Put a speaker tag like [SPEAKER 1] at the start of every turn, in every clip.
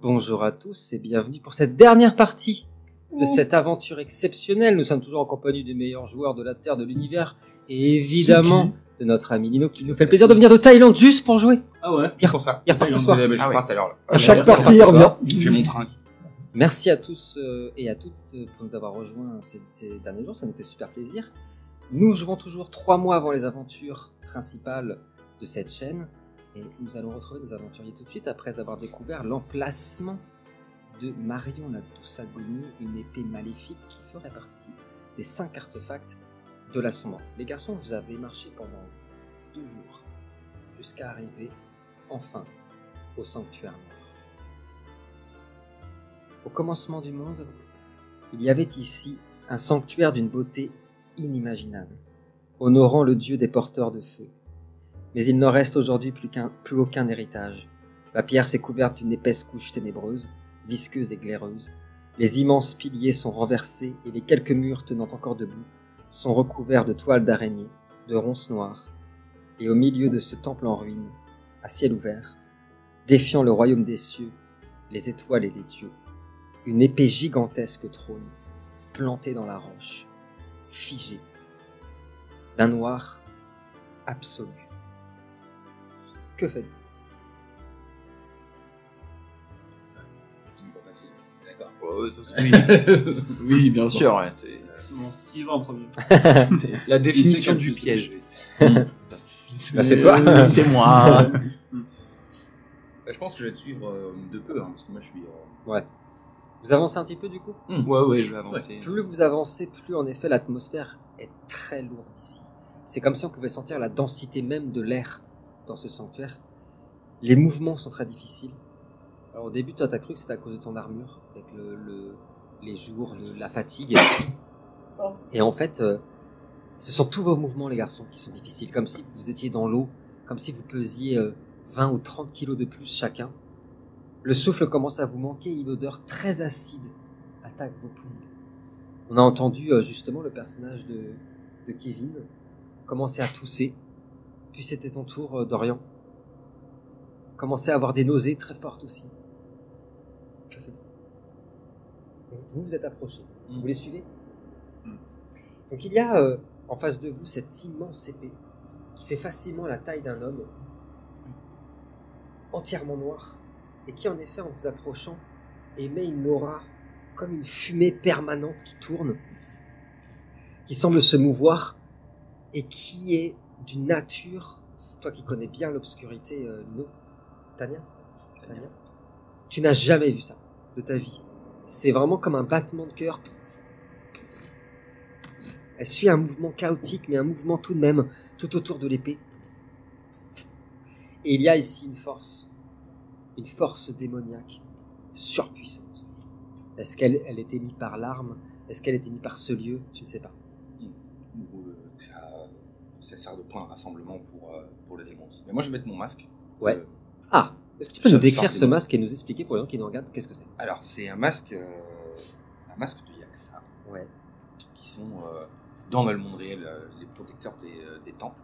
[SPEAKER 1] Bonjour à tous et bienvenue pour cette dernière partie de cette aventure exceptionnelle. Nous sommes toujours en compagnie des meilleurs joueurs de la Terre, de l'univers et évidemment de notre ami Nino qui nous fait le plaisir de venir de Thaïlande juste pour jouer.
[SPEAKER 2] Ah ouais,
[SPEAKER 1] Il
[SPEAKER 3] C'est pour ça.
[SPEAKER 1] Il repart ce soir.
[SPEAKER 3] Ah ouais.
[SPEAKER 4] Ah ouais.
[SPEAKER 3] Je pars tout à l'heure. là.
[SPEAKER 4] À chaque
[SPEAKER 3] Je
[SPEAKER 4] partie,
[SPEAKER 3] pars
[SPEAKER 4] il
[SPEAKER 3] ce soir.
[SPEAKER 4] revient.
[SPEAKER 3] J'ai mon train.
[SPEAKER 1] Merci à tous euh, et à toutes euh, pour nous avoir rejoints ces, ces derniers jours, ça nous fait super plaisir. Nous jouons toujours trois mois avant les aventures principales de cette chaîne et nous allons retrouver nos aventuriers tout de suite après avoir découvert l'emplacement de Marion la Douce Agonie, une épée maléfique qui ferait partie des cinq artefacts de l'assommant. Les garçons, vous avez marché pendant deux jours jusqu'à arriver enfin au sanctuaire noir. Au commencement du monde, il y avait ici un sanctuaire d'une beauté inimaginable, honorant le dieu des porteurs de feu. Mais il n'en reste aujourd'hui plus, qu'un- plus aucun héritage. La pierre s'est couverte d'une épaisse couche ténébreuse, visqueuse et glaireuse. Les immenses piliers sont renversés et les quelques murs tenant encore debout sont recouverts de toiles d'araignée, de ronces noires. Et au milieu de ce temple en ruine, à ciel ouvert, défiant le royaume des cieux, les étoiles et les dieux, une épée gigantesque trône, plantée dans la roche, figée, d'un noir absolu. Que faites-vous
[SPEAKER 3] Bon, facile. D'accord.
[SPEAKER 4] Oh, ça, c'est- oui. oui, bien sûr. ouais, c'est-
[SPEAKER 2] bon, qui va en premier
[SPEAKER 4] c'est La définition du piège. Bah,
[SPEAKER 1] Bah, c'est toi.
[SPEAKER 4] Euh, C'est moi.
[SPEAKER 3] Bah, Je pense que je vais te suivre euh, de peu, hein, parce que moi je suis. euh,
[SPEAKER 1] Ouais. Vous avancez un petit peu du coup
[SPEAKER 4] Ouais, ouais, je vais avancer.
[SPEAKER 1] Plus vous avancez, plus en effet l'atmosphère est très lourde ici. C'est comme si on pouvait sentir la densité même de l'air dans ce sanctuaire. Les mouvements sont très difficiles. Alors au début, toi, t'as cru que c'était à cause de ton armure, avec le, le- les jours, le- la fatigue. Et en fait, euh, ce sont tous vos mouvements, les garçons, qui sont difficiles. Comme si vous étiez dans l'eau, comme si vous pesiez euh, 20 ou 30 kilos de plus chacun. Le souffle commence à vous manquer, et une odeur très acide attaque vos poumons. On a entendu euh, justement le personnage de, de Kevin commencer à tousser. Puis c'était ton tour, euh, Dorian. Commencer à avoir des nausées très fortes aussi. Que faites-vous Vous vous êtes approché.
[SPEAKER 3] Mm.
[SPEAKER 1] Vous les suivez
[SPEAKER 3] Mm.
[SPEAKER 1] Donc il y a euh, en face de vous cette immense épée qui fait facilement la taille d'un homme,
[SPEAKER 3] Mm.
[SPEAKER 1] entièrement noir, et qui en effet en vous approchant émet une aura comme une fumée permanente qui tourne, qui semble se mouvoir et qui est d'une nature. Toi qui connais bien l'obscurité, euh, Lino, Tania, c'est ça Tania tu n'as jamais vu ça de ta vie. C'est vraiment comme un battement de cœur. Elle suit un mouvement chaotique, mais un mouvement tout de même, tout autour de l'épée. Et il y a ici une force, une force démoniaque, surpuissante. Est-ce qu'elle elle était mise par l'arme Est-ce qu'elle était mise par ce lieu Tu ne sais pas.
[SPEAKER 3] ou, euh, que ça, ça sert de point à rassemblement pour, euh, pour les démons. Mais moi je vais mettre mon masque.
[SPEAKER 1] Ouais.
[SPEAKER 3] Euh,
[SPEAKER 1] Ah Est-ce que tu peux nous
[SPEAKER 3] Ça me
[SPEAKER 1] décrire
[SPEAKER 3] sortait
[SPEAKER 1] ce
[SPEAKER 3] de-
[SPEAKER 1] masque et nous expliquer pour les gens qui nous regardent qu'est-ce que c'est
[SPEAKER 3] alors c'est un masque. euh, c'est un masque de Yaksa,
[SPEAKER 1] Ouais.
[SPEAKER 3] qui sont euh, dans le monde réel euh, les protecteurs des, euh, des temples.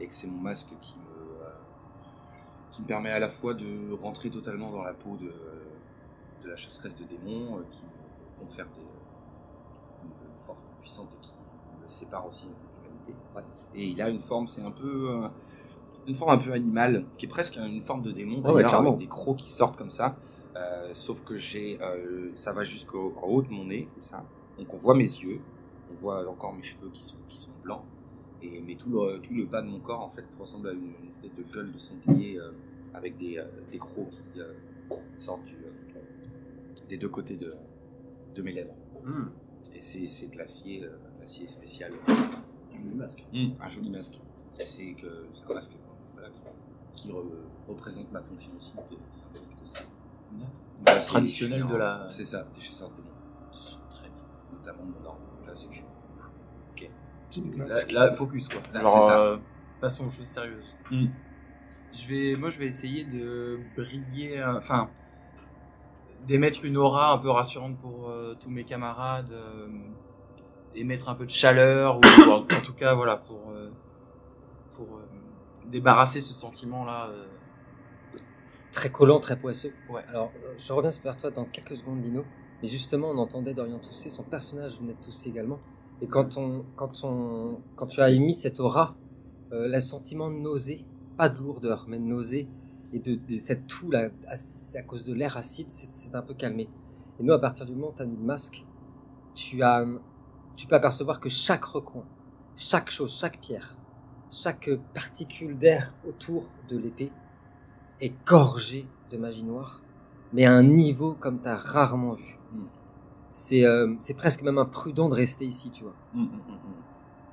[SPEAKER 3] Et que c'est mon masque qui me, euh, qui me permet à la fois de rentrer totalement dans la peau de, de la chasseresse de démons, euh, qui me confère des, euh, une force puissante et qui me sépare aussi de l'humanité. Et il a une forme, c'est un peu. euh, une forme un peu animale, qui est presque une forme de démon,
[SPEAKER 1] Ah ouais,
[SPEAKER 3] d'ailleurs,
[SPEAKER 1] clairement.
[SPEAKER 3] avec des crocs qui sortent comme ça. Euh, sauf que j'ai. euh, ça va jusqu'au en haut de mon nez, comme ça. Donc on voit mes yeux, on voit encore mes cheveux qui sont, qui sont blancs. Et, mais tout le, tout le bas de mon corps, en fait, ressemble à une, une espèce de gueule de sanglier euh, avec des, euh, des crocs qui euh, sortent du, euh, des deux côtés de, de mes lèvres.
[SPEAKER 2] Hmm,
[SPEAKER 3] Et c'est c'est de l'acier euh, de l'acier spécial.
[SPEAKER 2] Je mets le masque.
[SPEAKER 3] Mm, un joli masque. Et C'est que c'est un masque voilà, qui re- représente ma fonction aussi. que C'est un peu que ça. Là, c'est
[SPEAKER 4] traditionnel
[SPEAKER 3] chiant.
[SPEAKER 4] de la-
[SPEAKER 3] C'est ça, des chasseurs de démons. Très bien. Notamment mon arme. Là, c'est chiant.
[SPEAKER 4] Là, là, focus quoi.
[SPEAKER 3] Là,
[SPEAKER 4] Genre,
[SPEAKER 3] c'est ça.
[SPEAKER 4] euh, passons aux choses sérieuses.
[SPEAKER 3] Mm.
[SPEAKER 4] Je vais, moi, je vais essayer de briller, euh, enfin, d'émettre une aura un peu rassurante pour euh, tous mes camarades, euh, émettre un peu de chaleur, ou en, en tout cas, voilà, pour, euh, pour euh, débarrasser ce sentiment-là euh,
[SPEAKER 1] très collant, très poisseux.
[SPEAKER 4] Ouais.
[SPEAKER 1] Alors, euh, je reviens vers toi dans quelques secondes, Lino. Mais justement, on entendait Dorian tousser, son personnage venait de tousser également. Et quand, on, quand, on, quand tu as émis cette aura, euh, le sentiment de nausée, pas de lourdeur, mais de nausée, et de, de cette toux là, à, à cause de l'air acide, c'est c'est un peu calmé. Et nous, à partir du moment où tu as mis le masque, tu, as, tu peux apercevoir que chaque recoin, chaque chose, chaque pierre, chaque particule d'air autour de l'épée est gorgée de magie noire, mais à un niveau comme t'as rarement vu.
[SPEAKER 3] Mm.
[SPEAKER 1] C'est euh, c'est presque même imprudent de rester ici, tu vois.
[SPEAKER 3] Hum, hum, hum, hum.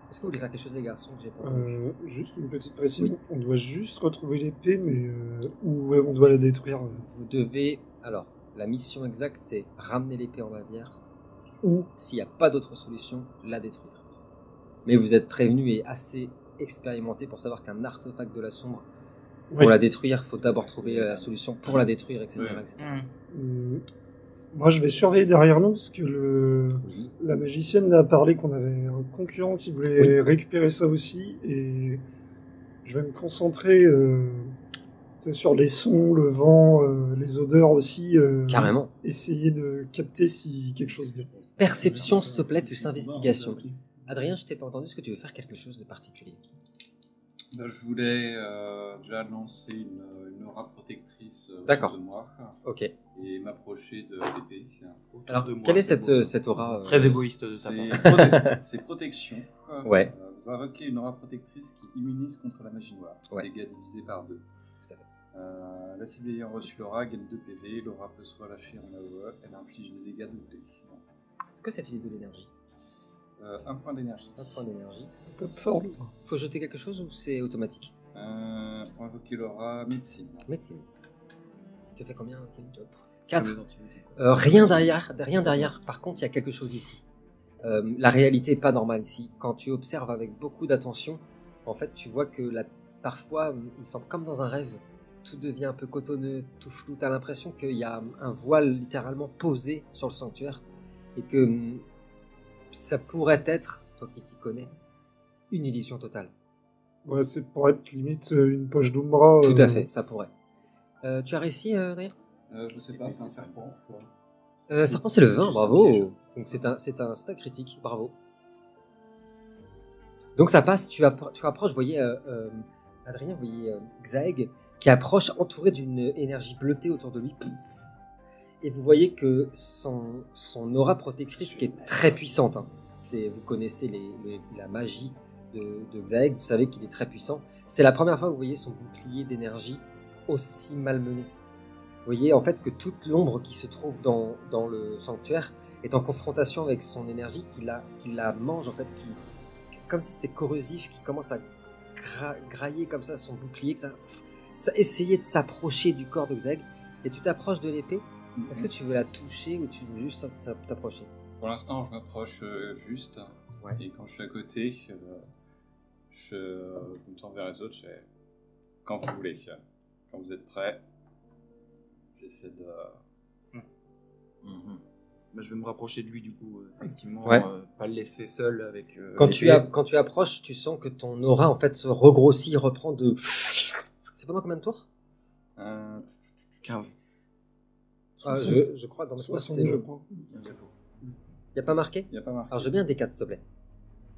[SPEAKER 1] Est-ce que vous voulez faire quelque chose, les garçons, que j'ai pas
[SPEAKER 5] Euh, juste une petite précision. On doit juste retrouver l'épée, mais euh, ou on doit la détruire. euh,
[SPEAKER 1] Vous devez. Alors, la mission exacte, c'est ramener l'épée en Bavière, ou, s'il n'y a pas d'autre solution, la détruire. Mais vous êtes prévenu et assez expérimenté pour savoir qu'un artefact de la sombre
[SPEAKER 5] ouais.
[SPEAKER 1] Pour la détruire, faut d'abord trouver euh, la solution pour la détruire, etc.
[SPEAKER 3] Ouais.
[SPEAKER 1] etc.
[SPEAKER 5] Euh, Moi, je vais surveiller derrière nous parce que le
[SPEAKER 1] Oui.
[SPEAKER 5] la magicienne a parlé qu'on avait un concurrent qui voulait récupérer ça aussi, et je vais me concentrer euh, tu sais, sur les sons, le vent, euh, les odeurs aussi. euh,
[SPEAKER 1] Carrément.
[SPEAKER 5] Essayer de capter si quelque chose vient.
[SPEAKER 1] Perception, s'il te plaît, plus investigation.
[SPEAKER 6] bah,
[SPEAKER 1] Adrien, je t'ai pas entendu, est-ce que tu veux faire quelque chose de particulier
[SPEAKER 6] Ben, je voulais euh, déjà lancer une, une aura protectrice euh,
[SPEAKER 1] D'accord.
[SPEAKER 6] autour de moi
[SPEAKER 1] Ok.
[SPEAKER 6] et m'approcher de l'épée.
[SPEAKER 1] Alors,
[SPEAKER 4] de moi,
[SPEAKER 1] quelle est
[SPEAKER 4] c'est
[SPEAKER 1] cette,
[SPEAKER 4] beau,
[SPEAKER 1] euh,
[SPEAKER 4] ça.
[SPEAKER 1] cette aura euh,
[SPEAKER 4] Très égoïste de ta part.
[SPEAKER 6] C'est prote- c'est protection.
[SPEAKER 1] Ouais.
[SPEAKER 6] Euh, vous invoquez une aura protectrice qui immunise contre la magie noire.
[SPEAKER 1] Ouais.
[SPEAKER 6] Dégâts divisés par deux.
[SPEAKER 1] Tout à fait.
[SPEAKER 6] Euh, la cible ayant reçu l'aura gagne 2 PV. L'aura peut se relâcher en AOE. Elle inflige des dégâts doublés.
[SPEAKER 1] Est-ce que ça utilise de l'énergie
[SPEAKER 6] Euh, un point d'énergie.
[SPEAKER 1] Un point d'énergie.
[SPEAKER 5] Top forme.
[SPEAKER 1] Faut jeter quelque chose ou c'est automatique
[SPEAKER 6] Euh, pour invoquer l'aura médecine.
[SPEAKER 1] Médecine. Tu as fait combien Kevin
[SPEAKER 6] Comme
[SPEAKER 1] Quatre.
[SPEAKER 6] les antivirus, quoi.
[SPEAKER 1] Euh, rien derrière, rien derrière. Par contre, il y a quelque chose ici. Euh, la réalité est pas normale ici. Quand tu observes avec beaucoup d'attention, en fait, tu vois que la- parfois, il semble comme dans un rêve. Tout devient un peu cotonneux, tout flou. T'as l'impression qu'il y a un voile littéralement posé sur le sanctuaire et que hum, ça pourrait être, toi qui t'y connais, une illusion totale.
[SPEAKER 5] Ouais, c'est pour être limite euh, une poche d'Umbra.
[SPEAKER 1] Tout
[SPEAKER 5] euh,
[SPEAKER 1] à fait, ça pourrait. Euh, tu as réussi, euh, d'ailleurs
[SPEAKER 6] Euh, je sais pas, c'est un serpent. quoi.
[SPEAKER 1] Euh, Serpent, c'est le
[SPEAKER 6] Juste
[SPEAKER 1] 20,
[SPEAKER 6] un piège.
[SPEAKER 1] bravo. Donc c'est un, c'est un, c'est un critique, bravo. Donc ça passe, tu, appro- tu approches, vous voyez euh, euh, Adrien, vous voyez euh, Xaeg qui approche entouré d'une énergie bleutée autour de lui. Pouf. Et vous voyez que son, son aura protectrice qui est très puissante. hein. C'est, vous connaissez les- les- la magie de, de Xaeg, vous savez qu'il est très puissant. C'est la première fois que vous voyez son bouclier d'énergie aussi malmené. Vous voyez en fait que toute l'ombre qui se trouve dans, dans le sanctuaire est en confrontation avec son énergie qui la, qui la mange en fait, qui, comme si c'était corrosif, qui commence à gra- grailler comme ça son bouclier, que ça, ça essayait de s'approcher du corps de Zeg. Et tu t'approches de l'épée. Est-ce que tu veux la toucher ou tu veux juste t'a- t'approcher
[SPEAKER 6] Pour l'instant, je m'approche euh, juste.
[SPEAKER 1] Ouais.
[SPEAKER 6] Et quand je suis à côté, euh, je euh, me tourne vers les autres. je fais, Quand vous voulez, quand vous êtes prêts, j'essaie de.
[SPEAKER 3] Mhm.
[SPEAKER 4] Bah, je vais me rapprocher de lui du coup, euh, effectivement,
[SPEAKER 1] Ouais.
[SPEAKER 4] euh, pas le laisser seul avec. euh,
[SPEAKER 1] quand
[SPEAKER 4] l'épée.
[SPEAKER 1] tu, a- quand tu approches, tu sens que ton aura en fait se regrossit, reprend de. C'est pendant combien de tours
[SPEAKER 6] Euh,
[SPEAKER 4] 15.
[SPEAKER 1] Ah, je,
[SPEAKER 5] Soixante.
[SPEAKER 1] je crois dans le
[SPEAKER 5] soixante,
[SPEAKER 1] c'est
[SPEAKER 5] je
[SPEAKER 1] Il
[SPEAKER 5] crois.
[SPEAKER 1] n'y a pas marqué
[SPEAKER 6] Il n'y a pas marqué.
[SPEAKER 1] Alors Ah, je veux bien des 4 s'il te plaît.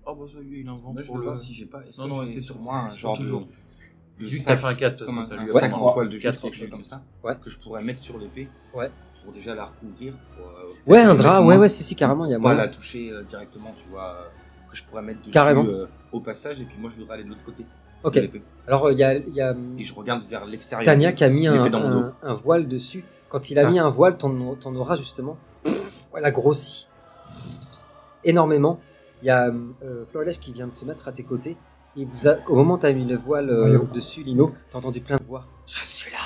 [SPEAKER 4] Oh bah ça lui il invente
[SPEAKER 3] Moi, je
[SPEAKER 4] pour
[SPEAKER 3] veux
[SPEAKER 4] le.
[SPEAKER 3] voir si j'ai pas. est-ce
[SPEAKER 4] Non,
[SPEAKER 3] que
[SPEAKER 4] non,
[SPEAKER 3] j'ai
[SPEAKER 4] c'est
[SPEAKER 3] sur
[SPEAKER 4] sur-
[SPEAKER 3] moi un
[SPEAKER 4] sur
[SPEAKER 3] genre
[SPEAKER 4] toujours.
[SPEAKER 3] de. de
[SPEAKER 4] Vu que
[SPEAKER 3] sac,
[SPEAKER 4] t'as fait un 4, de toute
[SPEAKER 3] comme
[SPEAKER 4] façon,
[SPEAKER 3] un,
[SPEAKER 4] ça
[SPEAKER 3] un
[SPEAKER 4] lui a
[SPEAKER 3] sac en toile de jute,
[SPEAKER 4] quatre,
[SPEAKER 3] quelque chose
[SPEAKER 4] euh,
[SPEAKER 3] comme ça.
[SPEAKER 1] Ouais.
[SPEAKER 3] Que je pourrais mettre sur l'épée.
[SPEAKER 1] Ouais.
[SPEAKER 3] Pour déjà la recouvrir. Pour, euh,
[SPEAKER 1] Ouais,
[SPEAKER 3] peut-être
[SPEAKER 1] un
[SPEAKER 3] mettre
[SPEAKER 1] drap,
[SPEAKER 3] moins-
[SPEAKER 1] ouais, ouais, si, si, carrément, il y a
[SPEAKER 3] Pas
[SPEAKER 1] moyen.
[SPEAKER 3] la toucher euh, directement, tu vois. euh, que je pourrais mettre dessus
[SPEAKER 1] Carrément.
[SPEAKER 3] euh, au passage, et puis moi je voudrais aller de l'autre côté.
[SPEAKER 1] Ok.
[SPEAKER 3] de l'épée.
[SPEAKER 1] Alors, il y a, il y a hum,
[SPEAKER 3] Et je regarde vers l'extérieur.
[SPEAKER 1] Tania qui a mis un,
[SPEAKER 3] l'épée dans mon dos.
[SPEAKER 1] un- un voile dessus. Quand il a
[SPEAKER 4] Ça.
[SPEAKER 1] mis un voile, ton, ton aura, justement, elle a grossi énormément. Il y a euh, Florilège qui vient de se mettre à tes côtés. Et vous a- au moment où tu as mis le voile euh,
[SPEAKER 5] Voyons.
[SPEAKER 1] dessus, Lino, t'as entendu plein de voix. Je suis là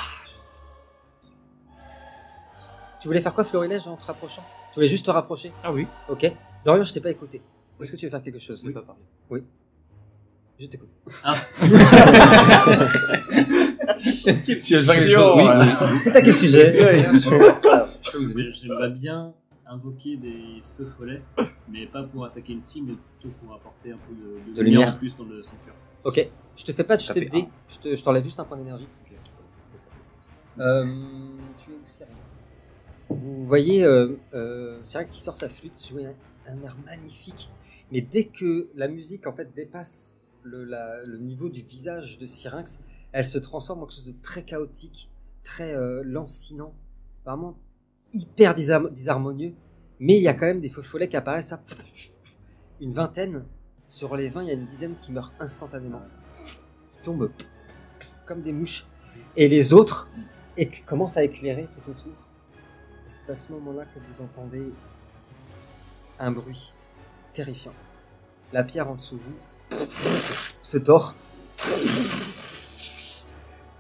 [SPEAKER 1] Tu voulais faire quoi, Florilège, en te rapprochant Tu voulais juste te rapprocher
[SPEAKER 4] Ah oui,
[SPEAKER 1] Ok. Dorian, je t'ai pas écouté. Est-ce que tu veux faire quelque chose
[SPEAKER 4] je ne pas parler.
[SPEAKER 1] Je t'écoute.
[SPEAKER 3] Tu veux faire quelque chose Oui,
[SPEAKER 1] Ah,
[SPEAKER 3] oui.
[SPEAKER 1] C'est à quel sujet
[SPEAKER 6] Je fais, vous avez-
[SPEAKER 2] J'aimerais bien invoquer des feux follets, mais pas pour attaquer une cible, mais plutôt pour apporter un peu de, de
[SPEAKER 1] De lumière.
[SPEAKER 2] en plus dans le sanctuaire.
[SPEAKER 1] Ok, je te fais pas de
[SPEAKER 3] Ça
[SPEAKER 1] jeter de
[SPEAKER 3] fait
[SPEAKER 1] dés, je te- je t'enlève juste un point d'énergie. Euh, tu es où, Syrinx Vous voyez euh, euh, Syrinx qui sort sa flûte jouer un, un air magnifique. Mais dès que la musique en fait dépasse le, la- le niveau du visage de Syrinx, elle se transforme en quelque chose de très chaotique, très euh, lancinant, vraiment hyper désharm- désharmonieux. Mais il y a quand même des feux follets qui apparaissent. ça. Une vingtaine. Sur les 20, il y a une dizaine qui meurt instantanément. Ils tombent comme des mouches. Et les autres éc- commencent à éclairer tout autour. Et C'est à ce moment-là que vous entendez un bruit terrifiant. La pierre en dessous de vous se tord,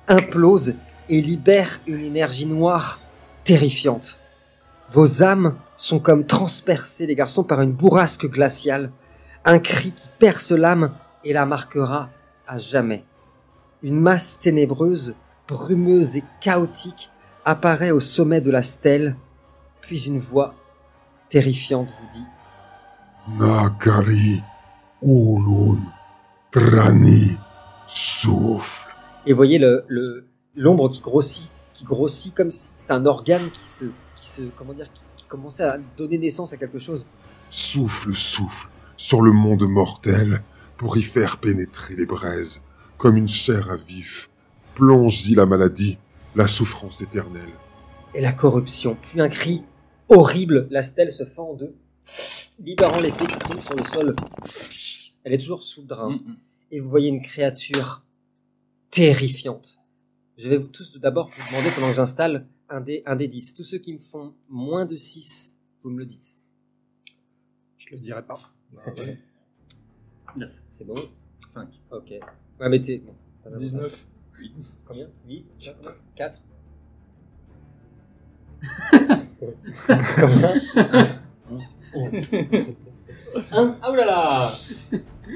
[SPEAKER 1] implose et libère une énergie noire terrifiante. Vos âmes sont comme transpercées, les garçons, par une bourrasque glaciale. Un cri qui perce l'âme et la marquera à jamais. Une masse ténébreuse, brumeuse et chaotique apparaît au sommet de la stèle, puis une voix terrifiante vous dit
[SPEAKER 7] Nakari Ulun Trani Souffle.
[SPEAKER 1] Et vous voyez le- le- l'ombre qui grossit, qui grossit comme si c'était un organe qui se, qui se, comment dire, qui, qui commençait à donner naissance à quelque chose.
[SPEAKER 7] Souffle, souffle sur le monde mortel pour y faire pénétrer les braises comme une chair à vif. Plonge-y la maladie, la souffrance éternelle.
[SPEAKER 1] Et la corruption, puis un cri horrible, la stèle se fend en deux, libérant l'épée qui tombe sur le sol. Elle est toujours sous le drain.
[SPEAKER 3] Mm, mm.
[SPEAKER 1] et vous voyez une créature terrifiante. Je vais vous tous tout d'abord vous demander pendant que j'installe un des, un des 10. Tous ceux qui me font moins de 6, vous me le dites.
[SPEAKER 5] Je le dirai pas.
[SPEAKER 2] Neuf.
[SPEAKER 1] C'est bon
[SPEAKER 3] 5.
[SPEAKER 1] Ok. Ouais, mais t'es. bon, t'as l'avantage.
[SPEAKER 6] 19.
[SPEAKER 1] Combien 8 4
[SPEAKER 2] Onze.
[SPEAKER 1] 1 Ah oulala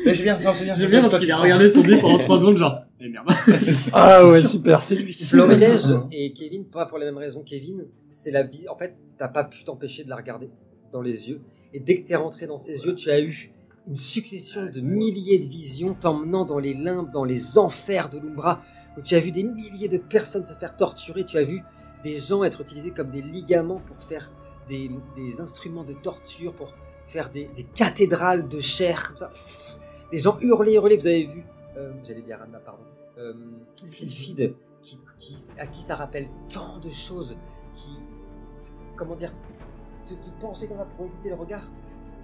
[SPEAKER 3] Mais c'est bien, non, c'est bien.
[SPEAKER 2] J'aime bien parce qu'il a regardé son dé pendant 3 secondes, genre, eh merde.
[SPEAKER 5] Ah ouais, super, c'est lui.
[SPEAKER 1] Florilège et Kevin, pas pour les mêmes raisons. Kevin, c'est la vie. En fait, t'as pas pu t'empêcher de la regarder dans les yeux. Et dès que t'es rentré dans ses yeux, tu as eu une succession de milliers de visions t'emmenant dans les limbes, dans les enfers de l'Umbra, où tu as vu des milliers de personnes se faire torturer. Tu as vu des gens être utilisés comme des ligaments pour faire des, des instruments de torture, pour faire des, des cathédrales de chair, comme ça. Des gens hurler, hurler. Vous avez vu, euh, j'allais dire Anna, pardon, euh, Sylphide, qui, qui- à qui ça rappelle tant de choses, qui, comment dire, te, te pencher comme ça pour éviter le regard.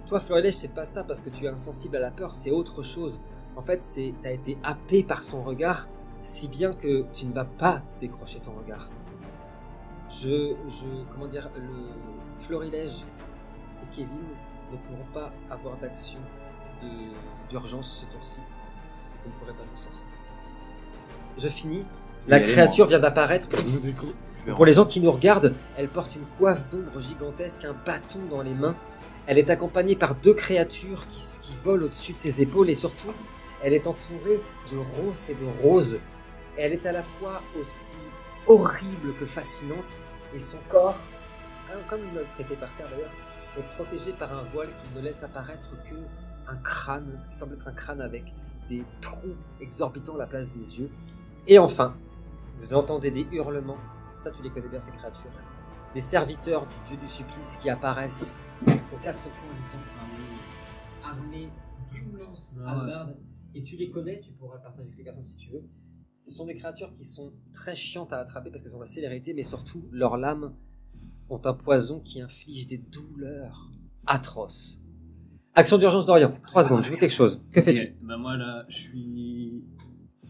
[SPEAKER 1] Toi, Florilège, c'est pas ça parce que tu es insensible à la peur, c'est autre chose. En fait, c'est, t'as été happé par son regard, si bien que tu ne vas pas décrocher ton regard. Je, je, comment dire, le Florilège et Kevin ne pourront pas avoir d'action de- d'urgence ce tour-ci. Vous ne pourrez pas le sortir. Je finis. La créature vient d'apparaître. Pour les gens qui nous regardent, elle porte une coiffe d'ombre gigantesque, un bâton dans les mains. Elle est accompagnée par deux créatures qui, qui volent au-dessus de ses épaules et surtout, elle est entourée de roses et de roses. Elle est à la fois aussi horrible que fascinante et son corps, hein, comme une autre épée par terre d'ailleurs, est protégé par un voile qui ne laisse apparaître que un crâne, ce qui semble être un crâne avec des trous exorbitants à la place des yeux. Et enfin, vous entendez des hurlements ça, tu les connais bien, ces créatures. Les serviteurs du dieu du supplice qui apparaissent aux quatre coins du temple, armés d'immenses
[SPEAKER 2] Ah ouais.
[SPEAKER 1] hallebardes. Et tu les connais, tu pourras partager avec les garçons si tu veux. Ce sont des créatures qui sont très chiantes à attraper parce qu'elles ont la célérité, mais surtout, leurs lames ont un poison qui inflige des douleurs atroces. Action d'urgence d'Orient. Trois secondes, je veux quelque chose. Que fais-tu
[SPEAKER 2] Ok, Bah, moi là, je suis.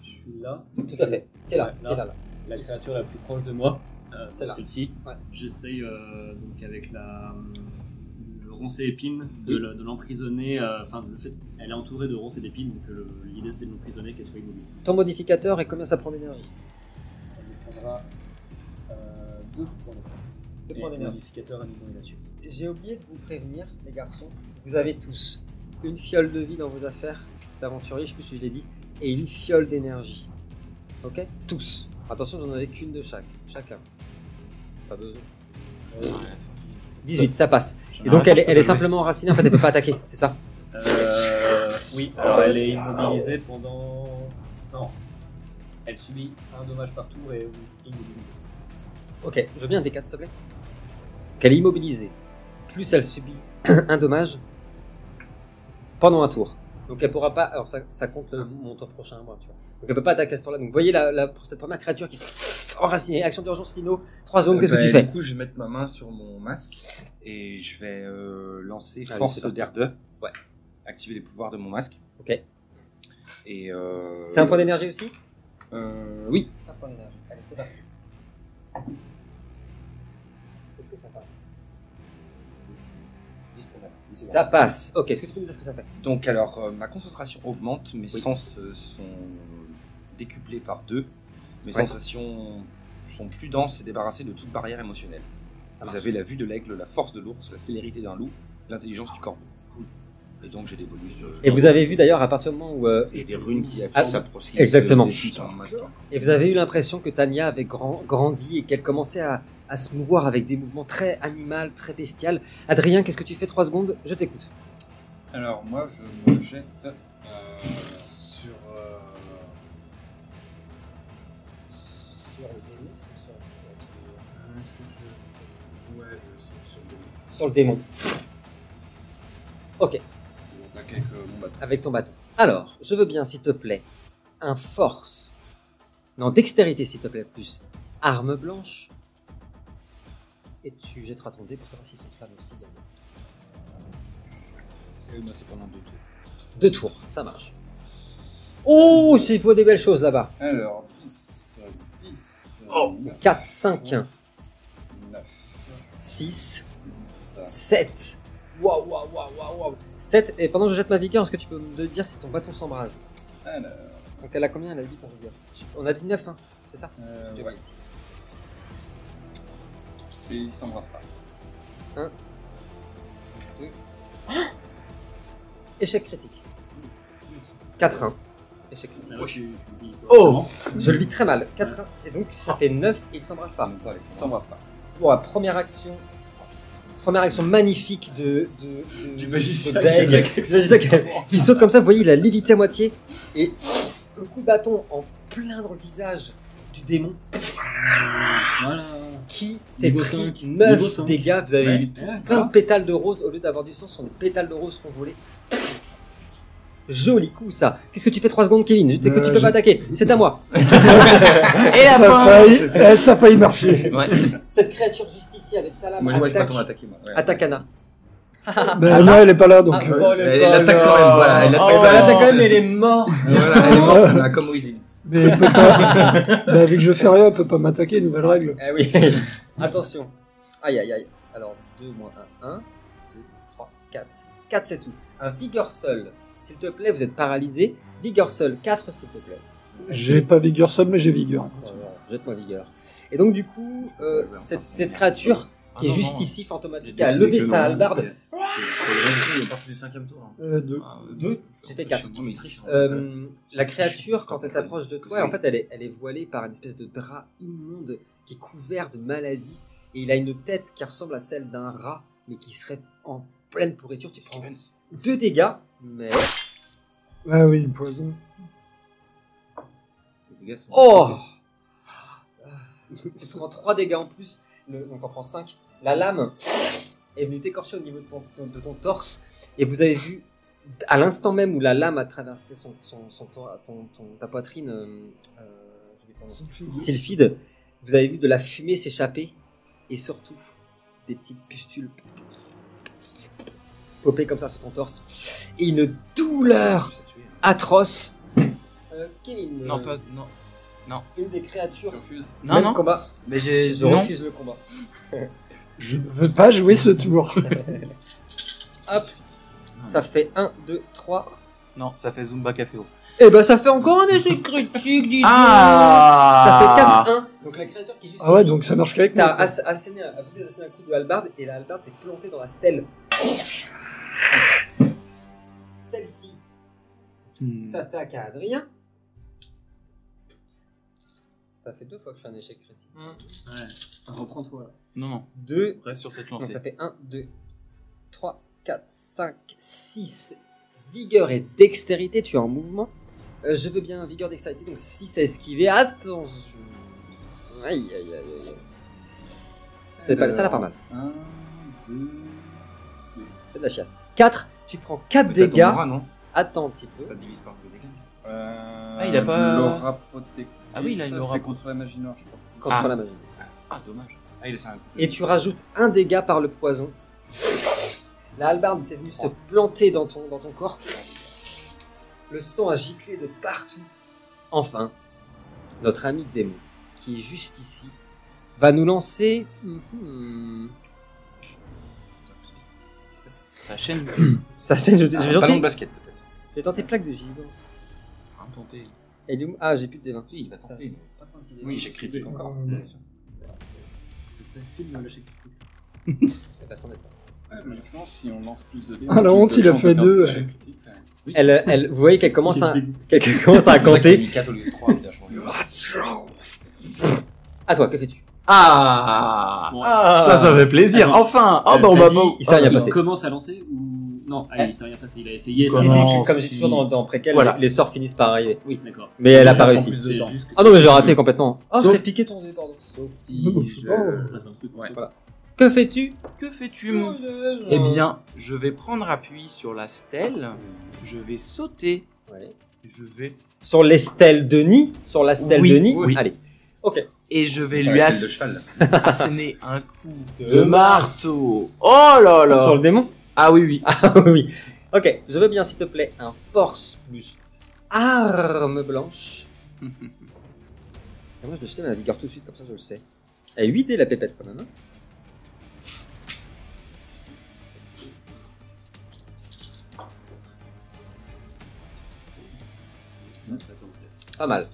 [SPEAKER 2] Je suis là.
[SPEAKER 1] Tout à fait. T'es là,
[SPEAKER 2] Ouais,
[SPEAKER 1] t'es là, là.
[SPEAKER 2] La créature la plus proche de moi, euh, c'est
[SPEAKER 1] Celle-là.
[SPEAKER 2] celle-ci.
[SPEAKER 1] Ouais.
[SPEAKER 2] J'essaye euh, donc avec la le roncé épine de la- de l'emprisonner. euh, Enfin, le fait, elle est entourée de roncé d'épines, donc euh, l'idée c'est de l'emprisonner qu'elle soit immobile.
[SPEAKER 1] Ton modificateur et combien ça prend d'énergie
[SPEAKER 2] Ça me prendra 2 points
[SPEAKER 1] Deux
[SPEAKER 2] euh,
[SPEAKER 1] points d'énergie.
[SPEAKER 2] modificateur animaux et nature.
[SPEAKER 1] J'ai oublié de vous prévenir, les garçons. Vous avez tous une fiole de vie dans vos affaires d'aventurier, je sais plus si je l'ai dit, et une fiole d'énergie. Ok Tous. Attention, vous n'en avez qu'une de chaque. Chacun. Pas besoin. 18, ça passe. Et donc, elle, est- elle est simplement enracinée, en fait, elle peut pas attaquer, c'est ça
[SPEAKER 2] Euh, oui,
[SPEAKER 1] Ah,
[SPEAKER 2] alors elle est immobilisée pendant. Non. Elle subit un dommage par tour et immobilisée.
[SPEAKER 1] Ok, je veux bien un D4, s'il te plaît. Qu'elle est immobilisée. Plus elle subit un dommage pendant un tour. Donc elle pourra pas. Alors ça, ça compte le- mon tour prochain, moi, tu vois. Donc elle peut pas attaquer à ce tour-là. Donc voyez la, la- cette première créature qui est enracinée. Action d'urgence, Lino. Trois zones, qu'est-ce
[SPEAKER 3] Euh,
[SPEAKER 1] que tu
[SPEAKER 3] bah,
[SPEAKER 1] fais
[SPEAKER 3] Du coup, je vais mettre ma main sur mon masque et je vais euh, lancer
[SPEAKER 1] Allez,
[SPEAKER 3] force
[SPEAKER 1] c'est
[SPEAKER 3] de
[SPEAKER 1] parti.
[SPEAKER 3] terre 2.
[SPEAKER 1] Ouais.
[SPEAKER 3] Activer les pouvoirs de mon masque.
[SPEAKER 1] Ok.
[SPEAKER 3] Et euh,
[SPEAKER 1] C'est un point d'énergie aussi
[SPEAKER 3] euh, Oui.
[SPEAKER 1] Un point d'énergie. Allez, c'est parti. Est-ce que ça passe
[SPEAKER 3] 10 pour neuf. Oui, c'est
[SPEAKER 1] Ça
[SPEAKER 3] bon.
[SPEAKER 1] passe. Ok, est-ce que tu peux nous dire ce que ça fait
[SPEAKER 3] Donc alors, euh, ma concentration augmente, mes
[SPEAKER 1] Oui.
[SPEAKER 3] sens euh, sont décuplés par deux. Mes
[SPEAKER 1] Ouais.
[SPEAKER 3] sensations sont plus denses et débarrassées de toute barrière émotionnelle.
[SPEAKER 1] Ça
[SPEAKER 3] Vous
[SPEAKER 1] marche.
[SPEAKER 3] avez la vue de l'aigle, la force de l'ours, la célérité d'un loup, l'intelligence du corbeau. Et donc j'ai des bonus. euh,
[SPEAKER 1] Et vous avez vu d'ailleurs à partir du moment où euh,
[SPEAKER 3] J'ai des runes qui
[SPEAKER 1] Ah,
[SPEAKER 3] affichent sa proscription.
[SPEAKER 1] exactement.
[SPEAKER 3] des sites en masque. hein.
[SPEAKER 1] Et vous avez eu l'impression que Tania avait grand- grandi et qu'elle commençait à, à se mouvoir avec des mouvements très animal, très bestial. Adrien, qu'est-ce que tu fais Trois secondes, je t'écoute.
[SPEAKER 6] Alors moi je me jette euh, sur, euh, euh, est-ce que je- Ouais, je sais, sur le-
[SPEAKER 1] Sur le démon. Ok,
[SPEAKER 6] ils vont attaquer avec euh, mon bâton.
[SPEAKER 1] avec ton bâton. Alors, je veux bien, s'il te plaît, un force. Non, dextérité, s'il te plaît, plus arme blanche. Et tu jetteras ton dé pour savoir s'il s'enflamme aussi. également.
[SPEAKER 3] C'est- Moi c'est pendant deux tours.
[SPEAKER 1] Deux tours, ça marche. Oh, il faut des belles choses là-bas.
[SPEAKER 6] Alors 10, euh, 10,
[SPEAKER 4] Oh.
[SPEAKER 1] 4, 5,
[SPEAKER 6] 9,
[SPEAKER 1] 6,
[SPEAKER 6] ça.
[SPEAKER 1] 7. Waouh, waouh, waouh, waouh, waouh. 7. Et pendant que je jette ma vigueur, est-ce que tu peux me dire si ton bâton s'embrase
[SPEAKER 6] Alors,
[SPEAKER 1] Donc elle a combien Elle a 8 en vigueur. On a dit 9, hein c'est ça
[SPEAKER 6] euh,
[SPEAKER 1] Ok.
[SPEAKER 6] ouais. Et il s'embrasse pas.
[SPEAKER 1] Échec critique. 4-1. Échec critique.
[SPEAKER 2] Ça va, tu- tu dis quoi
[SPEAKER 4] Oh
[SPEAKER 1] Je le vis très mal. 4-1. Et donc ça fait 9 et il s'embrasse pas.
[SPEAKER 3] Donc, ouais, c'est
[SPEAKER 6] Il
[SPEAKER 3] vraiment-
[SPEAKER 6] s'embrasse pas.
[SPEAKER 1] Bon, la première action. Première action magnifique de. de, de
[SPEAKER 6] Du magicien
[SPEAKER 1] de Zeg.
[SPEAKER 6] qui attaque
[SPEAKER 1] Du magicien qui, qui saute comme ça, vous voyez, il a lévité à moitié. Et le coup de bâton en plein dans le visage du démon
[SPEAKER 2] Voilà.
[SPEAKER 1] qui s'est
[SPEAKER 2] Niveau
[SPEAKER 1] pris
[SPEAKER 2] cinq. Niveau
[SPEAKER 1] 9
[SPEAKER 2] cinq.
[SPEAKER 1] dégâts. Vous avez eu
[SPEAKER 2] Ouais,
[SPEAKER 1] plein
[SPEAKER 2] voilà.
[SPEAKER 1] de pétales de rose au lieu d'avoir du sang, ce sont des pétales de rose qu'on volait. Joli coup ça. Qu'est-ce que tu fais 3 secondes, Kevin Je t'écoute,
[SPEAKER 5] Euh,
[SPEAKER 1] tu peux
[SPEAKER 5] j'ai-
[SPEAKER 1] pas attaquer. C'est à moi.
[SPEAKER 4] Et la
[SPEAKER 5] Ça a
[SPEAKER 4] fin
[SPEAKER 5] failli, eh, ça a failli marcher.
[SPEAKER 4] Ouais.
[SPEAKER 1] Cette créature juste ici avec sa lame
[SPEAKER 3] Moi je vois, je
[SPEAKER 1] attaque,
[SPEAKER 3] m'attends à attaquer moi. Ouais.
[SPEAKER 1] attaque Anna.
[SPEAKER 5] Mais Anna, elle est pas là, donc.
[SPEAKER 1] Ah,
[SPEAKER 5] euh,
[SPEAKER 1] bon, le
[SPEAKER 3] Elle
[SPEAKER 1] bon,
[SPEAKER 3] elle attaque
[SPEAKER 1] le-
[SPEAKER 3] quand même, voilà, elle attaque
[SPEAKER 4] Oh.
[SPEAKER 1] Elle
[SPEAKER 3] quand
[SPEAKER 1] attaque
[SPEAKER 3] même.
[SPEAKER 1] quand même, elle est morte.
[SPEAKER 3] Voilà, elle est morte, là, comme Oisin.
[SPEAKER 5] Mais elle peut pas. bah, vu que je fais rien, elle peut pas m'attaquer, nouvelle règle.
[SPEAKER 1] Eh oui. Attention. Aïe aïe aïe. Alors 2 moins 1, 1, 2, 3, 4. 4 c'est tout. Un vigueur seul. S'il te plaît, vous êtes paralysé. Vigueur seul, 4 s'il te plaît.
[SPEAKER 5] J'ai pas vigueur seul, mais j'ai vigueur.
[SPEAKER 1] Voilà, Jette-moi vigueur. Et donc du coup, euh, cette, cette créature qui est juste ici, fantomatique, a levé sa hallebarde.
[SPEAKER 4] Il est parti du cinquième tour. hein.
[SPEAKER 5] Euh, deux.
[SPEAKER 4] Ah, euh,
[SPEAKER 1] Deux J'ai fait quatre.
[SPEAKER 4] Non, mais il triche, hein.
[SPEAKER 1] Euh, la créature, quand
[SPEAKER 4] Encore
[SPEAKER 1] elle
[SPEAKER 4] plus.
[SPEAKER 1] s'approche de toi, en fait, elle est, elle est voilée par une espèce de drap immonde qui est couvert de maladies. Et il a une tête qui ressemble à celle d'un rat, mais qui serait en pleine pourriture. Tu prends deux dégâts, mais...
[SPEAKER 5] Ah oui, le poison.
[SPEAKER 1] Oh Tu prends 3 dégâts en plus, le- donc t'en prends 5. La lame est venue t'écorcher au niveau de ton, de ton torse, et vous avez vu, à l'instant même où la lame a traversé son, son- son tor- ton- ton- ta poitrine, euh, euh, je vais t'en- sylphide, vous avez vu de la fumée s'échapper, et surtout des petites pustules popées comme ça sur ton torse, et une douleur atroce. Euh, Kevin,
[SPEAKER 4] hein. Non,
[SPEAKER 1] euh,
[SPEAKER 4] toi, non.
[SPEAKER 1] une des créatures
[SPEAKER 4] Non,
[SPEAKER 1] même
[SPEAKER 4] non.
[SPEAKER 1] combat.
[SPEAKER 4] Mais j'ai.
[SPEAKER 1] Je
[SPEAKER 4] Non.
[SPEAKER 1] refuse le combat.
[SPEAKER 5] Je ne veux pas jouer ce tour.
[SPEAKER 1] Hop, ça fait 1, 2, 3.
[SPEAKER 4] Non, ça fait Zumba Caféo.
[SPEAKER 1] Et ben ça fait encore un échec critique, dis
[SPEAKER 4] Ah
[SPEAKER 1] Ça fait 4-1. Donc la créature qui est juste.
[SPEAKER 5] Ah ouais,
[SPEAKER 1] ici,
[SPEAKER 5] donc ça marche qu'avec
[SPEAKER 1] T'as
[SPEAKER 5] moi. quoi.
[SPEAKER 1] ass- asséné, un- a voulu asséner un coup de halbarde et la halbarde s'est plantée dans la stèle. Celle-ci
[SPEAKER 4] Hmm.
[SPEAKER 1] s'attaque à Adrien. Ça fait deux fois que je fais un échec critique.
[SPEAKER 2] Ouais. Reprends-toi. là.
[SPEAKER 4] Non, non.
[SPEAKER 1] 2,
[SPEAKER 4] Reste sur cette
[SPEAKER 1] Donc
[SPEAKER 4] lancée.
[SPEAKER 1] ça fait 1, 2, 3, 4, 5, 6. Vigueur et dextérité, tu es en mouvement. Euh, je veux bien vigueur, dextérité, donc 6 à esquiver. Attention. Aïe, aïe, aïe, aïe. C'est pas- ça, là, pas mal.
[SPEAKER 6] 1, 2.
[SPEAKER 1] C'est de la chiasse. 4, tu prends 4 dégâts. Attends un petit peu.
[SPEAKER 3] Ça divise par deux dégâts.
[SPEAKER 6] Ah,
[SPEAKER 4] il a pas-
[SPEAKER 6] L'aura protectrice.
[SPEAKER 4] Ah oui, il a une
[SPEAKER 6] ça,
[SPEAKER 4] aura-
[SPEAKER 6] C'est contre la magie noire, je crois.
[SPEAKER 1] Contre
[SPEAKER 4] Ah.
[SPEAKER 1] la magie.
[SPEAKER 3] Ah, dommage. Ah, il a fait un coup de-
[SPEAKER 1] Et tu rajoutes un dégât par le poison. La hallebarde s'est venue se planter dans ton, dans ton corps. Le sang a giclé de partout. Enfin, notre ami démon, qui est juste ici, va nous lancer. hum, hum,
[SPEAKER 4] Sa chaîne.
[SPEAKER 1] Ça, c'est- je-
[SPEAKER 3] Ah,
[SPEAKER 1] j'ai
[SPEAKER 3] ballon de
[SPEAKER 1] tenté,
[SPEAKER 3] basket, peut-être.
[SPEAKER 1] j'ai tenté plaque de givre.
[SPEAKER 4] Ah, tentez.
[SPEAKER 1] Et du- Ah, j'ai plus de dévin.
[SPEAKER 3] Si, il va tenter. mais pas tant qu'il est- Oui, j'ai critique
[SPEAKER 5] Euh,
[SPEAKER 3] encore.
[SPEAKER 2] Film de lâcher critique.
[SPEAKER 1] Eh ben, c'en est pas.
[SPEAKER 6] Ouais, logiquement, si on lance plus de dés.
[SPEAKER 5] Ah, la honte, il a fait deux, ouais.
[SPEAKER 1] Elle, elle, vous voyez qu'elle commence, à-
[SPEAKER 2] Il est
[SPEAKER 1] qu'elle commence à
[SPEAKER 3] J'ai
[SPEAKER 1] canter.
[SPEAKER 3] mis 4 au lieu de 3, il a changé.
[SPEAKER 1] À toi, que fais-tu
[SPEAKER 4] Ah
[SPEAKER 2] Bon,
[SPEAKER 1] Ah
[SPEAKER 4] Ça, ça fait plaisir. Enfin Oh,
[SPEAKER 2] Euh,
[SPEAKER 4] bah, on
[SPEAKER 2] t'as
[SPEAKER 4] va
[SPEAKER 2] dit-
[SPEAKER 4] pas.
[SPEAKER 1] Il s'est
[SPEAKER 2] Ah,
[SPEAKER 1] rien
[SPEAKER 2] il
[SPEAKER 1] passé.
[SPEAKER 2] commence à lancer ou non ah, Il s'est rien passé. Il a essayé.
[SPEAKER 1] Si, si,
[SPEAKER 4] Comment
[SPEAKER 1] Comme j'ai
[SPEAKER 4] si-
[SPEAKER 1] toujours dans, dans Préquel,
[SPEAKER 4] Voilà.
[SPEAKER 1] les sorts finissent par arriver.
[SPEAKER 2] Oui, d'accord.
[SPEAKER 1] Mais elle a pas
[SPEAKER 4] prend
[SPEAKER 1] réussi.
[SPEAKER 4] plus de temps.
[SPEAKER 2] juste que
[SPEAKER 1] Ah non, mais j'ai raté complètement. Oh,
[SPEAKER 4] Sauf-
[SPEAKER 1] je t'ai piqué ton dé, pardon.
[SPEAKER 3] Sauf si.
[SPEAKER 5] Non, je sais pas,
[SPEAKER 3] Je...
[SPEAKER 5] euh,
[SPEAKER 2] Il se passe un truc.
[SPEAKER 3] Ouais.
[SPEAKER 1] Voilà. Que fais-tu Oh
[SPEAKER 4] Que fais-tu, mon Eh
[SPEAKER 1] Euh,
[SPEAKER 4] bien, je vais prendre appui sur la stèle. Je vais sauter.
[SPEAKER 1] Ouais.
[SPEAKER 4] Je vais.
[SPEAKER 1] Sur les stèles de nid Sur la stèle
[SPEAKER 4] Oui,
[SPEAKER 1] de nid
[SPEAKER 4] oui.
[SPEAKER 1] Allez.
[SPEAKER 4] Et je vais
[SPEAKER 3] Par
[SPEAKER 4] lui
[SPEAKER 3] la
[SPEAKER 4] ass-
[SPEAKER 3] stèle de cheval,
[SPEAKER 4] asséner un coup de
[SPEAKER 1] De
[SPEAKER 4] marteau. Oh là là
[SPEAKER 1] Sur le démon
[SPEAKER 4] Ah oui, oui.
[SPEAKER 1] Ah oui. Ok, je veux bien, s'il te plaît, un force plus arme blanche. Et moi, je vais jeter ma vigueur tout de suite, comme ça, je le sais. Elle 8 dés la pépette, quand même. hein.
[SPEAKER 2] Ça, ça commence à être-
[SPEAKER 1] Pas mal.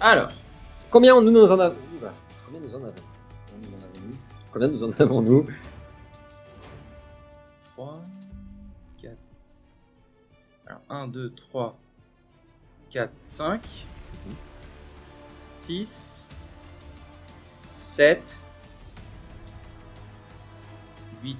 [SPEAKER 4] Alors,
[SPEAKER 1] Combien nous nous en avons Oula. Combien nous en avons Combien nous en avons nous
[SPEAKER 4] 3, 4. Alors, 1, 2, 3, 4, 5, 6, 7, 8.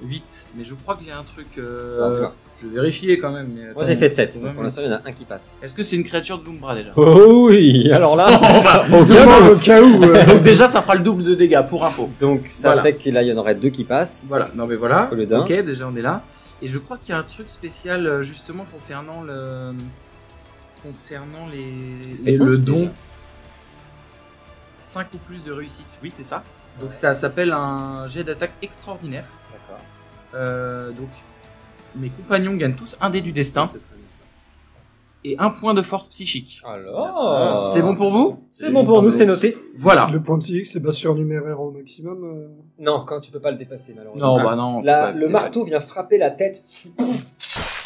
[SPEAKER 4] 8. Mais je crois qu'il y a un truc.
[SPEAKER 1] Ah,
[SPEAKER 4] Euh...
[SPEAKER 1] d'accord.
[SPEAKER 4] je vais vérifier quand même. mais
[SPEAKER 1] Moi,
[SPEAKER 4] attends,
[SPEAKER 1] j'ai fait
[SPEAKER 4] mais-
[SPEAKER 1] 7.
[SPEAKER 4] mais-
[SPEAKER 1] Donc, pour l'instant, il y en a un qui passe.
[SPEAKER 4] Est-ce que c'est une créature de l'Umbra déjà
[SPEAKER 1] Oh oui, alors là.
[SPEAKER 5] Au cas où, au cas où, euh,
[SPEAKER 4] Donc, déjà, ça fera le double de dégâts pour info.
[SPEAKER 1] Donc ça
[SPEAKER 4] Voilà.
[SPEAKER 1] fait qu'il y en aurait deux qui passent.
[SPEAKER 4] Voilà, non mais voilà.
[SPEAKER 1] Au lieu d'un.
[SPEAKER 4] Ok, déjà on est là. Et je crois qu'il y a un truc spécial euh, justement concernant le concernant les,
[SPEAKER 1] C'est
[SPEAKER 4] les-
[SPEAKER 1] bon,
[SPEAKER 4] le
[SPEAKER 1] c'était-
[SPEAKER 4] don 5 ou plus de réussite. Oui, c'est ça. Donc ça s'appelle un jet d'attaque extraordinaire.
[SPEAKER 1] D'accord.
[SPEAKER 4] Euh, donc mes compagnons gagnent tous un dé du destin
[SPEAKER 2] C'est très bien, ça.
[SPEAKER 4] et un point de force psychique.
[SPEAKER 1] Alors.
[SPEAKER 4] C'est bon pour vous
[SPEAKER 1] C'est bon pour nous, c'est noté.
[SPEAKER 4] Voilà.
[SPEAKER 5] Ah. le point psychique, c'est pas surnuméraire au maximum. euh.
[SPEAKER 1] Non, quand tu peux pas le dépasser malheureusement.
[SPEAKER 4] Non, bah non.
[SPEAKER 1] La-
[SPEAKER 4] c'est pas-
[SPEAKER 1] le
[SPEAKER 4] c'est pas-
[SPEAKER 1] marteau vient frapper la tête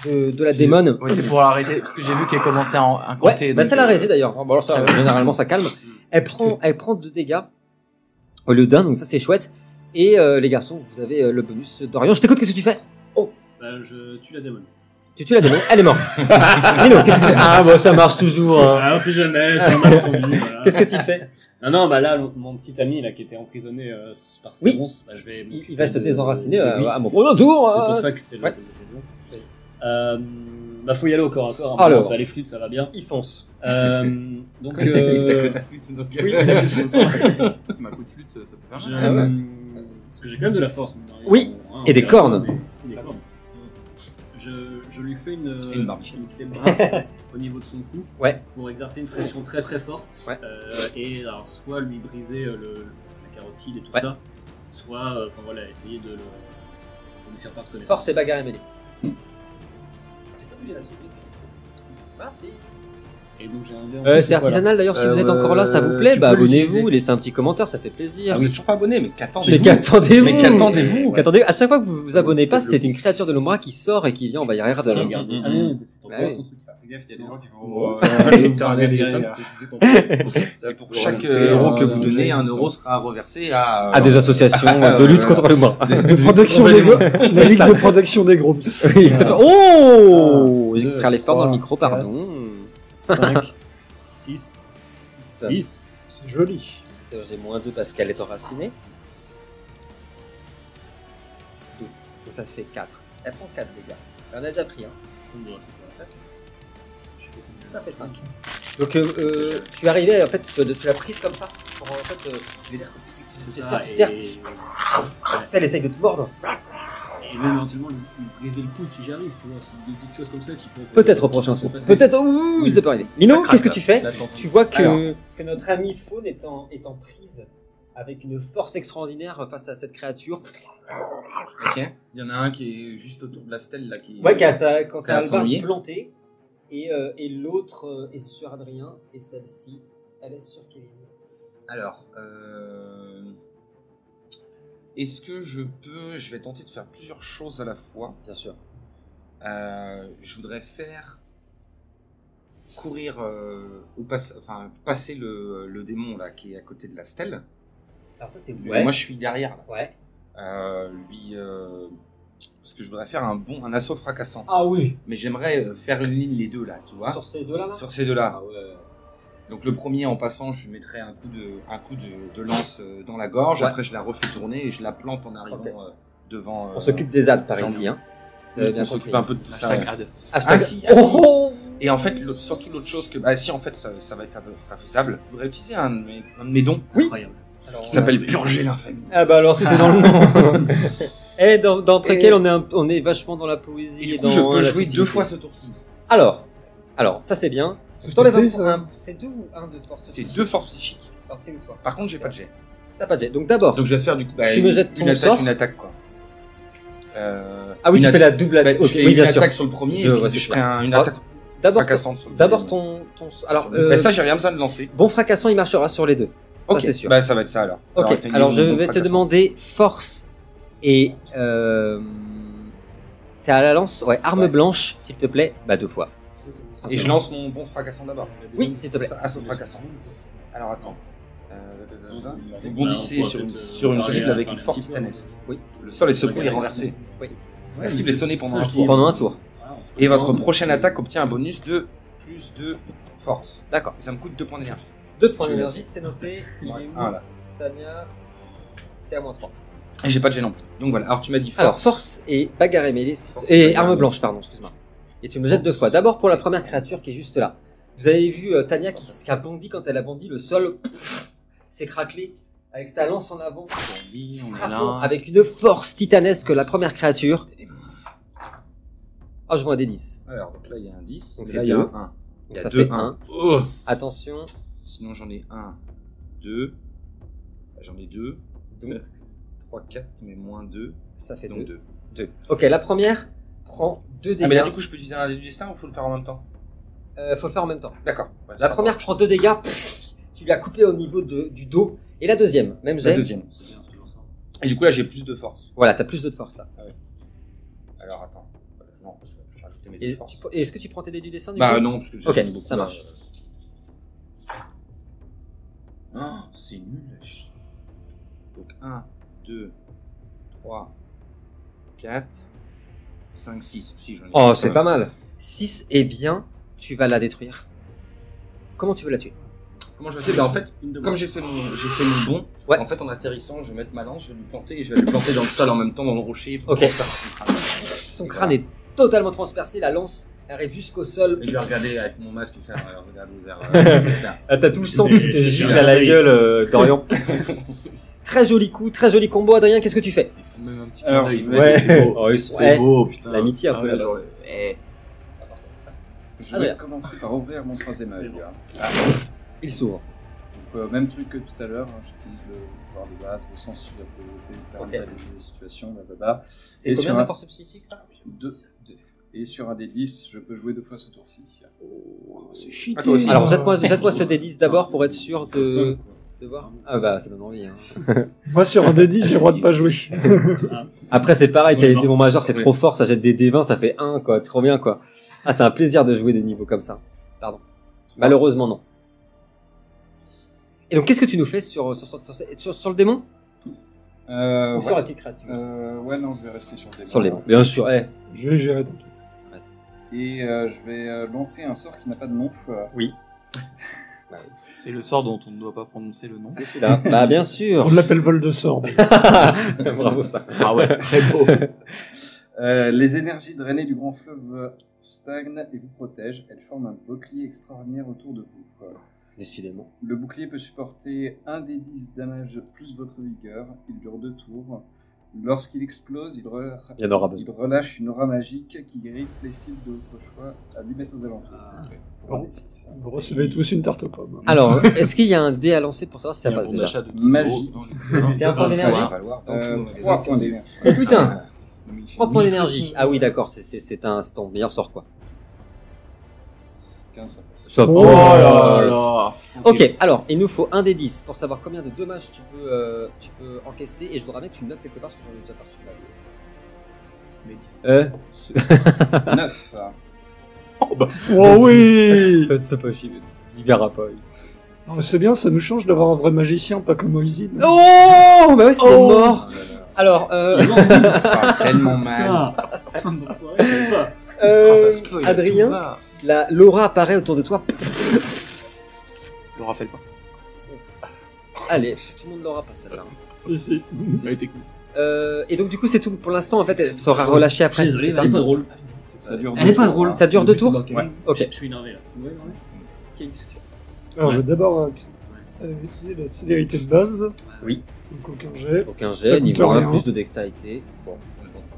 [SPEAKER 1] de, de la
[SPEAKER 4] C'est-
[SPEAKER 1] démone.
[SPEAKER 4] Ouais, c'est pour l'arrêter parce que j'ai vu qu'elle commençait à, en- à
[SPEAKER 1] Ouais,
[SPEAKER 4] compter.
[SPEAKER 1] bah
[SPEAKER 4] donc,
[SPEAKER 1] c'est
[SPEAKER 4] euh,
[SPEAKER 1] l'arrêté d'ailleurs. Bon, alors ça,
[SPEAKER 4] Très bien.
[SPEAKER 1] généralement ça calme. Elle prend, elle prend deux dégâts au lieu d'un, donc ça c'est chouette. Et euh, les garçons, vous avez euh, le bonus d'Orion. Je t'écoute, qu'est-ce que tu fais
[SPEAKER 2] Bah, je tue la démon.
[SPEAKER 1] Tu tues la démon, elle est morte. Mino, qu'est-ce que tu fais Ah, bah ça marche toujours. hein.
[SPEAKER 2] Ah, on sait jamais, c'est un malentendu. voilà.
[SPEAKER 1] Qu'est-ce que tu fais
[SPEAKER 2] Non, non, bah là, mon- mon petit ami là, qui était emprisonné euh, par
[SPEAKER 1] Oui.
[SPEAKER 2] ses ronces, bah, je vais
[SPEAKER 1] Il- il
[SPEAKER 2] m'occuper
[SPEAKER 1] va se
[SPEAKER 2] de-
[SPEAKER 1] désenraciner,
[SPEAKER 2] de
[SPEAKER 1] euh,
[SPEAKER 2] lui.
[SPEAKER 1] à mon
[SPEAKER 2] C'est-
[SPEAKER 1] premier tour,
[SPEAKER 2] C'est pour
[SPEAKER 1] euh.
[SPEAKER 2] ça que c'est le.
[SPEAKER 1] Ouais.
[SPEAKER 2] Euh, bah, faut y aller au corps à corps.
[SPEAKER 1] Ah, Alors.
[SPEAKER 2] Alors. les flûtes, ça va bien.
[SPEAKER 1] Il fonce.
[SPEAKER 2] Euh, donc.
[SPEAKER 3] T'as que
[SPEAKER 2] Euh,
[SPEAKER 3] ta flûte, donc.
[SPEAKER 1] Oui.
[SPEAKER 4] Ma coup de flûte, ça peut faire
[SPEAKER 2] je-
[SPEAKER 4] mal.
[SPEAKER 1] ouais.
[SPEAKER 2] Ah Parce que j'ai quand même de la force. mine de rien.
[SPEAKER 1] Oui.
[SPEAKER 2] Bon, hein,
[SPEAKER 1] Et
[SPEAKER 2] on
[SPEAKER 1] des
[SPEAKER 2] verra,
[SPEAKER 1] cornes.
[SPEAKER 2] mais- des cornes. Je, je lui fais une,
[SPEAKER 3] Et une barbichette.
[SPEAKER 2] une clé de bras au niveau de son cou
[SPEAKER 1] Ouais.
[SPEAKER 2] pour exercer une pression très très forte
[SPEAKER 1] Ouais.
[SPEAKER 2] euh, et alors soit lui briser euh, le, la carotide et tout
[SPEAKER 1] Ouais.
[SPEAKER 2] ça, soit euh, enfin voilà essayer de le de lui faire perdre connaissance.
[SPEAKER 1] Force et bagarre à mêlée.
[SPEAKER 2] Merci. Et donc j'ai un dé en
[SPEAKER 1] Euh,
[SPEAKER 2] plus,
[SPEAKER 1] c'est
[SPEAKER 2] quoi, là
[SPEAKER 1] artisanal d'ailleurs, si
[SPEAKER 4] Euh,
[SPEAKER 1] vous êtes encore là, ça vous
[SPEAKER 4] euh,
[SPEAKER 1] plaît,
[SPEAKER 4] tu
[SPEAKER 1] bah
[SPEAKER 4] peux
[SPEAKER 1] abonnez-vous,
[SPEAKER 4] l'utiliser.
[SPEAKER 1] laissez un petit commentaire, ça fait plaisir.
[SPEAKER 3] On est Ah, toujours pas abonné, mais
[SPEAKER 1] Ah Mais
[SPEAKER 3] qu'attendez-vous
[SPEAKER 1] qu'attendez-vous
[SPEAKER 3] Mais qu'attendez-vous
[SPEAKER 1] Qu'attendez- à chaque fois que vous vous abonnez pas, c'est une créature de l'Ombra qui sort et qui vient envahir
[SPEAKER 2] Ah,
[SPEAKER 1] de
[SPEAKER 2] regarde.
[SPEAKER 3] Mhm.
[SPEAKER 2] Ah non, mais c'est ton
[SPEAKER 1] Bah
[SPEAKER 2] corps,
[SPEAKER 1] oui.
[SPEAKER 2] ton truc. Fais gaffe, il y a des gens qui vont-
[SPEAKER 6] euh,
[SPEAKER 2] hein,
[SPEAKER 3] Et pour chaque
[SPEAKER 6] Pour
[SPEAKER 3] euh, euro que
[SPEAKER 6] un
[SPEAKER 3] vous donnez,
[SPEAKER 6] objet
[SPEAKER 3] un
[SPEAKER 6] existant.
[SPEAKER 3] euro sera reversé à, euh,
[SPEAKER 1] à Ah, des associations de lutte contre l'Ombra.
[SPEAKER 5] De protection des
[SPEAKER 3] complètement.
[SPEAKER 5] gro- la ligue de protection des groupes. Ah,
[SPEAKER 1] Oui, exactement. Oh
[SPEAKER 5] Un,
[SPEAKER 1] J'ai
[SPEAKER 5] deux,
[SPEAKER 1] pris l'effort dans le micro,
[SPEAKER 5] trois,
[SPEAKER 1] pardon.
[SPEAKER 5] 5,
[SPEAKER 2] 6.
[SPEAKER 1] 6.
[SPEAKER 2] 6.
[SPEAKER 5] c'est joli.
[SPEAKER 1] J'ai moins 2 parce qu'elle est enracinée. 2. Donc ça fait 4. Elle prend 4 dégâts. Elle en a déjà pris, hein. Ça fait 5. Donc euh, euh, tu es arrivé, en fait, tu, tu l'as prise comme ça. pour en fait. euh, les-
[SPEAKER 2] C'est
[SPEAKER 1] C'est
[SPEAKER 2] ça,
[SPEAKER 1] ça,
[SPEAKER 2] et-
[SPEAKER 1] certes.
[SPEAKER 2] et,
[SPEAKER 1] Elle essaye de te mordre.
[SPEAKER 2] même éventuellement lui, lui briser le cou si j'arrive, tu vois. c'est Des petites choses comme ça qui peuvent.
[SPEAKER 1] Peut-être au
[SPEAKER 2] qui
[SPEAKER 1] prochain
[SPEAKER 2] peuvent se
[SPEAKER 1] tour.
[SPEAKER 2] passer.
[SPEAKER 1] Peut-être. Ouh, ça peut arriver. Mino, qu'est-ce que tu fais Tu vois que,
[SPEAKER 3] Alors.
[SPEAKER 1] que notre ami Faune est en, est en prise avec une force extraordinaire face à cette créature.
[SPEAKER 3] Ok. Il y en a un qui est juste autour de la stèle là qui.
[SPEAKER 1] Ouais, qui a sa, quand
[SPEAKER 3] Ça a
[SPEAKER 1] sa barbe
[SPEAKER 3] s'ennuyer.
[SPEAKER 1] plantée. Et, euh, et l'autre euh, est sur Adrien. Et celle-ci, elle est sur Kevin.
[SPEAKER 3] Alors, euh, est-ce que je peux Je vais tenter de faire plusieurs choses à la fois. Bien sûr. je voudrais faire courir euh, ou passe- enfin, passer le, le démon là qui est à côté de la stèle.
[SPEAKER 1] Alors toi, c'est
[SPEAKER 3] Lui,
[SPEAKER 1] ouais.
[SPEAKER 3] Moi, je suis derrière là.
[SPEAKER 1] Ouais.
[SPEAKER 3] Euh, lui, euh, parce que je voudrais faire un bon, un assaut fracassant.
[SPEAKER 1] Ah oui.
[SPEAKER 3] Mais j'aimerais euh, faire une ligne les deux là, tu vois.
[SPEAKER 1] Sur ces deux-là, là.
[SPEAKER 3] Ah. Sur ces deux-là. Ah Donc le premier en passant, je lui mettrai un coup de, un coup de, de lance euh, dans la gorge.
[SPEAKER 1] Ouais.
[SPEAKER 3] Après, je la refais tourner et je la plante en arrivant
[SPEAKER 1] Ok.
[SPEAKER 3] euh, devant. euh,
[SPEAKER 1] On s'occupe des ânes par
[SPEAKER 3] Jean-Loup.
[SPEAKER 1] ici. Hein. Vous avez bien
[SPEAKER 3] On s'occupe
[SPEAKER 1] compris.
[SPEAKER 3] un peu de tout ça. ouais.
[SPEAKER 1] Hashtag-
[SPEAKER 3] Ah, si, ah, si.
[SPEAKER 1] Oh, oh.
[SPEAKER 3] Et en fait, le- surtout l'autre chose que, bah si, en fait, ça, ça va être un peu pas faisable. Je voudrais utiliser un de mes, un de mes dons
[SPEAKER 2] Incroyable.
[SPEAKER 1] Alors,
[SPEAKER 3] qui
[SPEAKER 1] on a-
[SPEAKER 3] s'appelle Purger l'infamie.
[SPEAKER 1] Ah bah alors tout est dans le nom. Et dans, dans Préquel, on est, un- on est vachement dans la
[SPEAKER 3] Et
[SPEAKER 1] poésie.
[SPEAKER 3] du
[SPEAKER 1] Et
[SPEAKER 3] coup,
[SPEAKER 1] dans
[SPEAKER 3] je peux
[SPEAKER 1] la
[SPEAKER 3] jouer
[SPEAKER 1] subtilité.
[SPEAKER 3] deux fois ce tour-ci.
[SPEAKER 1] Alors, alors ça c'est bien. Je t'enlève un, un- C'est deux ou un de force
[SPEAKER 3] C'est deux forces psychiques.
[SPEAKER 1] Alors, t'es où, toi
[SPEAKER 3] Par contre, j'ai pas de jet.
[SPEAKER 1] T'as pas de jet. Donc d'abord.
[SPEAKER 3] Donc je vais faire du coup. bah,
[SPEAKER 1] Tu me jettes
[SPEAKER 3] une
[SPEAKER 1] ton
[SPEAKER 3] attaque,
[SPEAKER 1] sort
[SPEAKER 3] une attaque quoi. Euh,
[SPEAKER 1] Ah oui,
[SPEAKER 3] une
[SPEAKER 1] tu fais
[SPEAKER 3] atta-
[SPEAKER 1] la double attaque.
[SPEAKER 3] bah,
[SPEAKER 1] Ok,
[SPEAKER 3] je fais
[SPEAKER 1] oui,
[SPEAKER 3] une
[SPEAKER 1] bien sûr.
[SPEAKER 3] attaque sur le premier
[SPEAKER 1] Je
[SPEAKER 3] et
[SPEAKER 1] vois
[SPEAKER 3] puis
[SPEAKER 1] ce que
[SPEAKER 3] je
[SPEAKER 1] tu
[SPEAKER 3] ferai un- une
[SPEAKER 1] Ah,
[SPEAKER 3] attaque
[SPEAKER 1] D'abord, ton,
[SPEAKER 3] fracassante sur le
[SPEAKER 1] d'abord
[SPEAKER 3] deuxième.
[SPEAKER 1] ton, ton. Alors,
[SPEAKER 3] Mais
[SPEAKER 1] euh,
[SPEAKER 3] ça, j'avais bien besoin de lancer.
[SPEAKER 1] bon fracassant, il marchera sur les deux.
[SPEAKER 3] Ok,
[SPEAKER 1] c'est sûr.
[SPEAKER 3] Bah, ça va être ça alors.
[SPEAKER 1] Ok.
[SPEAKER 3] t'as une
[SPEAKER 1] Alors je
[SPEAKER 3] bombe
[SPEAKER 1] vais te
[SPEAKER 3] fracassante.
[SPEAKER 1] demander force et euh, t'es à la lance. Ouais, arme
[SPEAKER 3] Ouais.
[SPEAKER 1] blanche, s'il te plaît. Bah deux fois.
[SPEAKER 3] Et je lance mon bon fracassant d'abord.
[SPEAKER 1] Oui, Ah, s'il te plaît.
[SPEAKER 3] Ça, Assaut fracassant. Alors attends. Euh,
[SPEAKER 2] Ouais.
[SPEAKER 3] Vous bondissez
[SPEAKER 2] Ouais, on
[SPEAKER 3] sur une,
[SPEAKER 2] pourra peut-être,
[SPEAKER 3] sur une
[SPEAKER 2] euh,
[SPEAKER 3] cible
[SPEAKER 2] parler
[SPEAKER 3] avec
[SPEAKER 2] un
[SPEAKER 3] une
[SPEAKER 2] petit
[SPEAKER 3] force
[SPEAKER 2] peu.
[SPEAKER 3] titanesque.
[SPEAKER 1] Oui.
[SPEAKER 3] Le sol est secoué
[SPEAKER 2] Ouais,
[SPEAKER 3] et
[SPEAKER 2] ouais.
[SPEAKER 3] renversé.
[SPEAKER 1] Oui.
[SPEAKER 3] La cible est sonnée pendant
[SPEAKER 2] Ça,
[SPEAKER 3] un
[SPEAKER 2] je dis-
[SPEAKER 3] tour.
[SPEAKER 1] Pendant un tour.
[SPEAKER 2] Voilà, on se
[SPEAKER 3] Et votre
[SPEAKER 2] contente.
[SPEAKER 3] prochaine attaque obtient un bonus de plus de force.
[SPEAKER 1] D'accord.
[SPEAKER 3] Et Ça me coûte 2 points d'énergie.
[SPEAKER 1] Deux points
[SPEAKER 3] Tu-
[SPEAKER 1] d'énergie, c'est noté. Il
[SPEAKER 3] Il
[SPEAKER 1] est
[SPEAKER 3] en reste
[SPEAKER 1] où,
[SPEAKER 3] un là.
[SPEAKER 1] Tania T'es à moins 3.
[SPEAKER 3] Et j'ai pas de gênant. Donc voilà. Alors tu m'as dit force.
[SPEAKER 1] Alors, force et bagarre et mêlée. c'est-
[SPEAKER 3] Force et
[SPEAKER 1] Et
[SPEAKER 3] bagarre.
[SPEAKER 1] arme blanche, pardon, excuse-moi. Et tu me jettes deux fois. D'abord pour la première créature qui est juste là. Vous avez vu euh, Tania qui, s- qui a bondi quand elle a bondi, le sol pff, s'est craquelé avec sa lance en avant, frappant avec une force titanesque la première créature. Ah, je vois un des 10.
[SPEAKER 3] Alors donc là il y a un 10.
[SPEAKER 1] Donc
[SPEAKER 3] mais
[SPEAKER 1] c'est
[SPEAKER 3] là il y a
[SPEAKER 1] deux.
[SPEAKER 3] un 1. Il
[SPEAKER 1] Donc
[SPEAKER 3] y a
[SPEAKER 1] ça
[SPEAKER 3] deux
[SPEAKER 1] fait 1.
[SPEAKER 3] Oh
[SPEAKER 1] Attention,
[SPEAKER 3] Sinon j'en ai 1, 2, j'en ai 2,
[SPEAKER 1] donc
[SPEAKER 3] 3, 4, mais moins 2,
[SPEAKER 1] ça fait
[SPEAKER 3] donc
[SPEAKER 1] 2.
[SPEAKER 3] 2.
[SPEAKER 1] Ok, la première prend 2
[SPEAKER 3] Ah
[SPEAKER 1] dégâts.
[SPEAKER 3] mais là du coup je peux utiliser un dé du destin ou faut le faire en même temps
[SPEAKER 1] Euh, faut le faire en même temps.
[SPEAKER 3] D'accord. Ouais,
[SPEAKER 1] La
[SPEAKER 3] ça
[SPEAKER 1] première prend deux dégâts, pff, tu l'as coupé au niveau de- du dos. Et la deuxième, même
[SPEAKER 3] va. La
[SPEAKER 1] jet.
[SPEAKER 3] deuxième.
[SPEAKER 2] C'est bien, c'est ensemble.
[SPEAKER 3] Et du coup là j'ai plus de force.
[SPEAKER 1] Voilà, t'as plus de force là.
[SPEAKER 3] Alors attends. Euh, Non, je vais rajouter mes dés
[SPEAKER 1] Et
[SPEAKER 3] de force.
[SPEAKER 1] tu- et est-ce que tu prends tes dés du dessin du
[SPEAKER 3] Bah
[SPEAKER 1] coup
[SPEAKER 3] euh, non, parce que j'ai
[SPEAKER 1] Ok,
[SPEAKER 3] jamais beaucoup.
[SPEAKER 1] ça marche.
[SPEAKER 3] euh. Ah, c'est nul la chi- Donc 1, 2, 3, 4, 5, 6. Si, j'en ai
[SPEAKER 1] Oh,
[SPEAKER 3] six,
[SPEAKER 1] c'est
[SPEAKER 3] quand
[SPEAKER 1] pas
[SPEAKER 3] même.
[SPEAKER 1] mal. 6 et bien, tu vas la détruire. Comment tu veux la tuer
[SPEAKER 3] Comment je fais Bah en fait,
[SPEAKER 2] Une de
[SPEAKER 3] Comme
[SPEAKER 2] moi.
[SPEAKER 3] j'ai fait mon, j'ai fait mon bon,
[SPEAKER 1] Ouais.
[SPEAKER 3] en fait, en atterrissant, je vais mettre ma lance, je vais lui planter et je vais lui planter dans le sol en même temps dans le rocher. Pour
[SPEAKER 1] Ok.
[SPEAKER 3] qu'on se fasse une crâne.
[SPEAKER 1] Son crâne est totalement transpercé, la lance arrive jusqu'au sol.
[SPEAKER 3] Et je vais regarder avec mon masque faire, euh, regarde ouvert. euh, je vais faire.
[SPEAKER 1] Ah, t'as tout le sang
[SPEAKER 2] Mais
[SPEAKER 1] qui te
[SPEAKER 2] je-
[SPEAKER 1] gicle à la
[SPEAKER 2] oui.
[SPEAKER 1] gueule, euh, Dorian. très joli coup, très joli combo. Adrien, qu'est-ce que tu fais
[SPEAKER 4] Ils se font même un petit
[SPEAKER 6] Alors,
[SPEAKER 4] clin d'œil.
[SPEAKER 6] je vais- c'est beau.
[SPEAKER 1] Oh, ils sont-
[SPEAKER 4] C'est
[SPEAKER 1] eh,
[SPEAKER 4] beau, putain.
[SPEAKER 1] L'amitié un
[SPEAKER 6] Ah
[SPEAKER 1] peu.
[SPEAKER 6] ouais,
[SPEAKER 1] là-bas.
[SPEAKER 6] alors,
[SPEAKER 1] Eh.
[SPEAKER 4] Ah
[SPEAKER 6] Je
[SPEAKER 1] Adrien.
[SPEAKER 6] vais commencer par ouvrir mon troisième œil. là.
[SPEAKER 1] Il s'ouvre.
[SPEAKER 6] Donc, euh, même truc que tout à l'heure, hein, j'utilise le pouvoir de base, le sens sur la pauvreté, le
[SPEAKER 1] Ok.
[SPEAKER 6] paramètre des situations, blablabla.
[SPEAKER 1] C'est
[SPEAKER 6] Et
[SPEAKER 1] combien
[SPEAKER 6] sur
[SPEAKER 1] de
[SPEAKER 6] un-
[SPEAKER 1] force psychique ça
[SPEAKER 6] Deux. Et sur un des 10, je peux jouer deux fois ce tour-ci.
[SPEAKER 4] C'est shit.
[SPEAKER 6] Ah, toi aussi.
[SPEAKER 1] Alors, jette-moi jette-moi ce D10 d'abord pour être sûr de,
[SPEAKER 6] Personne.
[SPEAKER 1] de voir. Ah bah, ça donne envie. Hein.
[SPEAKER 5] Moi, sur un D10, j'ai le droit de pas jouer.
[SPEAKER 2] Ah,
[SPEAKER 1] Après, c'est pareil, t'as les
[SPEAKER 2] Oui,
[SPEAKER 1] démons majeurs, c'est
[SPEAKER 3] Oui.
[SPEAKER 1] trop fort, ça jette des D20, ça fait 1, quoi, trop bien, quoi. Ah, c'est un plaisir de jouer des niveaux comme ça. Pardon. Malheureusement, non. Et donc, qu'est-ce que tu nous fais sur, sur, sur, sur- sur- sur le démon
[SPEAKER 6] Euh,
[SPEAKER 1] Ou
[SPEAKER 6] ouais.
[SPEAKER 1] sur la petite créature
[SPEAKER 6] Euh, ouais, non, je vais rester sur le démon.
[SPEAKER 1] Sur le démon, bien sûr. eh.
[SPEAKER 5] Je vais gérer, t'inquiète.
[SPEAKER 6] Et euh, je vais euh, lancer un sort qui n'a pas de nom. euh,
[SPEAKER 4] C'est le sort dont on ne doit pas prononcer le nom.
[SPEAKER 1] C'est celui-là. bah, bien sûr.
[SPEAKER 5] On l'appelle vol de sort.
[SPEAKER 1] Bravo, ça.
[SPEAKER 4] Ah ouais, c'est très beau.
[SPEAKER 6] Euh, les énergies drainées du grand fleuve stagnent et vous Euh, protègent. Elles forment un bouclier extraordinaire autour de vous.
[SPEAKER 1] Décidément.
[SPEAKER 8] Le bouclier peut supporter un des 10 damage plus votre vigueur. Il dure deux tours. Lorsqu'il explose, il, relâche-
[SPEAKER 9] Il y en aura besoin.
[SPEAKER 8] il relâche une aura magique qui guérit toutes les cibles de votre choix à 10 mètres aux alentours.
[SPEAKER 1] Ah.
[SPEAKER 8] Pour un
[SPEAKER 5] Bon.
[SPEAKER 8] des six.
[SPEAKER 5] Vous recevez tous une tarte aux pommes.
[SPEAKER 1] Alors, est-ce qu'il y a un dé à lancer pour savoir si ça passe déjà
[SPEAKER 8] Magie.
[SPEAKER 1] C'est un point d'énergie.
[SPEAKER 8] Euh, Trois points d'énergie.
[SPEAKER 1] Oh, putain.
[SPEAKER 3] Non, mais il fait
[SPEAKER 1] 3 points
[SPEAKER 3] mille
[SPEAKER 1] d'énergie.
[SPEAKER 3] trucs.
[SPEAKER 1] Ah oui, d'accord, c'est- c'est c'est un- c'est ton meilleur sort, quoi.
[SPEAKER 6] 15, ça passe.
[SPEAKER 1] Stop.
[SPEAKER 5] Oh
[SPEAKER 4] là là
[SPEAKER 1] Ok, alors, il nous faut un des 10 pour savoir combien de dommages tu peux, euh, tu peux encaisser. Et je voudrais bien que tu le notes quelque part parce que j'en ai déjà perçu. Euh,
[SPEAKER 8] Neuf.
[SPEAKER 5] Oh oui
[SPEAKER 9] Faites pas chier, il verra pas.
[SPEAKER 5] Non, mais C'est bien, ça nous change d'avoir un vrai magicien, pas comme Moïsine.
[SPEAKER 1] Oh Bah ouais, c'était
[SPEAKER 4] Oh
[SPEAKER 1] mort Alors, euh,
[SPEAKER 3] Ah, tellement mal.
[SPEAKER 2] Putain Enfoiré, je savais pas.
[SPEAKER 4] oh,
[SPEAKER 2] Ah,
[SPEAKER 1] euh, Adrien, la, Laura apparaît autour de toi.
[SPEAKER 4] Laura fait le pas.
[SPEAKER 1] Allez, tout le monde l'aura pas celle-là.
[SPEAKER 5] Si, si.
[SPEAKER 4] Elle est technique.
[SPEAKER 1] Euh, et donc du coup c'est tout pour l'instant en fait elle sera relâchée
[SPEAKER 2] Je suis
[SPEAKER 1] après.
[SPEAKER 2] désolé,
[SPEAKER 1] C'est ça
[SPEAKER 2] elle est pas drôle.
[SPEAKER 3] Ça dure
[SPEAKER 1] Elle est
[SPEAKER 3] deux
[SPEAKER 1] pas
[SPEAKER 3] tours,
[SPEAKER 1] drôle,
[SPEAKER 3] hein.
[SPEAKER 1] ça dure deux tours
[SPEAKER 2] Ouais.
[SPEAKER 1] Ok.
[SPEAKER 2] Je suis énervé là. Ouais, ouais.
[SPEAKER 5] Alors, je vais d'abord euh, euh, utiliser la célérité de base.
[SPEAKER 1] Oui.
[SPEAKER 5] Donc, aucun jet.
[SPEAKER 1] Aucun
[SPEAKER 5] Ça
[SPEAKER 1] jet,
[SPEAKER 5] coûte
[SPEAKER 1] niveau 1,
[SPEAKER 5] rien.
[SPEAKER 1] plus de dextérité. Bon.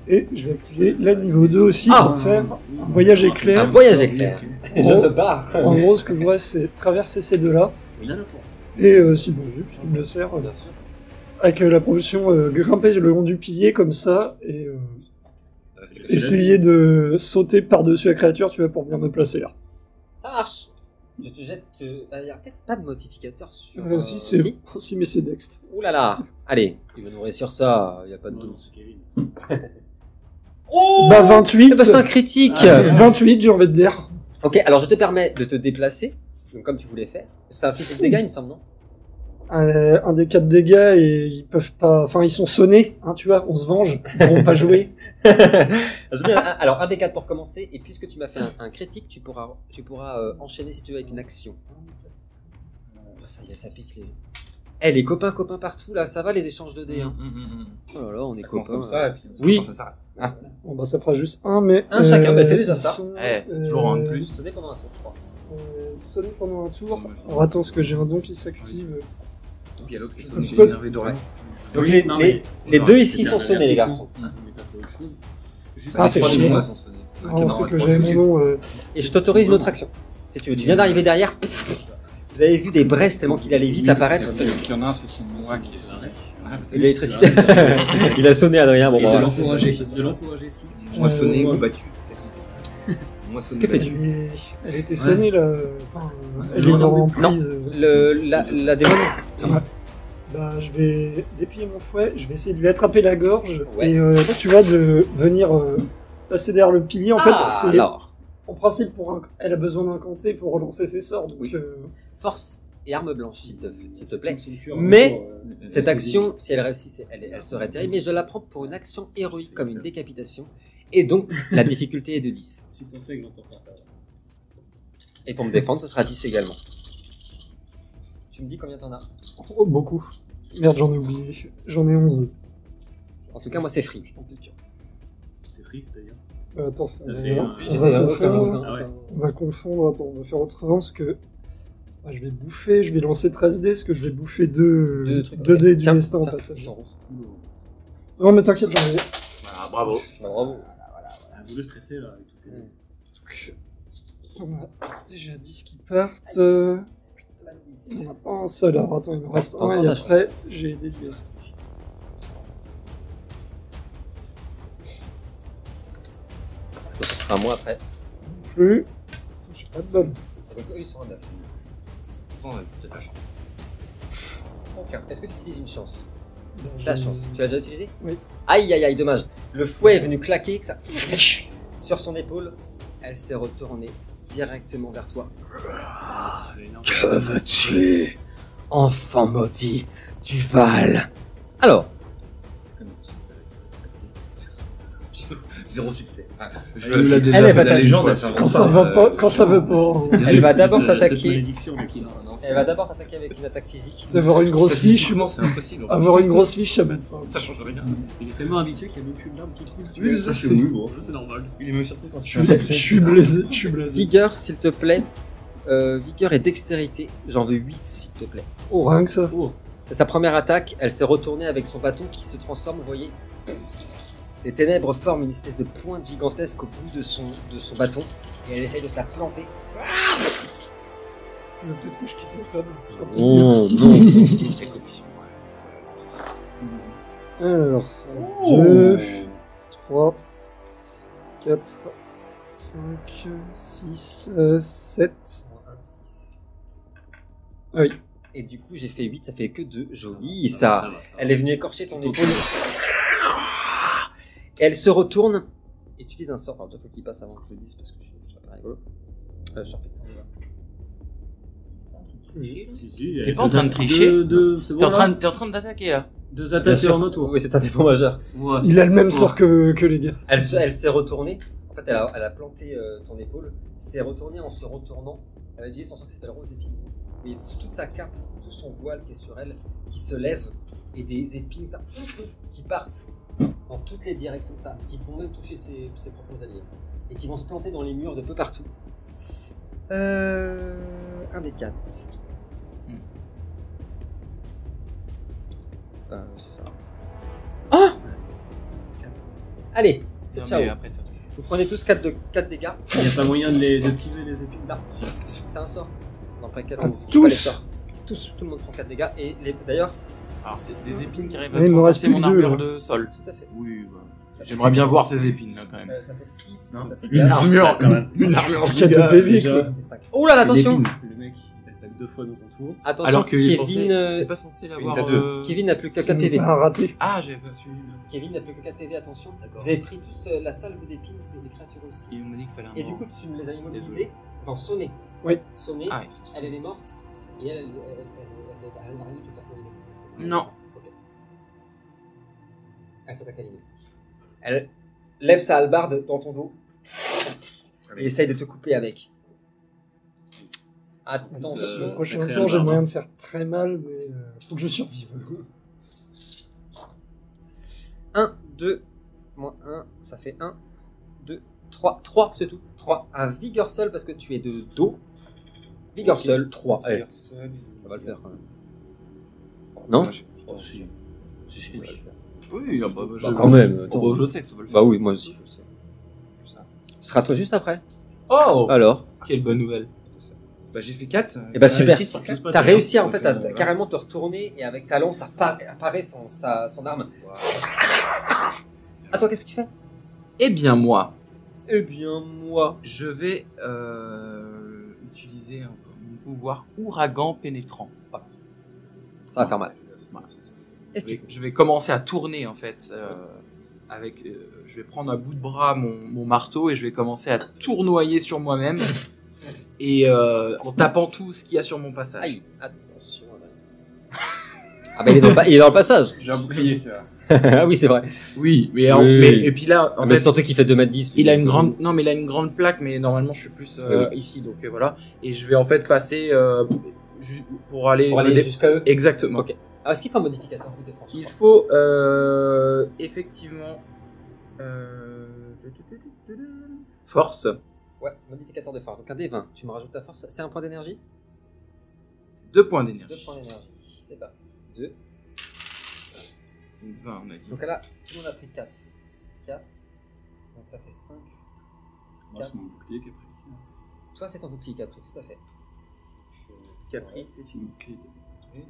[SPEAKER 5] Et je vais activer la niveau 2 aussi
[SPEAKER 1] Ah.
[SPEAKER 5] pour faire un voyage
[SPEAKER 1] Un
[SPEAKER 5] éclair.
[SPEAKER 1] voyage éclair. Oh.
[SPEAKER 5] En gros, en gros, ce que je vois, c'est traverser ces deux-là.
[SPEAKER 2] Il a le point.
[SPEAKER 5] Et euh, si bon, vu, si tu me laisses faire, euh, avec euh, la propulsion, euh, grimper le long du pilier comme ça et euh, essayer de sauter par-dessus la créature, tu vois, pour venir me placer là.
[SPEAKER 1] Ça marche. Je te jette. euh, Il n'y a peut-être pas de modificateur sur.
[SPEAKER 5] Euh,
[SPEAKER 1] euh,
[SPEAKER 5] si, c'est si, mais c'est Dext.
[SPEAKER 1] Ouh là là. Allez, il va nous réussir ça. Il n'y a pas de
[SPEAKER 2] Non, non,
[SPEAKER 1] doute.
[SPEAKER 2] c'est Kevin.
[SPEAKER 1] Oh
[SPEAKER 5] Bah
[SPEAKER 1] Eh
[SPEAKER 5] 28
[SPEAKER 1] ben, C'est un critique.
[SPEAKER 2] Ah, ouais.
[SPEAKER 5] 28, j'ai envie de dire.
[SPEAKER 1] Ok, alors je te permets de te déplacer, donc comme tu voulais faire. Ça fait des dégâts, il me semble, non
[SPEAKER 5] Euh, un des quatre dégâts et ils peuvent pas... Enfin, ils sont sonnés, hein, tu vois, on se venge, ils vont pas jouer.
[SPEAKER 1] Je mets un- euh, Alors un des quatre pour commencer, et puisque tu m'as fait un, un critique, tu pourras, tu pourras euh, enchaîner si tu veux avec une action.
[SPEAKER 2] Euh,
[SPEAKER 1] Oh, ça y est, ça pique les. Eh les copains copains partout là, ça va les échanges de dés. Hein.
[SPEAKER 2] Mm,
[SPEAKER 1] Oh là là, on est
[SPEAKER 3] Ça commence
[SPEAKER 1] copains.
[SPEAKER 3] comme
[SPEAKER 1] euh.
[SPEAKER 3] ça, et puis
[SPEAKER 1] Oui.
[SPEAKER 3] oui. ça s'arrête.
[SPEAKER 5] Bon, bah ça fera juste un, mais... euh,
[SPEAKER 1] Un chacun, bah, c'est déjà
[SPEAKER 5] ils
[SPEAKER 1] ça.
[SPEAKER 5] sont,
[SPEAKER 4] Eh, c'est toujours un de plus.
[SPEAKER 1] Ce n'est pendant un tour, je crois.
[SPEAKER 5] euh, sonnés pendant un tour. Alors attends, ce que j'ai un don qui s'active.
[SPEAKER 3] Puis il y a l'autre qui
[SPEAKER 5] Je
[SPEAKER 3] s'est
[SPEAKER 5] peux-
[SPEAKER 3] énervé d'orange.
[SPEAKER 1] Donc
[SPEAKER 2] Oui,
[SPEAKER 1] les,
[SPEAKER 2] non,
[SPEAKER 1] les-
[SPEAKER 2] mais-
[SPEAKER 1] les
[SPEAKER 2] non,
[SPEAKER 1] deux
[SPEAKER 2] c'est
[SPEAKER 1] ici
[SPEAKER 2] bien,
[SPEAKER 1] sont
[SPEAKER 2] mais
[SPEAKER 1] sonnés les
[SPEAKER 2] merci.
[SPEAKER 1] garçons.
[SPEAKER 2] On est passé à autre chose.
[SPEAKER 3] Juste
[SPEAKER 5] Ah,
[SPEAKER 3] les
[SPEAKER 5] fait
[SPEAKER 3] trois des
[SPEAKER 5] chier.
[SPEAKER 3] mois sont sonnés. Un
[SPEAKER 5] Ah, on
[SPEAKER 3] camarade
[SPEAKER 5] sait que
[SPEAKER 3] proche
[SPEAKER 5] j'avais
[SPEAKER 3] de
[SPEAKER 5] mon
[SPEAKER 3] suite.
[SPEAKER 5] nom. euh,
[SPEAKER 1] Et je t'autorise une autre action. Si tu veux, tu viens d'arriver derrière. pff, Vous avez vu des braises tellement qu'il allait vite apparaître.
[SPEAKER 6] Il y en a un, c'est son noix qui est sonné.
[SPEAKER 3] Ah,
[SPEAKER 1] L'électricité. Il a sonné Adrien. Bon,
[SPEAKER 2] Et
[SPEAKER 1] bah,
[SPEAKER 2] de
[SPEAKER 1] voilà.
[SPEAKER 2] l'encourager, euh, de l'encourager si.
[SPEAKER 3] Moi sonné
[SPEAKER 5] Euh,
[SPEAKER 3] ou battu. Moi sonné.
[SPEAKER 1] Que fais-tu
[SPEAKER 5] Elle, est- elle était sonnée là. Enfin, euh, elle est
[SPEAKER 2] Non,
[SPEAKER 5] en
[SPEAKER 2] non.
[SPEAKER 5] prise.
[SPEAKER 1] Le, la, la démon.
[SPEAKER 5] Bah, je vais déplier mon fouet, je vais essayer de lui attraper la gorge.
[SPEAKER 1] Ouais.
[SPEAKER 5] Et euh, tu vois, de venir euh, passer derrière le pilier. En
[SPEAKER 1] Ah,
[SPEAKER 5] fait, c'est
[SPEAKER 1] alors.
[SPEAKER 5] en principe pour un... elle a besoin d'un canté pour relancer ses sorts. Donc,
[SPEAKER 1] Oui.
[SPEAKER 5] euh,
[SPEAKER 1] force et arme blanche, s'il te, s'il te plaît.
[SPEAKER 2] Ceinture,
[SPEAKER 1] Mais-
[SPEAKER 2] euh,
[SPEAKER 1] Cette action, si elle réussissait, elle, elle serait terrible, mais je la prends pour une action héroïque comme une décapitation. Et donc, la difficulté est de 10.
[SPEAKER 2] Si t'en fais, que j'entends faire ça.
[SPEAKER 1] Et pour me défendre, ce sera 10 également. Tu me dis combien t'en as
[SPEAKER 5] oh, beaucoup. Merde, j'en ai oublié. J'en ai 11.
[SPEAKER 1] En tout cas, moi, c'est free.
[SPEAKER 2] C'est free, c'est-à-dire.
[SPEAKER 5] Euh, attends, on
[SPEAKER 2] T'as
[SPEAKER 5] va-
[SPEAKER 2] fait un-
[SPEAKER 5] on va confondre.
[SPEAKER 2] Ah ouais.
[SPEAKER 5] On va confondre, attends, on va faire autrement parce que ah, je vais bouffer, je vais lancer 13 dés, parce que je vais bouffer 2 deux,
[SPEAKER 1] trucs.
[SPEAKER 5] deux
[SPEAKER 1] Ok.
[SPEAKER 5] dés du
[SPEAKER 1] Tiens,
[SPEAKER 5] destin en
[SPEAKER 1] tiens, ils
[SPEAKER 5] passage.
[SPEAKER 1] sont rouges.
[SPEAKER 5] Non mais t'inquiète, j'en ai.
[SPEAKER 4] Voilà, bravo.
[SPEAKER 1] Bah, bravo.
[SPEAKER 2] Ah, Vous le stressez là avec tous ces.
[SPEAKER 1] Ouais.
[SPEAKER 5] Donc, on a déjà 10 qui partent. euh, Il y en a un seul, alors attends, il me reste
[SPEAKER 1] Encore
[SPEAKER 5] un et
[SPEAKER 1] ta
[SPEAKER 5] après j'ai des gestes.
[SPEAKER 1] Donc, ce sera moi après.
[SPEAKER 5] Non plus. Attends, j'ai pas de bol.
[SPEAKER 1] Donc, eux, ils sont à euh, 9. Aucun. Est-ce que tu utilises une chance
[SPEAKER 5] Ben,
[SPEAKER 1] La
[SPEAKER 5] j'ai-
[SPEAKER 1] chance. Tu l'as déjà utilisé
[SPEAKER 5] Oui.
[SPEAKER 1] Aïe aïe aïe, dommage. Le fouet est venu claquer que ça... sur son épaule. Elle s'est retournée directement vers toi.
[SPEAKER 2] Ah, C'est énorme.
[SPEAKER 9] Que veux-tu Enfant maudit du Val
[SPEAKER 1] Alors,
[SPEAKER 3] Zéro succès. Ah, je-
[SPEAKER 4] Elle nous l'a déjà
[SPEAKER 1] Elle est
[SPEAKER 4] fait
[SPEAKER 1] pas
[SPEAKER 3] la
[SPEAKER 1] ta-
[SPEAKER 3] légende, elle
[SPEAKER 5] Quand ça va
[SPEAKER 3] euh,
[SPEAKER 5] pas, quand ça va pas. hein.
[SPEAKER 1] Elle va d'abord
[SPEAKER 2] Cette- euh, cette
[SPEAKER 1] t'attaquer.
[SPEAKER 2] malédiction, mais qui-
[SPEAKER 1] elle va d'abord t'attaquer avec une attaque physique.
[SPEAKER 5] C'est avoir une grosse fiche.
[SPEAKER 3] c'est impossible.
[SPEAKER 5] Avoir une grosse fiche, ça m'aide pas.
[SPEAKER 3] Ça change rien.
[SPEAKER 2] Il est tellement habitué qu'il n'y a même plus de larmes qui coulent.
[SPEAKER 3] Oui, c'est ça, c'est hein. mou, gros.
[SPEAKER 2] C'est normal.
[SPEAKER 3] Il est même surpris quand
[SPEAKER 5] Je suis- je suis blessé, je suis blessé.
[SPEAKER 1] Vigueur, s'il te plaît. euh, vigueur et dextérité. J'en veux 8, s'il te plaît.
[SPEAKER 5] Oh, rien que ça.
[SPEAKER 1] C'est sa première attaque, elle s'est retournée avec son bâton qui se transforme, vous voyez. Les ténèbres forment une espèce de pointe gigantesque au bout de son, de son bâton et elle essaie de se la planter.
[SPEAKER 5] Je veux Peut-être que je quitte la table.
[SPEAKER 7] Oh non
[SPEAKER 5] Alors, 2, 3, 4, 5, 6, 7. Ah oui.
[SPEAKER 1] Et du coup, j'ai fait 8, ça fait que 2. Joli, ça.
[SPEAKER 2] va, ça va.
[SPEAKER 1] Elle est venue écorcher ton épaule. Et elle se retourne. et Utilise un sort. Alors, deux fois qu'il passe avant que je le dise parce que je je serais pas rigolo. Euh, Sharpie.
[SPEAKER 2] Si, si,
[SPEAKER 4] T'es
[SPEAKER 2] euh,
[SPEAKER 4] pas en train de
[SPEAKER 2] deux-
[SPEAKER 4] tricher
[SPEAKER 2] deux- deux- c'est bon,
[SPEAKER 4] T'es en
[SPEAKER 2] là
[SPEAKER 4] train de- t'es en train d'attaquer là.
[SPEAKER 2] Deux attaques
[SPEAKER 1] sûr.
[SPEAKER 2] sur un tour.
[SPEAKER 1] Oui, c'est un défaut majeur.
[SPEAKER 2] Ouais.
[SPEAKER 5] Il a le même
[SPEAKER 2] Ouais.
[SPEAKER 5] sort que, que les gars.
[SPEAKER 1] Elle, se- elle s'est retournée. En fait, elle a, elle a planté euh, ton épaule. S'est retournée en se retournant. Elle a utilisé son sort qui s'appelle Rose Épine. Mais c'est toute sa cape, tout son voile qui est sur elle, qui se lève et des épines ça, qui partent dans toutes les directions, ça, qui vont même toucher ses, ses propres alliés et qui vont se planter dans les murs de peu partout. Euh, un des quatre.
[SPEAKER 4] Hmm.
[SPEAKER 1] Euh, c'est ça. Ah Allez, c'est
[SPEAKER 4] Non,
[SPEAKER 1] ciao.
[SPEAKER 4] mais après, toi.
[SPEAKER 1] Vous prenez tous 4, de, 4 dégâts.
[SPEAKER 2] Il n'y a pas moyen de les esquiver, les épines.
[SPEAKER 1] Là, c'est un sort. Dans lequel
[SPEAKER 5] Ah,
[SPEAKER 1] on
[SPEAKER 5] tous
[SPEAKER 1] pas les sorts. Tous, tout le monde prend 4 dégâts. Et les- d'ailleurs,
[SPEAKER 4] Alors c'est des épines qui arrivent à
[SPEAKER 5] Oui, il me reste
[SPEAKER 4] transpercer
[SPEAKER 5] plus
[SPEAKER 4] mon
[SPEAKER 5] que deux,
[SPEAKER 4] armure de sol.
[SPEAKER 1] tout à fait.
[SPEAKER 4] Oui, bah, j'aimerais bien voir ces épines là quand même.
[SPEAKER 1] Euh, ça fait 6,
[SPEAKER 4] Non.
[SPEAKER 1] ça fait
[SPEAKER 4] Une armure,
[SPEAKER 2] quand même.
[SPEAKER 4] une
[SPEAKER 5] En
[SPEAKER 4] armure.
[SPEAKER 5] 4 de PV,
[SPEAKER 2] déjà.
[SPEAKER 5] quoi.
[SPEAKER 1] quatre et cinq. Oh là là, attention
[SPEAKER 2] Le mec, il attaque deux fois dans un tour.
[SPEAKER 1] Attention,
[SPEAKER 4] Alors que
[SPEAKER 1] Kevin, euh,
[SPEAKER 4] t'es pas censé l'avoir.
[SPEAKER 6] t'as deux.
[SPEAKER 4] euh,
[SPEAKER 1] Kevin n'a plus que 4 PV.
[SPEAKER 5] C'est un raté.
[SPEAKER 4] Ah, j'ai pas suivi.
[SPEAKER 1] Kevin n'a plus que 4 PV, attention. Vous avez pris tous euh, la salve d'épines et les créatures aussi.
[SPEAKER 4] Il m'a dit qu'il fallait un
[SPEAKER 1] Et du
[SPEAKER 4] mort.
[SPEAKER 1] coup, tu les as immobilisées
[SPEAKER 4] Désolé.
[SPEAKER 1] dans Sonné.
[SPEAKER 5] Oui.
[SPEAKER 1] Sonné,
[SPEAKER 4] Ah, ils sont
[SPEAKER 1] elle, elle est morte. Et elle, elle, elle, elle, elle- elle- elle n'a rien du tout personnel immobilisé.
[SPEAKER 4] Non.
[SPEAKER 1] Ok. Elle s'attaque à Lino. Elle lève sa hallebarde dans ton dos. Et essaye de te couper avec.
[SPEAKER 5] Le
[SPEAKER 1] Attention.
[SPEAKER 5] prochain
[SPEAKER 2] sacré
[SPEAKER 5] tour, j'ai
[SPEAKER 2] Albert.
[SPEAKER 5] moyen de faire très mal, mais euh, faut que je survive.
[SPEAKER 1] 1, 2, moins 1, ça fait 1, 2, 3, 3, c'est tout. 3. Un vigueur seul parce que tu es de dos. Vigueur Euh, seul, 3. Ça va le faire quand même. Non
[SPEAKER 3] Ah,
[SPEAKER 4] Oui, ah, bah, bah, je...
[SPEAKER 1] Bah, quand même,
[SPEAKER 4] Oh,
[SPEAKER 1] attends.
[SPEAKER 4] bah, je sais que ça va le faire.
[SPEAKER 1] Bah oui, moi aussi. je sais. Ce sera toi juste après.
[SPEAKER 4] Oh,
[SPEAKER 1] Alors
[SPEAKER 3] Ah,
[SPEAKER 4] quelle bonne nouvelle.
[SPEAKER 3] Bah, j'ai fait 4.
[SPEAKER 1] Ah. Eh bah super.
[SPEAKER 2] si, ça touche pas,
[SPEAKER 1] T'as
[SPEAKER 2] c'est
[SPEAKER 1] réussi
[SPEAKER 2] bien.
[SPEAKER 1] en fait
[SPEAKER 2] Donc,
[SPEAKER 1] à
[SPEAKER 2] euh,
[SPEAKER 1] à carrément te retourner et avec ta lance appara- apparaît son, sa- son arme. À toi, qu'est-ce que tu fais
[SPEAKER 4] Eh bien moi,
[SPEAKER 1] Eh bien moi.
[SPEAKER 4] je vais euh, utiliser un peu mon pouvoir ouragan pénétrant. Voilà.
[SPEAKER 1] Ça va faire mal.
[SPEAKER 4] Voilà.
[SPEAKER 1] Et
[SPEAKER 4] Je vais, je vais commencer à tourner en fait. euh, avec, euh, je vais prendre à bout de bras mon, mon marteau et je vais commencer à tournoyer sur moi-même et euh, en tapant tout ce qu'il y a sur mon passage.
[SPEAKER 1] Aïe, attention. Ah bah il est dans le, pa- il est dans le passage.
[SPEAKER 8] J'ai euh, un bouclier.
[SPEAKER 1] ah oui, c'est vrai.
[SPEAKER 4] Oui, mais, en-
[SPEAKER 1] Oui.
[SPEAKER 4] mais- et puis là, en
[SPEAKER 1] mais
[SPEAKER 4] fait,
[SPEAKER 1] surtout qu'il fait 2m10.
[SPEAKER 4] il a une grande, non mais il a une grande plaque, mais normalement je suis plus euh,
[SPEAKER 1] Ah Oui,
[SPEAKER 4] ici, donc euh, voilà. Et je vais en fait passer euh, ju- pour aller,
[SPEAKER 1] Pour
[SPEAKER 4] me
[SPEAKER 1] aller
[SPEAKER 4] dé-
[SPEAKER 1] jusqu'à eux.
[SPEAKER 4] exactement.
[SPEAKER 1] Ok. Ah, est-ce qu'il fait un modificateur de défense je
[SPEAKER 4] Il
[SPEAKER 1] crois
[SPEAKER 4] faut euh, effectivement euh, force.
[SPEAKER 1] Ouais, modificateur de force. Donc un D20. Tu me rajoutes ta force. C'est un point d'énergie
[SPEAKER 4] Deux points
[SPEAKER 1] Deux
[SPEAKER 4] d'énergie.
[SPEAKER 1] points d'énergie. C'est parti. Deux.
[SPEAKER 4] Donc 20, on a dit.
[SPEAKER 1] Donc là, tout le monde a pris 4. 4. Donc ça fait 5.
[SPEAKER 8] Moi, c'est mon bouclier qui a pris.
[SPEAKER 1] Toi, c'est ton bouclier qui a pris, tout à fait.
[SPEAKER 4] Qui a pris, c'est fini.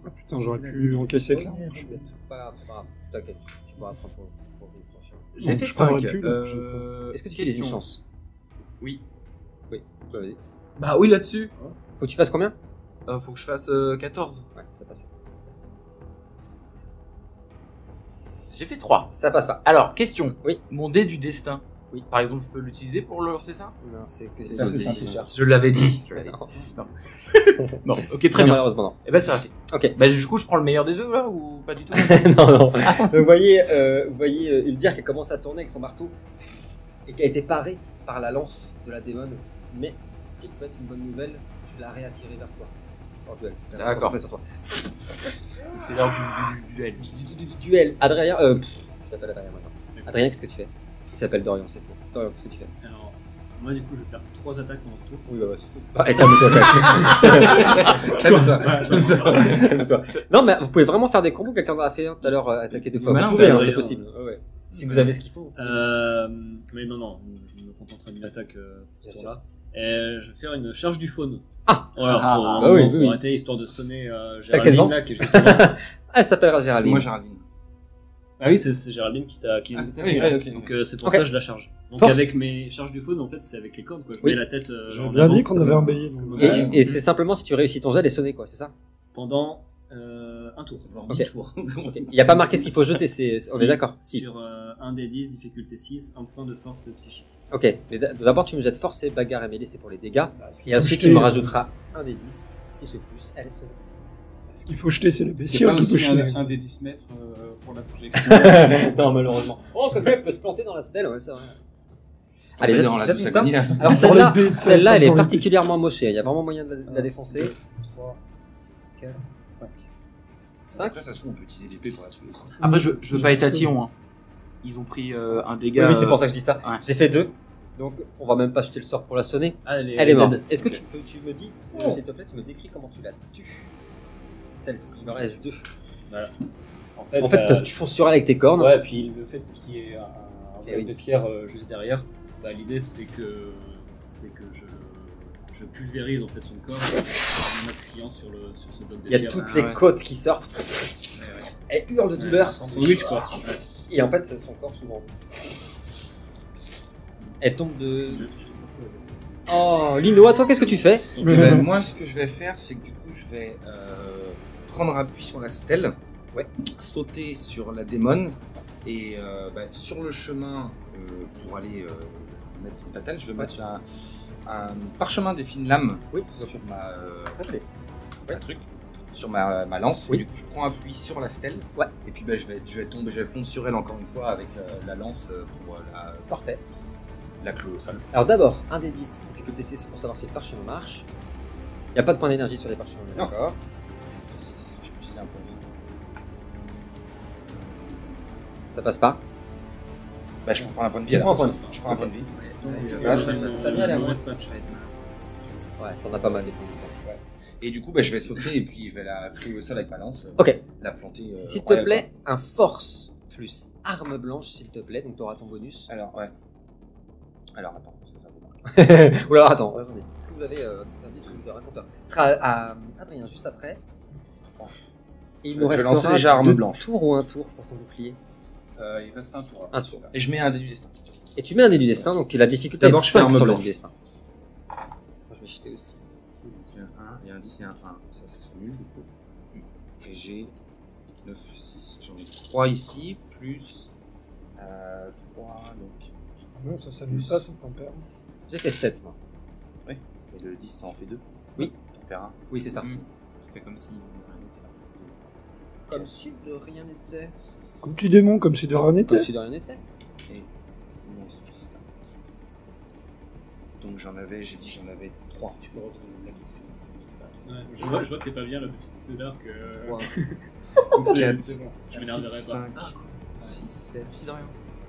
[SPEAKER 5] Ah, putain, j'aurais pu encaisser avec l'armure, je suis bête.
[SPEAKER 1] C'est Pas grave, c'est pas grave. T'inquiète, tu- tu pourras prendre pour, pour le prochain.
[SPEAKER 4] J'ai
[SPEAKER 5] Donc,
[SPEAKER 4] fait
[SPEAKER 5] je prendrai
[SPEAKER 4] 5.
[SPEAKER 5] plus, là,
[SPEAKER 4] Euh,
[SPEAKER 1] Est-ce que tu utilises une
[SPEAKER 4] question.
[SPEAKER 1] chance
[SPEAKER 4] Oui.
[SPEAKER 1] Ouais, vas-y.
[SPEAKER 4] Bah oui, là-dessus.
[SPEAKER 1] Faut que tu fasses combien
[SPEAKER 4] Euh, faut que je fasse euh, 14.
[SPEAKER 1] Ouais, ça passe.
[SPEAKER 4] J'ai fait 3.
[SPEAKER 1] Ça passe pas.
[SPEAKER 4] Alors, question.
[SPEAKER 1] Oui.
[SPEAKER 4] Mon dé du destin.
[SPEAKER 1] Oui.
[SPEAKER 4] Par exemple, je peux l'utiliser pour le lancer ça
[SPEAKER 1] Non, c'est que
[SPEAKER 3] C'est parce que c'est un
[SPEAKER 1] charge.
[SPEAKER 4] Je l'avais dit. Je l'avais dit. Non. bon, ok, très bien.
[SPEAKER 1] Malheureusement, non.
[SPEAKER 4] Et ben, c'est raté.
[SPEAKER 1] Ok.
[SPEAKER 4] Bah, du coup, je prends le meilleur des deux, là, ou pas du tout
[SPEAKER 1] non, non. Vous voyez, euh, vous voyez euh, Uldir qui commence à tourner avec son marteau et qui a été paré par la lance de la démone. Mais, ce qui peut être une bonne nouvelle, tu l'as réattiré vers toi. En duel. Elle reste
[SPEAKER 4] D'accord.
[SPEAKER 1] concentrée sur toi.
[SPEAKER 4] C'est l'heure du, du, du duel.
[SPEAKER 1] Du- du- du- du- Duel. Adrien, euh, pff, je t'appelle Adrien maintenant. Adrien, qu'est-ce que tu fais Il s'appelle Dorian, c'est faux. Dorian, qu'est-ce que tu fais
[SPEAKER 2] Alors, Moi, du coup, je vais faire 3 attaques pendant ce tour.
[SPEAKER 6] Oui, bah, bah, c'est tout.
[SPEAKER 1] Ah,
[SPEAKER 9] Bah, et calme-toi, calme-toi. Calme-toi. Calme-toi.
[SPEAKER 1] Non, mais vous pouvez vraiment faire des combos. Quelqu'un en a fait un tout à l'heure, euh, attaquer deux fois.
[SPEAKER 9] Malin,
[SPEAKER 1] vous pouvez,
[SPEAKER 9] c'est
[SPEAKER 1] hein,
[SPEAKER 9] vrai,
[SPEAKER 1] c'est
[SPEAKER 2] hein.
[SPEAKER 1] possible. Ouais, ouais. Si vous avez ce qu'il faut.
[SPEAKER 2] Euh, mais non, non, je me contenterai d'une attaque euh, pour ce là Et je vais faire une charge du faune.
[SPEAKER 1] Ah
[SPEAKER 2] Voilà,
[SPEAKER 9] Ah,
[SPEAKER 2] faut,
[SPEAKER 1] bah oui,
[SPEAKER 2] faut
[SPEAKER 1] oui.
[SPEAKER 2] arrêter histoire de sonner euh,
[SPEAKER 1] Ça, qu'elle
[SPEAKER 2] Géraldine
[SPEAKER 1] vend.
[SPEAKER 2] là, qui est juste devant.
[SPEAKER 1] Ah, elle s'appellera
[SPEAKER 3] C'est moi,
[SPEAKER 1] Géraldine.
[SPEAKER 3] Géraldine.
[SPEAKER 2] Ah oui, c'est c'est Géraldine qui t'a. Qui...
[SPEAKER 3] Ah, t'as vu, ouais, ok.
[SPEAKER 2] Donc euh, c'est pour
[SPEAKER 1] Ok.
[SPEAKER 2] ça que je la charge. Donc
[SPEAKER 1] Force.
[SPEAKER 2] avec mes charges du faune, en fait, c'est avec les cordes. Quoi. Je
[SPEAKER 1] Oui.
[SPEAKER 2] mets la tête euh,
[SPEAKER 5] J'ai
[SPEAKER 2] en
[SPEAKER 5] bien
[SPEAKER 2] avant
[SPEAKER 5] dit qu'on avait un bélier. donc.
[SPEAKER 1] Et,
[SPEAKER 2] Ouais.
[SPEAKER 1] et c'est simplement si tu réussis ton jet, elle est sonnée, quoi, c'est ça
[SPEAKER 2] pendant euh, un tour.
[SPEAKER 3] Alors,
[SPEAKER 1] Ok.
[SPEAKER 3] dix tours.
[SPEAKER 1] Il n'y a pas marqué ce qu'il faut jeter, c'est... on
[SPEAKER 2] Si.
[SPEAKER 1] est d'accord Si.
[SPEAKER 2] Sur euh, un des 10, difficulté 6, un point de force psychique.
[SPEAKER 1] Ok, mais d'a- d'abord tu me jettes force et bagarre et mêlée, c'est pour les dégâts. Et ensuite
[SPEAKER 5] jeter,
[SPEAKER 1] tu me
[SPEAKER 5] euh,
[SPEAKER 1] rajouteras un des 10, 6 ou plus, elle est sonnée.
[SPEAKER 5] Ce qu'il faut jeter, c'est la
[SPEAKER 8] C'est pas
[SPEAKER 5] bestiole qui peut
[SPEAKER 8] aussi
[SPEAKER 5] jeter.
[SPEAKER 8] un, un des 10 mètres euh, pour la projection.
[SPEAKER 1] non, malheureusement. Oh, quelqu'un peut se planter dans la stèle, ouais, c'est vrai. Allez,
[SPEAKER 3] Allez,
[SPEAKER 1] jette-
[SPEAKER 3] dans la
[SPEAKER 1] jette
[SPEAKER 3] douce
[SPEAKER 1] ça.
[SPEAKER 3] agonie, là.
[SPEAKER 1] Alors
[SPEAKER 5] Dans
[SPEAKER 1] Ah, celle-là,
[SPEAKER 5] les baies, ça,
[SPEAKER 1] celle-là, elle
[SPEAKER 5] dans
[SPEAKER 1] est
[SPEAKER 5] les baies.
[SPEAKER 1] particulièrement mochée. Il y a vraiment moyen de la- de la défoncer. 3, 4, 5. 5
[SPEAKER 3] Après, ça se trouve, on peut utiliser l'épée pour la tuer.
[SPEAKER 4] Après, je, je veux pas être tatillon. Hein. Ils ont pris euh, un dégât.
[SPEAKER 1] Oui, oui, c'est pour
[SPEAKER 4] euh,
[SPEAKER 1] ça que je dis ça.
[SPEAKER 4] ouais.
[SPEAKER 1] J'ai fait 2. Donc on va même pas jeter le sort pour la sonner.
[SPEAKER 2] Ah, elle est,
[SPEAKER 1] Elle est morte.
[SPEAKER 2] dead.
[SPEAKER 1] Est-ce que
[SPEAKER 2] Ok.
[SPEAKER 1] tu, peux, tu me dis, euh,
[SPEAKER 5] Oh.
[SPEAKER 1] s'il te plaît, tu me décris comment tu la tues Celle-ci, il me reste deux.
[SPEAKER 2] En fait,
[SPEAKER 1] En fait,
[SPEAKER 2] euh,
[SPEAKER 1] tu fonces sur elle avec tes cornes.
[SPEAKER 2] Ouais, et puis le fait qu'il y ait un, un
[SPEAKER 1] Eh
[SPEAKER 2] bloc
[SPEAKER 1] oui.
[SPEAKER 2] de pierre euh, juste derrière, bah, l'idée c'est que c'est que je, je pulvérise en fait son corps en appuyant sur, le, sur ce bloc de
[SPEAKER 1] Il y a
[SPEAKER 2] pierre.
[SPEAKER 1] toutes
[SPEAKER 4] Ah
[SPEAKER 1] les
[SPEAKER 4] ouais.
[SPEAKER 1] côtes qui sortent. Elle hurle de
[SPEAKER 2] Ouais,
[SPEAKER 1] douleur.
[SPEAKER 2] sans sandwich quoi.
[SPEAKER 1] Et en fait, son corps souvent. Elle tombe de. Oh, Lino, à toi, qu'est-ce que tu fais
[SPEAKER 2] Donc,
[SPEAKER 5] Mais
[SPEAKER 3] Eh ben,
[SPEAKER 5] Mhm.
[SPEAKER 3] moi, ce que je vais faire, c'est que du coup, je vais euh, prendre appui sur la stèle,
[SPEAKER 1] Ouais.
[SPEAKER 3] sauter sur la démone, et euh, bah, sur le chemin euh, pour aller euh, mettre une patale, je vais mettre un, un parchemin des fines lames
[SPEAKER 1] Oui,
[SPEAKER 3] sur ma, euh,
[SPEAKER 1] Parfait.
[SPEAKER 3] un truc, sur ma, ma lance.
[SPEAKER 1] Oui.
[SPEAKER 3] Et du coup, je prends appui sur la stèle,
[SPEAKER 1] Ouais.
[SPEAKER 3] et puis bah, je, vais, je vais tomber, je vais foncer sur elle encore une fois avec euh, la lance euh, pour euh, la,
[SPEAKER 1] Parfait.
[SPEAKER 3] la colossale.
[SPEAKER 1] Alors d'abord, un des 10, difficulté 6 pour savoir si le parchemin marche. Il n'y a pas de point d'énergie sur les parchemins. on est d'accord.
[SPEAKER 3] D'accord. Je sais c'est un peu.
[SPEAKER 1] Ça passe pas.
[SPEAKER 3] Bah, je prends un point de vie.
[SPEAKER 1] Tu
[SPEAKER 3] alors.
[SPEAKER 1] prends un point de vie.
[SPEAKER 3] Je prends un point de vie.
[SPEAKER 2] Ah,
[SPEAKER 3] Ah,
[SPEAKER 2] c'est-
[SPEAKER 3] ça, ça,
[SPEAKER 2] t'as bien l'air moins space.
[SPEAKER 1] Ouais, t'en as pas mal des positions.
[SPEAKER 3] Et du coup, bah, je vais sauter et puis je vais la prier au sol avec ma lance. euh,
[SPEAKER 1] Ok.
[SPEAKER 3] La planter. euh,
[SPEAKER 1] S'il te
[SPEAKER 3] royal,
[SPEAKER 1] plaît, un force plus arme blanche, s'il te plaît, donc t'auras ton bonus.
[SPEAKER 3] quoi. Alors, ouais. Alors, attends. ça, ça vaut pas.
[SPEAKER 1] Ou alors attends, attendez. Est-ce que vous avez euh, un distributeur, un compteur Ce sera à, à Adrien juste après. Et il nous
[SPEAKER 3] Je vais
[SPEAKER 1] restera
[SPEAKER 3] lancer déjà arme
[SPEAKER 1] deux
[SPEAKER 3] blanche.
[SPEAKER 1] tours ou un tour pour ton bouclier.
[SPEAKER 8] Euh, il reste un tour.
[SPEAKER 1] Un tour.
[SPEAKER 3] Et je mets un dé du destin.
[SPEAKER 1] Et tu mets un dé du destin, donc la difficulté
[SPEAKER 3] D'abord,
[SPEAKER 1] est de
[SPEAKER 3] je fais
[SPEAKER 1] 5
[SPEAKER 3] arme
[SPEAKER 1] sur le
[SPEAKER 3] blanche.
[SPEAKER 1] dé du destin. Moi, je vais jeter aussi.
[SPEAKER 3] Il y a un 1, il y a un 10 et un 1. Ça, ça c'est nul du coup. Et j'ai 9, 6. J'en ai 3 ici, plus euh, 3, donc.
[SPEAKER 5] Non, ça s'annule pas, ça tempère.
[SPEAKER 1] J'ai fait 7 moi.
[SPEAKER 3] Et le 10, ça en fait 2.
[SPEAKER 1] Oui.
[SPEAKER 3] On perd un.
[SPEAKER 1] Oui, c'est ça.
[SPEAKER 4] hmm, Je fais comme si.
[SPEAKER 1] Comme si de rien n'était.
[SPEAKER 5] Comme tu démon, comme si de rien n'était.
[SPEAKER 1] Comme si de rien n'était.
[SPEAKER 3] Non, c'est juste ça. Donc j'en avais, j'ai dit j'en avais 3. Tu peux reprendre la question.
[SPEAKER 2] Ouais, je, vois, je vois que t'es pas bien la petite odeur que.
[SPEAKER 3] Trois.
[SPEAKER 2] Donc, c'est
[SPEAKER 3] Quatre.
[SPEAKER 2] c'est bon, je m'énerverai pas.
[SPEAKER 3] 6, 7,
[SPEAKER 4] Si de rien.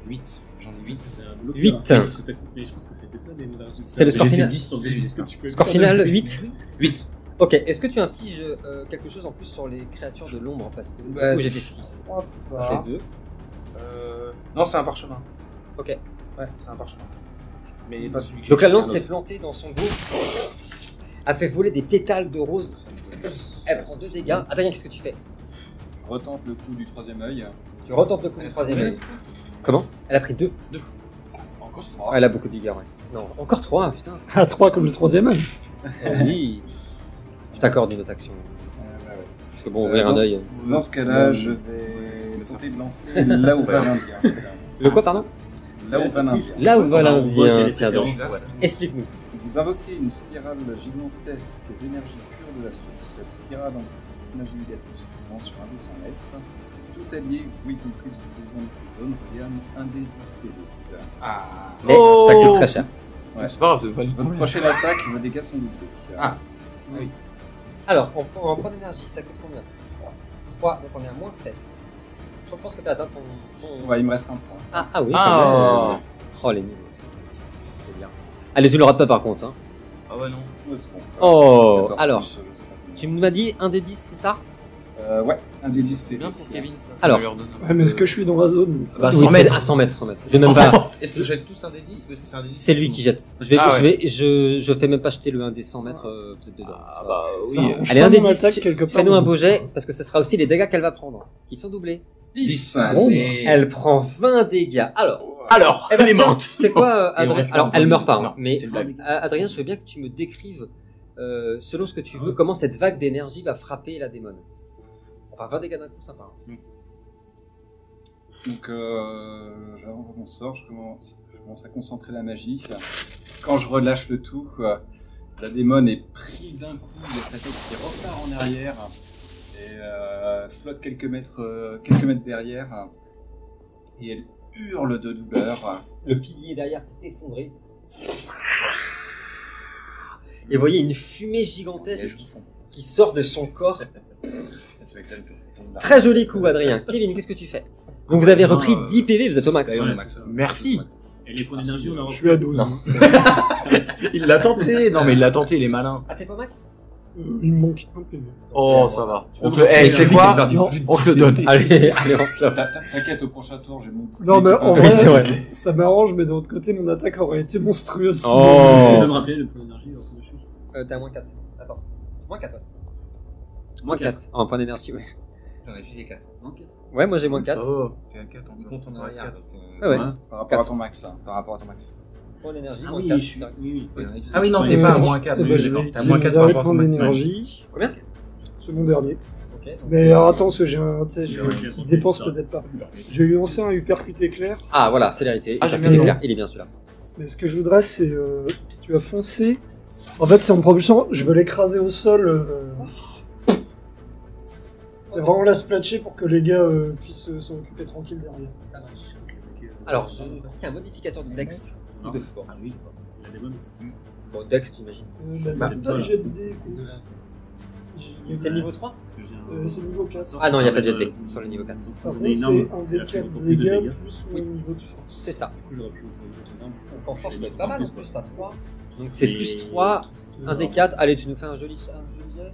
[SPEAKER 3] 8. J'en ai 8.
[SPEAKER 2] C'est un bloc.
[SPEAKER 1] Huit.
[SPEAKER 2] Alors, c'est- c'est- Mais je pense que c'était ça les résultats.
[SPEAKER 1] C'est le score
[SPEAKER 2] J'ai fait
[SPEAKER 1] final.
[SPEAKER 2] 10 sur le
[SPEAKER 3] C'est
[SPEAKER 2] début,
[SPEAKER 3] le
[SPEAKER 2] est-ce que tu peux-
[SPEAKER 1] Score final 8.
[SPEAKER 3] 8.
[SPEAKER 1] Ok, est-ce que tu infliges euh, quelque chose en plus sur les créatures de l'ombre Parce que du
[SPEAKER 3] Bah,
[SPEAKER 1] coup, j'ai fait 6. J'ai 2.
[SPEAKER 3] Euh... Non, c'est un parchemin.
[SPEAKER 1] Ok.
[SPEAKER 3] Ouais, c'est un parchemin. Mais pas celui que
[SPEAKER 1] Donc
[SPEAKER 3] j'ai
[SPEAKER 1] la lance
[SPEAKER 3] fait,
[SPEAKER 1] s'est plantée dans son dos, a fait voler des pétales de rose.
[SPEAKER 3] un autre.
[SPEAKER 1] Elle prend 2 dégâts. Adrien, qu'est-ce que tu fais
[SPEAKER 8] Je retente le coup du troisième œil.
[SPEAKER 1] Tu retentes le coup du troisième œil. Comment Elle a pris 2.
[SPEAKER 3] Encore
[SPEAKER 1] elle a beaucoup de vigueur, ouais. Non, encore 3, putain.
[SPEAKER 5] À 3 comme le troisième œil.
[SPEAKER 1] oui. Je t'accorde une autre action.
[SPEAKER 8] Euh, bah, ouais.
[SPEAKER 1] Parce que bon,
[SPEAKER 8] Euh,
[SPEAKER 1] ouvrir un
[SPEAKER 8] dans-
[SPEAKER 1] œil.
[SPEAKER 8] Dans ce cas-là, je vais tenter de lancer là où va l'Indien.
[SPEAKER 1] Le quoi, pardon
[SPEAKER 8] Là où va l'Indien.
[SPEAKER 1] Là où va
[SPEAKER 2] Enfin, on voit qu'il y a
[SPEAKER 1] l'Indien,
[SPEAKER 2] des
[SPEAKER 1] tiens donc.
[SPEAKER 2] différences, ouais.
[SPEAKER 1] Explique-nous.
[SPEAKER 8] Vous invoquez une spirale gigantesque d'énergie pure de la source. Cette spirale en énergie négative se trouvant sur un des 100 mètres. Tout allié, oui, compris ce que besoin de ces zones, regarde un des 10 PV.
[SPEAKER 3] Ah.
[SPEAKER 1] Mais
[SPEAKER 4] Oh
[SPEAKER 1] Eh, ça coûte très cher.
[SPEAKER 8] Ouais.
[SPEAKER 4] C'est pas grave, c'est pas le
[SPEAKER 8] Votre
[SPEAKER 4] problème.
[SPEAKER 8] prochaine attaque, vos dégâts sont doublés.
[SPEAKER 3] Ah.
[SPEAKER 1] Alors, en, en point d'énergie, ça coûte combien 3. 3, donc on est à moins 7. Je pense que t'as atteint ton. ton-
[SPEAKER 8] Ouais, il me reste un point.
[SPEAKER 1] Ah, ah oui,
[SPEAKER 4] Ah.
[SPEAKER 1] quand même. Oh, les niveaux. C'est bien. Allez, tu l'auras pas par contre. Hein.
[SPEAKER 4] Ah ouais, non.
[SPEAKER 8] Ouais, c'est bon.
[SPEAKER 1] Oh,
[SPEAKER 8] 14
[SPEAKER 1] alors.
[SPEAKER 8] plus, euh, c'est pas
[SPEAKER 1] Tu m'as dit 1 des 10, c'est ça
[SPEAKER 8] bon. Euh, ouais, un des 10
[SPEAKER 4] C'est bien pour Kevin, ça.
[SPEAKER 1] Alors.
[SPEAKER 5] Ouais, mais est-ce que je suis dans la zone
[SPEAKER 1] bah,
[SPEAKER 4] Oui,
[SPEAKER 1] 100
[SPEAKER 4] c'est-
[SPEAKER 1] mètres. À 100 mètres, 100 mètres. J'ai même pas.
[SPEAKER 3] Est-ce que jette tous un des 10 ou est-ce que c'est un des 10
[SPEAKER 1] C'est lui qui jette. Je vais,
[SPEAKER 4] Ah
[SPEAKER 1] je
[SPEAKER 4] ouais.
[SPEAKER 1] vais, je, je fais même pas jeter le 1 des 100 mètres, euh, vous êtes dedans.
[SPEAKER 4] Ah bah oui.
[SPEAKER 5] Ça,
[SPEAKER 4] euh,
[SPEAKER 5] je
[SPEAKER 1] Allez,
[SPEAKER 5] prends
[SPEAKER 1] un des
[SPEAKER 5] mon
[SPEAKER 1] 10.
[SPEAKER 5] attaque quelque part
[SPEAKER 1] Fais-nous
[SPEAKER 5] dans-
[SPEAKER 1] un beau jet, parce que ce sera aussi les dégâts qu'elle va prendre, qui sont doublés.
[SPEAKER 3] 10
[SPEAKER 1] Bon,
[SPEAKER 3] allez.
[SPEAKER 1] elle prend 20 dégâts. Alors,
[SPEAKER 4] Alors,
[SPEAKER 1] eh ben,
[SPEAKER 4] elle est
[SPEAKER 1] tiens,
[SPEAKER 4] morte.
[SPEAKER 1] C'est quoi, euh,
[SPEAKER 4] Et on
[SPEAKER 1] Adrien
[SPEAKER 4] récupère
[SPEAKER 1] Alors,
[SPEAKER 4] le
[SPEAKER 1] elle
[SPEAKER 4] bonus.
[SPEAKER 1] meurt pas, hein,
[SPEAKER 4] Non,
[SPEAKER 1] mais
[SPEAKER 4] c'est une blague.
[SPEAKER 1] Euh, Adrien, je veux bien que tu me décrives, euh, selon ce que tu veux, comment cette vague d'énergie va frapper la démon. Enfin, 20 dégâts d'un coup, sympa. hein.
[SPEAKER 4] Oh.
[SPEAKER 8] Donc, euh, j'avance mon sort, je commence, je commence à concentrer la magie. Quand je relâche le tout, quoi, la démon est pris d'un coup, il y a sa tête qui repart en arrière et euh, flotte quelques mètres, euh, quelques mètres derrière. Et elle hurle de douleur.
[SPEAKER 1] Le pilier derrière s'est effondré. Et vous voyez une fumée gigantesque qui sort de son corps. Très joli coup, Adrien. Kevin, qu'est-ce que tu fais Donc, vous avez
[SPEAKER 4] Enfin,
[SPEAKER 1] repris
[SPEAKER 4] euh,
[SPEAKER 1] 10 PV, vous êtes au max.
[SPEAKER 3] D'ailleurs,
[SPEAKER 2] Ouais,
[SPEAKER 3] le max.
[SPEAKER 2] c'est ça.
[SPEAKER 4] Merci.
[SPEAKER 2] Et les points d'énergie, on a
[SPEAKER 5] Je suis à 12.
[SPEAKER 4] Il l'a tenté. Non mais il l'a tenté, il est malin.
[SPEAKER 1] Ah, t'es pas max
[SPEAKER 5] Euh, Il me manque un PV.
[SPEAKER 4] Oh, ça va. On te,
[SPEAKER 2] Mais
[SPEAKER 4] eh,
[SPEAKER 2] lui,
[SPEAKER 4] tu sais
[SPEAKER 2] lui,
[SPEAKER 4] quoi On te le donne.
[SPEAKER 1] Allez, allez, on se la
[SPEAKER 8] T'in- T'inquiète, au prochain tour, j'ai mon.
[SPEAKER 5] Non, mais en
[SPEAKER 1] Oui,
[SPEAKER 5] vrai,
[SPEAKER 1] c'est vrai.
[SPEAKER 5] ça m'arrange, mais d'un autre côté, mon attaque aurait été monstrueuse.
[SPEAKER 4] Ah,
[SPEAKER 2] Je vais
[SPEAKER 1] Oh
[SPEAKER 2] me rappeler le point d'énergie. alors que je suis-
[SPEAKER 1] euh, T'as moins 4. Attends. Moins 4, ouais. Moins 4. En point d'énergie, ouais.
[SPEAKER 3] T'en as fusé 4.
[SPEAKER 1] Ouais, moi j'ai moins 4.
[SPEAKER 3] Tu as 4 en euh,
[SPEAKER 4] Il compte en reste quatre.
[SPEAKER 1] Ah ouais.
[SPEAKER 8] Par rapport à
[SPEAKER 1] Quatre.
[SPEAKER 8] ton max, hein, par rapport à ton max.
[SPEAKER 1] Point d'énergie,
[SPEAKER 2] Ah
[SPEAKER 1] moins
[SPEAKER 2] oui,
[SPEAKER 1] 4.
[SPEAKER 2] je suis. Oui, oui.
[SPEAKER 4] Ah oui, non,
[SPEAKER 2] Ouais,
[SPEAKER 4] t'es
[SPEAKER 2] mais
[SPEAKER 4] pas à
[SPEAKER 5] bon.
[SPEAKER 4] moins 4.
[SPEAKER 5] Eh ben, je vais
[SPEAKER 4] T'as moins 4
[SPEAKER 5] utiliser
[SPEAKER 4] par rapport
[SPEAKER 5] mon dernier
[SPEAKER 4] à
[SPEAKER 5] point
[SPEAKER 4] ton maximum.
[SPEAKER 5] d'énergie.
[SPEAKER 1] Combien
[SPEAKER 5] C'est mon dernier.
[SPEAKER 1] Ok. donc-
[SPEAKER 5] Mais alors, attends, parce que j'ai un. tu sais, j'ai-
[SPEAKER 2] Ouais,
[SPEAKER 5] Il dépense
[SPEAKER 2] ouais.
[SPEAKER 5] peut-être pas. Je vais lui lancer un uppercut éclair.
[SPEAKER 1] Ah voilà, célérité.
[SPEAKER 4] Ah,
[SPEAKER 1] Il
[SPEAKER 4] j'aime
[SPEAKER 1] est
[SPEAKER 5] bien.
[SPEAKER 1] clair, Il est bien celui-là.
[SPEAKER 5] Mais ce que je voudrais, c'est. euh, tu vas foncer. En fait, c'est en me propulsant. Je veux l'écraser au sol. euh, C'est vraiment la splatcher pour que les gars euh, puissent euh, s'en occuper tranquille derrière.
[SPEAKER 1] Ça marche. Alors, je marque un modificateur de Dext ou de Force. je sais pas.
[SPEAKER 2] La démon.
[SPEAKER 1] Bon, Dext, j'imagine.
[SPEAKER 5] Euh, bah,
[SPEAKER 3] Bah,
[SPEAKER 5] dis-moi
[SPEAKER 2] voilà.
[SPEAKER 5] le jet de dés, c'est- J'ai-
[SPEAKER 1] C'est le niveau 3
[SPEAKER 2] Parce que j'ai un-
[SPEAKER 5] Euh, c'est le niveau 4.
[SPEAKER 1] Ah non, il n'y a pas de jet de dé sur le niveau 4.
[SPEAKER 5] Par
[SPEAKER 2] On est
[SPEAKER 5] contre, c'est
[SPEAKER 2] énorme.
[SPEAKER 5] un
[SPEAKER 2] Il a
[SPEAKER 5] des
[SPEAKER 2] fait
[SPEAKER 5] 4
[SPEAKER 2] beaucoup plus de
[SPEAKER 5] dégâts
[SPEAKER 2] dégâts.
[SPEAKER 5] plus
[SPEAKER 1] Oui.
[SPEAKER 5] mon niveau de force.
[SPEAKER 1] C'est ça.
[SPEAKER 2] Du coup, j'aurais pu vous
[SPEAKER 1] Donc en force, je dois être pas mal en plus, t'as 3. Donc
[SPEAKER 2] c'est
[SPEAKER 1] c'est
[SPEAKER 2] Et-
[SPEAKER 1] plus
[SPEAKER 2] plus
[SPEAKER 1] 3,
[SPEAKER 2] trois,
[SPEAKER 1] 1 des 4. Allez, tu nous fais un joli un joli jet.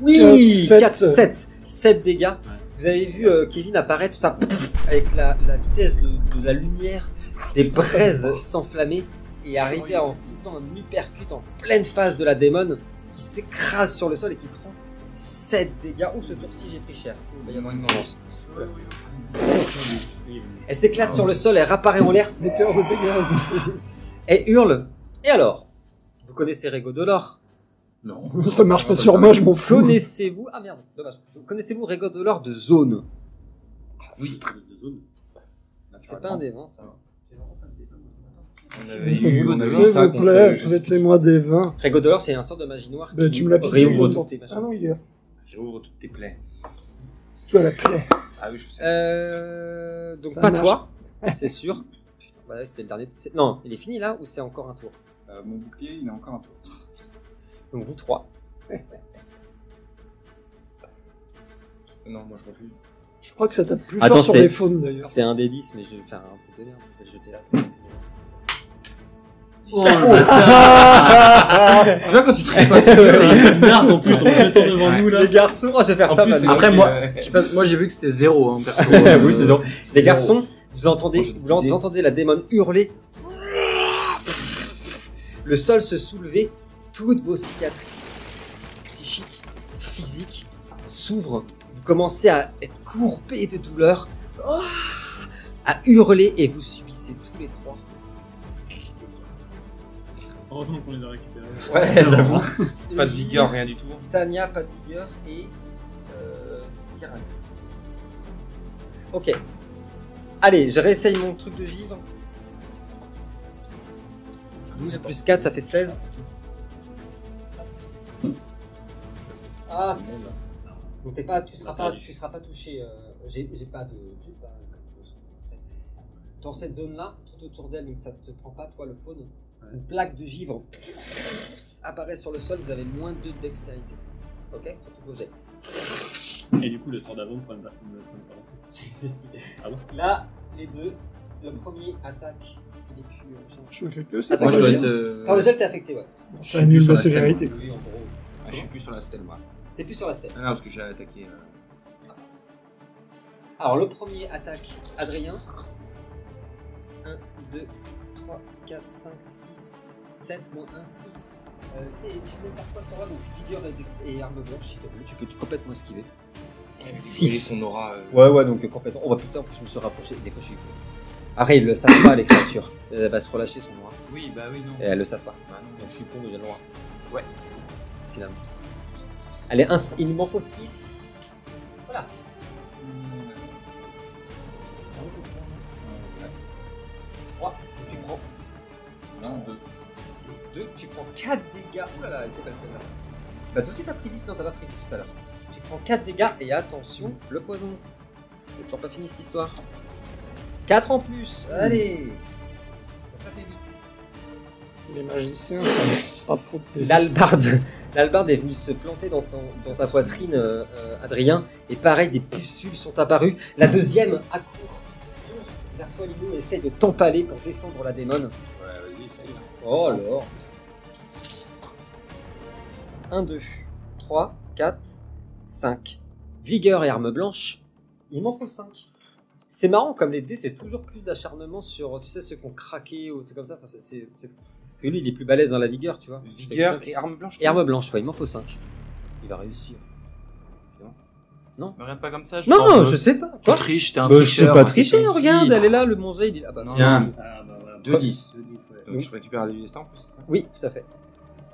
[SPEAKER 5] Oui,
[SPEAKER 1] 4,
[SPEAKER 5] sept.
[SPEAKER 1] 7. 7 dégâts. Vous avez vu euh, Kevin apparaître, tout ça, avec la, la vitesse de, de la lumière, des braises s'enflammer et arriver en foutant un uppercut en pleine face de la démon qui s'écrase sur le sol et qui prend 7 dégâts. Oh, ce tour-ci, j'ai pris cher. Il va y avoir une vengeance. Elle s'éclate sur le sol, elle rapparaît en l'air
[SPEAKER 5] Météore de Pégase.
[SPEAKER 1] et hurle. Et alors Vous connaissez Rego Delors
[SPEAKER 3] Non.
[SPEAKER 5] Ça marche pas sur moi, je m'en fous.
[SPEAKER 1] Connaissez-vous. Ah merde, dommage. Connaissez-vous Rego Delors de zone
[SPEAKER 2] Oui, de zone.
[SPEAKER 1] C'est pas un des vents, ça.
[SPEAKER 3] On avait eu Euh, on avait eu
[SPEAKER 5] S'il
[SPEAKER 3] ça
[SPEAKER 5] vous
[SPEAKER 3] contre euh,
[SPEAKER 5] plaît,
[SPEAKER 3] je sais
[SPEAKER 5] mettez-moi des vins.
[SPEAKER 1] Régodolor, c'est un sort de magie noire
[SPEAKER 5] Bah,
[SPEAKER 1] qui
[SPEAKER 5] tu me l'as piqué.
[SPEAKER 1] réouvre
[SPEAKER 5] longtemps.
[SPEAKER 1] toutes tes machins.
[SPEAKER 5] Ah non, il est.
[SPEAKER 3] plus. J'ouvre toutes tes plaies.
[SPEAKER 5] C'est toi la plaie.
[SPEAKER 3] Ah oui, je sais.
[SPEAKER 1] Euh, donc
[SPEAKER 5] Ça
[SPEAKER 1] pas
[SPEAKER 5] marche.
[SPEAKER 1] toi, c'est sûr. Putain, bah ouais, c'était le dernier. c'est- Non, il est fini là ou c'est encore un tour
[SPEAKER 8] Euh, mon bouclier, il est encore un tour.
[SPEAKER 1] Donc vous trois.
[SPEAKER 3] Non, moi je refuse.
[SPEAKER 5] Je crois que ça tape plus
[SPEAKER 1] Attends,
[SPEAKER 5] fort sur
[SPEAKER 1] c'est-
[SPEAKER 5] les faunes d'ailleurs.
[SPEAKER 1] C'est un des 10 mais je vais faire un truc de merde. Je vais le jeter là.
[SPEAKER 4] Tu vois, quand tu traites pas
[SPEAKER 2] C'est une merde en plus, on le jetant devant nous là.
[SPEAKER 1] Les garçons, oh, je vais faire
[SPEAKER 3] En
[SPEAKER 1] ça.
[SPEAKER 3] plus,
[SPEAKER 1] maintenant.
[SPEAKER 3] c'est
[SPEAKER 4] Après,
[SPEAKER 3] donc,
[SPEAKER 4] moi-
[SPEAKER 3] euh,
[SPEAKER 4] Je sais pas, moi j'ai vu que c'était zéro, hein, perso.
[SPEAKER 1] Oui, c'est zéro. Les garçons, vous
[SPEAKER 3] Moi,
[SPEAKER 1] entendez,
[SPEAKER 3] j'ai
[SPEAKER 1] vous
[SPEAKER 3] des idées.
[SPEAKER 1] entendez la démon hurler. Le sol se soulever, toutes vos cicatrices psychiques, physiques s'ouvrent. Vous commencez à être courbé de douleur, à hurler et vous subissez tous les trois.
[SPEAKER 2] Heureusement qu'on les a récupérés.
[SPEAKER 1] Ouais, j'avoue.
[SPEAKER 3] Pas de vigueur, rien du tout.
[SPEAKER 1] Tania, pas de vigueur et euh, Syrinx. Ok. Allez, je réessaye mon truc de givre. 12 plus 4, ça fait 16. Ah Donc t'es pas, tu seras pas, tu seras pas touché. euh, j'ai j'ai pas de, j'ai pas de- Dans cette zone-là, tout autour d'elle, donc ça ne te prend pas, toi, le faune. Une plaque de givre apparaît sur le sol. Vous avez moins 2 de dextérité. Ok, surtout vos jets.
[SPEAKER 2] Et du coup, le sort d'avant, prend pas. me prend pas.
[SPEAKER 1] Si, si.
[SPEAKER 2] Ah bon
[SPEAKER 1] Là, les deux. Le premier attaque
[SPEAKER 10] il est plus, euh, sans-
[SPEAKER 5] Je suis affecté aussi.
[SPEAKER 1] Attends,
[SPEAKER 5] par
[SPEAKER 1] je
[SPEAKER 5] le
[SPEAKER 1] dois euh,
[SPEAKER 5] gel.
[SPEAKER 1] te-
[SPEAKER 3] euh,
[SPEAKER 10] Par le gel, t'es affecté, ouais.
[SPEAKER 5] Ça annule la sévérité.
[SPEAKER 1] Oui, en gros.
[SPEAKER 3] Ah, je suis plus sur la Stelma.
[SPEAKER 10] T'es plus sur la stèle.
[SPEAKER 3] Ah, non, parce que j'ai attaqué. euh,
[SPEAKER 10] Alors, le premier attaque Adrien. 1, 2, 3, 4, 5, 6, 7, moins 1, 6. Euh, t'es- tu veux faire quoi ce temps-là Donc, vigueur et, dext- et arme blanche, s'il te plaît.
[SPEAKER 1] Tu peux tout complètement esquiver.
[SPEAKER 3] il avait
[SPEAKER 1] Six.
[SPEAKER 3] décollé son aura. euh,
[SPEAKER 1] Ouais, ouais, donc euh, complètement. On va putain, en plus, je me suis rapproché. Des fois, je suis. Arrête, ils le savent pas, les créatures. Euh, Elle va se relâcher son noir.
[SPEAKER 4] Oui, bah oui, non.
[SPEAKER 1] Et elles le savent pas. Ah Donc, je suis con, mais j'ai le droit.
[SPEAKER 4] Ouais.
[SPEAKER 1] Finalement. Allez, un, il m'en faut 6.
[SPEAKER 10] Tu prends
[SPEAKER 3] non, deux.
[SPEAKER 1] 2, tu prends 4 dégâts. Ouh là là, elle fait mal celle-là. Bah, toi aussi, t'as pris 10, non, t'as pas pris 10 tout à l'heure. Tu prends 4 dégâts et attention, le poison. J'ai toujours pas fini cette histoire. 4 en plus, allez Donc ça fait 8.
[SPEAKER 5] Les magiciens, ça n'a pas trop de plaisir.
[SPEAKER 1] L'albarde, l'albarde est venue se planter dans, ton- dans ta poitrine, euh, euh, Adrien, et pareil, des pustules sont apparues. La deuxième accourt, fonce vers toi, Lino, et essaie de t'empaler pour défendre la démone.
[SPEAKER 3] Ouais, vas-y, essaye.
[SPEAKER 1] Oh alors 1, 2, 3, 4, 5. Vigueur et arme blanche, il m'en faut 5. C'est marrant, comme les dés, c'est toujours plus d'acharnement sur, tu sais, ceux qui ont craqué ou c'est comme ça. Enfin, c'est- c'est c'est fou. Que lui, il est plus balèze dans la vigueur, tu vois. Je fais que cinq.
[SPEAKER 3] Vigueur et arme blanche.
[SPEAKER 1] Et arme blanche, ouais, il m'en faut 5. Il va réussir.
[SPEAKER 4] Me regarde pas comme ça, je t'en
[SPEAKER 1] Non,
[SPEAKER 4] veux.
[SPEAKER 1] je sais pas.
[SPEAKER 4] Tu
[SPEAKER 1] Quoi
[SPEAKER 4] triches, t'es un
[SPEAKER 1] Bah, Je sais
[SPEAKER 4] tricheur.
[SPEAKER 1] pas
[SPEAKER 4] c'est
[SPEAKER 1] tricher,
[SPEAKER 4] gentil.
[SPEAKER 1] regarde, elle est là, le manger, il dit. Ah bah
[SPEAKER 4] Non,
[SPEAKER 3] Tiens.
[SPEAKER 4] non.
[SPEAKER 2] Ah, bah voilà.
[SPEAKER 3] Deux dix.
[SPEAKER 2] 2 10, ouais.
[SPEAKER 3] Donc je récupère un début destin en plus, c'est ça
[SPEAKER 1] Oui, tout à fait.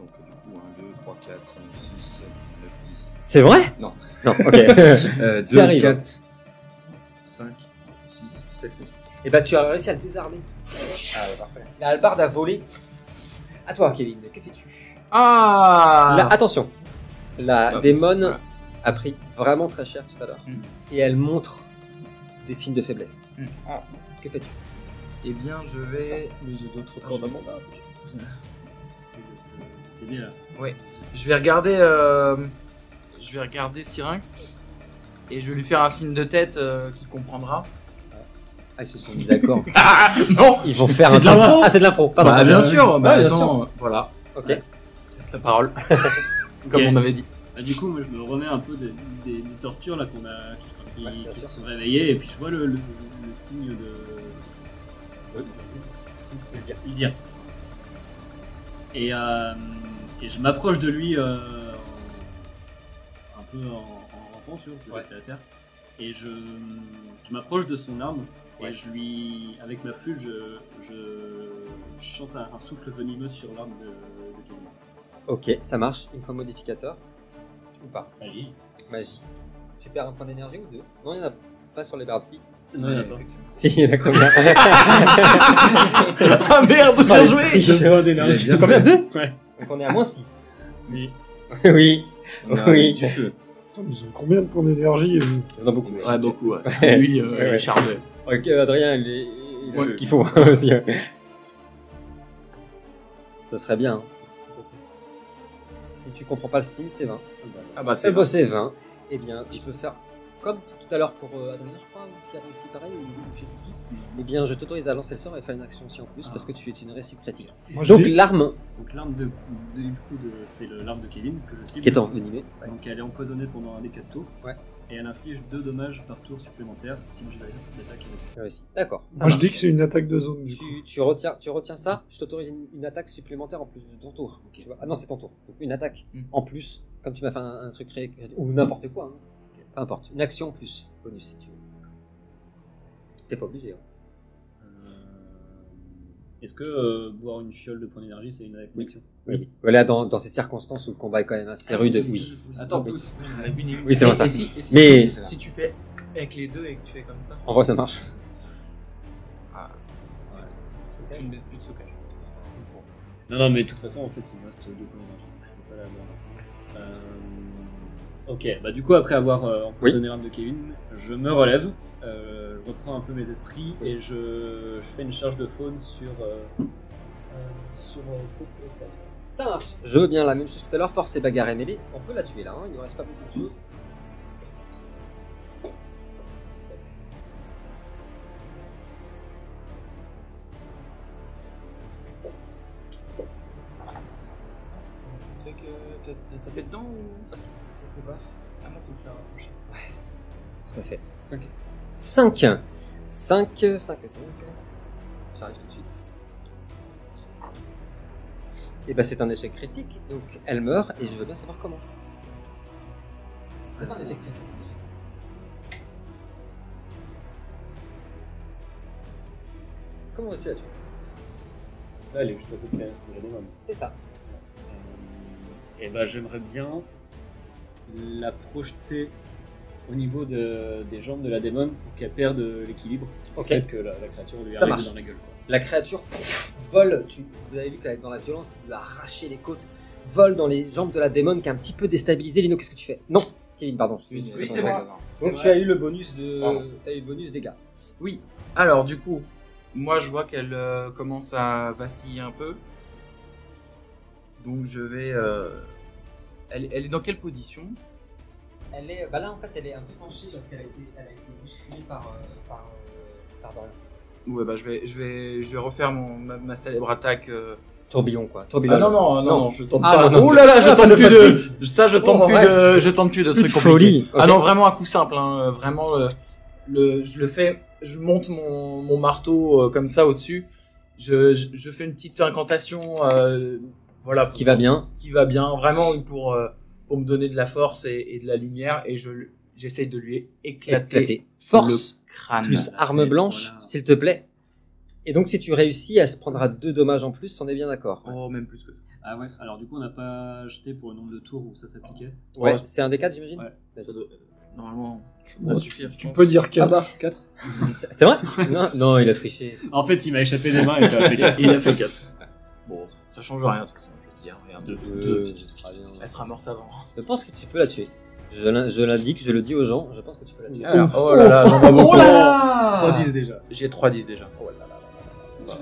[SPEAKER 3] Donc du coup, 1, 2, 3, 4, 5, 6, 7, 9, 10.
[SPEAKER 1] C'est vrai
[SPEAKER 3] Non.
[SPEAKER 1] Non, ok.
[SPEAKER 3] Euh,
[SPEAKER 1] Ça arrive. hein.
[SPEAKER 4] hein.
[SPEAKER 3] 4, 5, 6, 7, 8.
[SPEAKER 1] Et bah, tu as réussi à le désarmer.
[SPEAKER 3] Ah ouais, parfait.
[SPEAKER 1] La hallebarde a volé. À toi, Kevin, que fais-tu
[SPEAKER 4] Ah
[SPEAKER 1] Là, Attention, la
[SPEAKER 4] Ah,
[SPEAKER 1] démon
[SPEAKER 4] voilà.
[SPEAKER 1] a pris vraiment très cher tout à l'heure.
[SPEAKER 4] Mm.
[SPEAKER 1] Et elle montre des signes de faiblesse.
[SPEAKER 4] Mm.
[SPEAKER 1] Ah. Que fais-tu
[SPEAKER 4] Eh bien, je vais.
[SPEAKER 1] Mais j'ai d'autres
[SPEAKER 4] cordes à
[SPEAKER 1] mon
[SPEAKER 2] C'est de te- t'aider là.
[SPEAKER 4] Ouais. Je vais regarder. euh, Je vais regarder Syrinx. Et je vais lui faire un signe de tête euh, qui comprendra.
[SPEAKER 1] Ah, ils se sont mis d'accord.
[SPEAKER 4] Ah non
[SPEAKER 1] Ils vont faire
[SPEAKER 4] C'est
[SPEAKER 1] un
[SPEAKER 4] de l'impro
[SPEAKER 1] Ah, c'est de l'impro. Pardon.
[SPEAKER 4] Bah, bien sûr, bah,
[SPEAKER 1] Ouais, bien
[SPEAKER 4] attends, voilà.
[SPEAKER 1] sûr. Ok.
[SPEAKER 4] Je laisse la parole. Comme
[SPEAKER 2] Ok.
[SPEAKER 4] on avait dit.
[SPEAKER 2] Bah, du coup, moi, je me remets un peu des, des- des tortures là qu'on a, qui, qui-
[SPEAKER 1] Ouais, bien
[SPEAKER 2] qui
[SPEAKER 1] sûr.
[SPEAKER 2] se sont réveillées, et puis je vois le, le- le signe de. Si, je peux le dire. Le dire. Et, euh, et je m'approche de lui euh, en- un peu en, en rampant, tu vois, parce que
[SPEAKER 1] Ouais.
[SPEAKER 2] j'étais à terre. Et je, je m'approche de son arme,
[SPEAKER 1] Ouais.
[SPEAKER 2] et je lui. Avec ma flûte, je, je chante un, un souffle venimeux sur l'arme de, de Kevin.
[SPEAKER 1] Ok, ça marche. Une fois modificateur. Ou pas.
[SPEAKER 2] Allez.
[SPEAKER 1] Magie. Tu perds un point d'énergie ou deux Non, il n'y en a pas sur les bardes, si.
[SPEAKER 2] Non, il y en a pas.
[SPEAKER 1] Si, il y en a combien Ah merde, bien joué Oh, Combien Deux
[SPEAKER 2] Ouais.
[SPEAKER 1] Donc on est à moins 6.
[SPEAKER 2] Mais
[SPEAKER 1] oui.
[SPEAKER 3] On a
[SPEAKER 1] Oui.
[SPEAKER 3] du feu.
[SPEAKER 5] Attends, Ils ont combien de points d'énergie euh
[SPEAKER 1] Ils en ont beaucoup.
[SPEAKER 4] Ouais, beaucoup. Ouais. Lui,
[SPEAKER 1] Ouais,
[SPEAKER 4] euh, il
[SPEAKER 1] ouais.
[SPEAKER 4] est chargé.
[SPEAKER 1] Ok, Adrien, il, est, il a
[SPEAKER 3] Ouais.
[SPEAKER 1] ce qu'il faut hein, aussi. ouais. Ça serait bien. hein. Si tu comprends pas le signe, c'est 20.
[SPEAKER 4] Ah bah,
[SPEAKER 1] C'est
[SPEAKER 4] c'est
[SPEAKER 5] ben,
[SPEAKER 1] bon, c'est 20. Eh bien, tu peux faire comme tout à l'heure pour euh, Adrien, je crois, ou qui a réussi pareil, ou ou je sais plus qui. Eh bien, je t'autorise à lancer le sort et faire une action aussi en plus parce que tu es une réussite critique.
[SPEAKER 5] Moi, je
[SPEAKER 1] Donc,
[SPEAKER 5] dis-
[SPEAKER 1] l'arme
[SPEAKER 2] Donc l'arme de, de- du coup de- c'est le- l'arme de Kevin que je cible.
[SPEAKER 1] qui est envenimée.
[SPEAKER 2] Donc elle est empoisonnée pendant un des 4 tours.
[SPEAKER 1] Ouais.
[SPEAKER 2] Et elle inflige 2 dommages par tour supplémentaire si moi j'ai d'attaque avec.
[SPEAKER 1] Réussi. D'accord. ça
[SPEAKER 5] Moi, je
[SPEAKER 1] marche.
[SPEAKER 5] dis que c'est une attaque de zone, du coup.
[SPEAKER 1] Tu, tu retiens, tu retiens ça, je t'autorise une, une attaque supplémentaire en plus de ton tour. Tu vois. Ah non, c'est ton tour. Donc, une attaque
[SPEAKER 4] Mm.
[SPEAKER 1] en plus, comme tu m'as fait un, un truc créé, ou n'importe quoi. hein. Peu importe. Une action en plus, bonus si tu veux. T'es pas obligé. hein.
[SPEAKER 2] Euh, Est-ce que euh, boire une fiole de point d'énergie c'est une action
[SPEAKER 1] Oui. Voilà, dans, dans ces circonstances où le combat est quand même assez rude, Ah, oui.
[SPEAKER 4] Attends,
[SPEAKER 1] Oui.
[SPEAKER 4] pousse.
[SPEAKER 1] Oui, c'est
[SPEAKER 4] Et-
[SPEAKER 1] vrai, ça.
[SPEAKER 4] et si- et si-
[SPEAKER 1] Mais-
[SPEAKER 4] si tu fais avec les deux et que tu fais comme ça,
[SPEAKER 1] En vrai, ça marche.
[SPEAKER 4] tu ne mets plus de stockage.
[SPEAKER 2] Non, non, mais de toute façon en fait il me reste 2 points d'énergie. Je peux pas la boire. Euh, Ok, bah du coup après avoir euh, empoisonné l'arme de Kevin, je me relève, euh, je reprends un peu mes esprits et je, je fais une charge de faune sur. euh, euh, sur euh, cette étape.
[SPEAKER 1] Ça marche. Je veux bien la même chose que tout à l'heure. Force et bagarre et mêlée. On peut la tuer là. hein, Il ne reste pas beaucoup de choses.
[SPEAKER 4] ceux que t'as t'as tapé dedans ou
[SPEAKER 1] C'est quoi
[SPEAKER 4] Ah moi c'est le plus rapproché.
[SPEAKER 1] Tout à fait.
[SPEAKER 2] 5.
[SPEAKER 1] 5. 5, 5, 5. J'arrive tout de suite. Et bah c'est un échec critique, donc elle meurt et je veux bien savoir comment. C'est pas un échec critique. Comment tu la tué
[SPEAKER 2] Là, elle est juste à côté hein. de la de la demande.
[SPEAKER 1] C'est ça.
[SPEAKER 2] Et Euh, ben, j'aimerais bien la projeter au niveau de- des jambes de la démon pour qu'elle perde l'équilibre.
[SPEAKER 1] Ok.
[SPEAKER 2] Peut-être que la, la créature lui
[SPEAKER 1] Ça
[SPEAKER 2] arrive
[SPEAKER 1] marche.
[SPEAKER 2] dans la gueule. quoi.
[SPEAKER 1] La créature vole, tu, vous avez vu qu'elle est dans la violence, il lui a arraché les côtes, vole dans les jambes de la démon qui a un petit peu déstabilisé. Lino, qu'est-ce que tu fais Non, Kevin, pardon. je te dis-
[SPEAKER 3] Oui,
[SPEAKER 1] attends,
[SPEAKER 3] c'est
[SPEAKER 1] attends.
[SPEAKER 3] moi.
[SPEAKER 1] Donc
[SPEAKER 4] C'est
[SPEAKER 1] tu as eu le bonus de,
[SPEAKER 3] Pardon.
[SPEAKER 1] t'as eu le bonus dégâts.
[SPEAKER 4] Oui. Alors du coup, moi je vois qu'elle euh, commence à vaciller un peu. Donc je vais. euh, Elle, elle est dans quelle position
[SPEAKER 10] Elle est, bah là en fait elle est un peu penchée parce qu'elle a été, elle a été bousculée par, euh, par, euh, par Dorian.
[SPEAKER 4] Ouais bah je vais je vais je vais refaire mon ma, ma célèbre attaque. euh,
[SPEAKER 1] Tourbillon, quoi. Tourbillon.
[SPEAKER 4] Ah non non non non,
[SPEAKER 1] Non.
[SPEAKER 4] je tente
[SPEAKER 1] Ah,
[SPEAKER 4] pas.
[SPEAKER 1] non, non,
[SPEAKER 4] oh là là, je
[SPEAKER 1] Ah,
[SPEAKER 4] tente
[SPEAKER 1] pas de
[SPEAKER 4] plus
[SPEAKER 1] fuite.
[SPEAKER 4] de ça je tente
[SPEAKER 1] Oh,
[SPEAKER 4] plus
[SPEAKER 1] arrête.
[SPEAKER 4] de je tente plus de
[SPEAKER 1] Plus
[SPEAKER 4] trucs
[SPEAKER 1] de
[SPEAKER 4] compliqués.
[SPEAKER 1] folie.
[SPEAKER 4] Ah
[SPEAKER 1] ok.
[SPEAKER 4] non vraiment un coup simple hein, euh, vraiment euh, le je le fais je monte mon, mon marteau euh, comme ça au-dessus. Je, je je fais une petite incantation euh, voilà pour-
[SPEAKER 1] Qui va bien.
[SPEAKER 4] qui va bien vraiment pour euh, pour me donner de la force et, et de la lumière et je j'essaye de lui éclater,
[SPEAKER 1] Éclaté. Force
[SPEAKER 4] le crâne.
[SPEAKER 1] plus
[SPEAKER 2] la
[SPEAKER 1] arme
[SPEAKER 2] tête,
[SPEAKER 1] blanche,
[SPEAKER 2] voilà.
[SPEAKER 1] s'il te plaît. Et donc si tu réussis, elle se prendra deux dommages en plus, on est bien d'accord.
[SPEAKER 4] Oh même plus que ça.
[SPEAKER 2] Ah ouais, alors du coup, on n'a pas jeté pour le nombre de tours où ça s'appliquait.
[SPEAKER 1] Ouais, c'est un des quatre, j'imagine
[SPEAKER 2] Ouais.
[SPEAKER 1] Vas-y.
[SPEAKER 4] Normalement.
[SPEAKER 5] Moi,
[SPEAKER 4] ça
[SPEAKER 5] tu-
[SPEAKER 4] suffit, hein, je
[SPEAKER 5] Tu
[SPEAKER 4] pense.
[SPEAKER 5] peux dire 4.
[SPEAKER 4] Ah bah,
[SPEAKER 1] C'est c'est vrai non, non, il a triché.
[SPEAKER 2] En fait, il m'a échappé des mains et ça a fait
[SPEAKER 4] Il a-
[SPEAKER 2] 4.
[SPEAKER 4] il a fait 4. Bon, ça change rien de toute façon, je veux dire, rien de...
[SPEAKER 1] Euh, très bien.
[SPEAKER 4] Elle sera morte avant.
[SPEAKER 1] Je pense que tu peux la tuer. Je l'in- je l'indique, je le dis aux gens, je pense que tu peux la tuer.
[SPEAKER 4] Alors, oh là là, j'en vois beaucoup.
[SPEAKER 10] là
[SPEAKER 2] 3-10 déjà.
[SPEAKER 4] J'ai 3 10 déjà. Bah,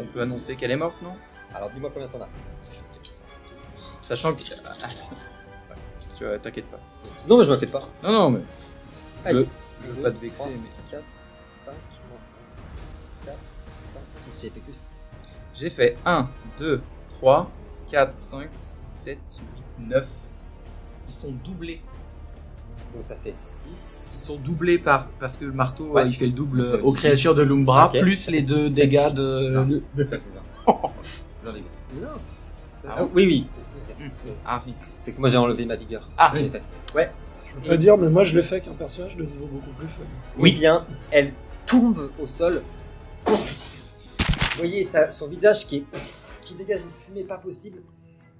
[SPEAKER 4] on peut annoncer qu'elle est morte, non
[SPEAKER 1] Alors dis-moi combien t'en as.
[SPEAKER 4] Sachant que... Ah, Tu vois, t'inquiète pas.
[SPEAKER 1] Non, mais je m'inquiète pas.
[SPEAKER 4] Non, non, mais...
[SPEAKER 1] Allez.
[SPEAKER 4] Je veux pas te vexer, mais...
[SPEAKER 1] 4, 5, 4, 5, 6, j'ai fait que 6.
[SPEAKER 4] J'ai fait 1, 2, 3, 4, 5, 6, 7, 8, 9. Qui sont doublés.
[SPEAKER 1] Donc ça fait 6.
[SPEAKER 4] Qui sont doublés par. Parce que le marteau,
[SPEAKER 1] Ouais.
[SPEAKER 4] euh, il fait le double euh,
[SPEAKER 1] fait
[SPEAKER 4] aux
[SPEAKER 1] six.
[SPEAKER 4] créatures de l'Umbra,
[SPEAKER 1] Ok.
[SPEAKER 4] plus
[SPEAKER 1] Ça
[SPEAKER 4] les
[SPEAKER 1] fait
[SPEAKER 4] deux
[SPEAKER 1] sept,
[SPEAKER 4] dégâts
[SPEAKER 1] huit.
[SPEAKER 4] de.
[SPEAKER 3] Ça fait vingt. J'en ai marre.
[SPEAKER 1] Non.
[SPEAKER 4] Ah
[SPEAKER 1] oui, oui.
[SPEAKER 4] Ah, si.
[SPEAKER 1] C'est que moi j'ai enlevé ma vigueur.
[SPEAKER 4] Ah.
[SPEAKER 1] En effet.
[SPEAKER 5] Je peux pas dire, mais moi je l'ai fait avec un personnage de niveau beaucoup plus faible.
[SPEAKER 1] Oui. Eh bien, elle tombe au sol. Vous voyez ça- son visage qui, est, qui dégage une fumée pas possible.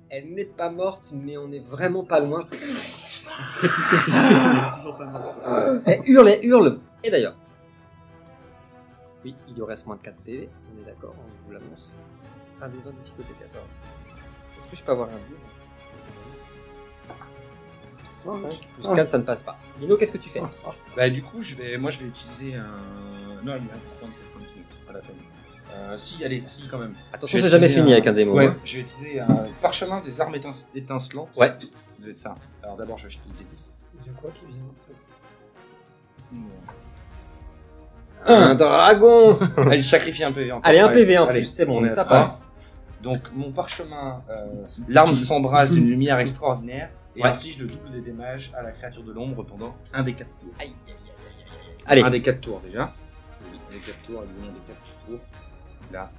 [SPEAKER 1] Elle n'est pas morte, mais on n'est vraiment pas loin.
[SPEAKER 2] Après tout ce qu'elle s'est fait, elle est toujours pas morte.
[SPEAKER 1] Elle hurle, elle Eh, hurle. Et d'ailleurs, oui, il lui reste moins de 4 PV, on est d'accord, on vous l'annonce. Un des 20 de difficulté 14. Est-ce que je peux avoir un bleu 5
[SPEAKER 2] Ah.
[SPEAKER 1] plus 4, ça ne passe pas. Lino, qu'est-ce que tu fais
[SPEAKER 3] Bah du coup, je vais, moi je vais utiliser un. Non, il y a un point de point de point, à la fin. Euh, si, allez, si quand même.
[SPEAKER 1] Attention,
[SPEAKER 3] Je
[SPEAKER 1] c'est
[SPEAKER 3] vais
[SPEAKER 1] jamais
[SPEAKER 3] utiliser
[SPEAKER 1] fini
[SPEAKER 3] un-
[SPEAKER 1] avec un démo.
[SPEAKER 3] Ouais,
[SPEAKER 1] hein.
[SPEAKER 3] je vais utiliser un parchemin des armes étin- étincelantes.
[SPEAKER 1] Ouais.
[SPEAKER 3] Ça doit être ça. Alors d'abord, j'achète une D10.
[SPEAKER 5] Il y a quoi qui vient après
[SPEAKER 1] Un dragon
[SPEAKER 3] Allez, je sacrifie un PV. encore.
[SPEAKER 1] Allez, un
[SPEAKER 3] Ouais.
[SPEAKER 1] PV en
[SPEAKER 3] Allez,
[SPEAKER 1] plus, c'est
[SPEAKER 3] on
[SPEAKER 1] bon,
[SPEAKER 3] est à
[SPEAKER 1] ça
[SPEAKER 3] trois.
[SPEAKER 1] passe.
[SPEAKER 3] Donc mon parchemin, euh, l'arme s'embrase d'une lumière extraordinaire et
[SPEAKER 1] Ouais.
[SPEAKER 3] inflige le double des dommages à la créature de l'ombre pendant un des quatre tours.
[SPEAKER 1] Allez,
[SPEAKER 3] Un des quatre tours déjà. Oui, Un des quatre tours, évidemment, des quatre tours. Là,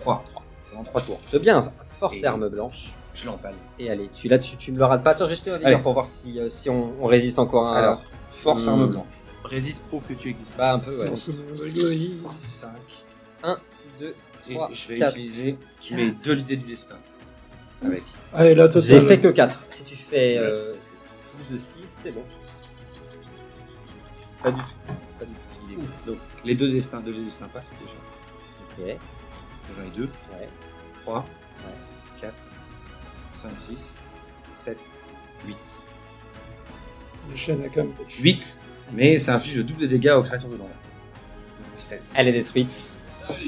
[SPEAKER 3] 3. Pendant 3 tours.
[SPEAKER 1] je veux bien, force et
[SPEAKER 3] Et-
[SPEAKER 1] arme blanche.
[SPEAKER 3] Je l'empale.
[SPEAKER 1] Et allez, tu, là, tu, tu me le rates pas. Attends, je vais jeter un vigueur
[SPEAKER 3] Allez.
[SPEAKER 1] pour voir si, euh, si on, on résiste encore un.
[SPEAKER 3] Alors, force
[SPEAKER 1] Hmm.
[SPEAKER 3] arme blanche.
[SPEAKER 4] Résiste prouve que tu existes.
[SPEAKER 1] Bah, un peu, ouais.
[SPEAKER 5] Dans ce monde égoïste.
[SPEAKER 3] 5.
[SPEAKER 1] 2,
[SPEAKER 3] Et
[SPEAKER 1] 3,
[SPEAKER 3] je vais
[SPEAKER 1] 4.
[SPEAKER 3] utiliser mes deux idées du destin. Avec.
[SPEAKER 5] Allez, là, total.
[SPEAKER 1] J'ai fait que 4. Si tu fais euh, plus de 6, c'est bon.
[SPEAKER 3] Pas du tout. Pas du tout. Il est bon. Donc, les deux destins, deux destins passent déjà.
[SPEAKER 1] Ok, ouais.
[SPEAKER 3] J'en ai deux. 3, 4, 5, 6, 7, 8.
[SPEAKER 5] Le chêne a quand même-
[SPEAKER 3] 8, mais ça inflige le double des dégâts aux créatures de l'ombre. Ça fait 16.
[SPEAKER 1] Elle est détruite.
[SPEAKER 2] Allez,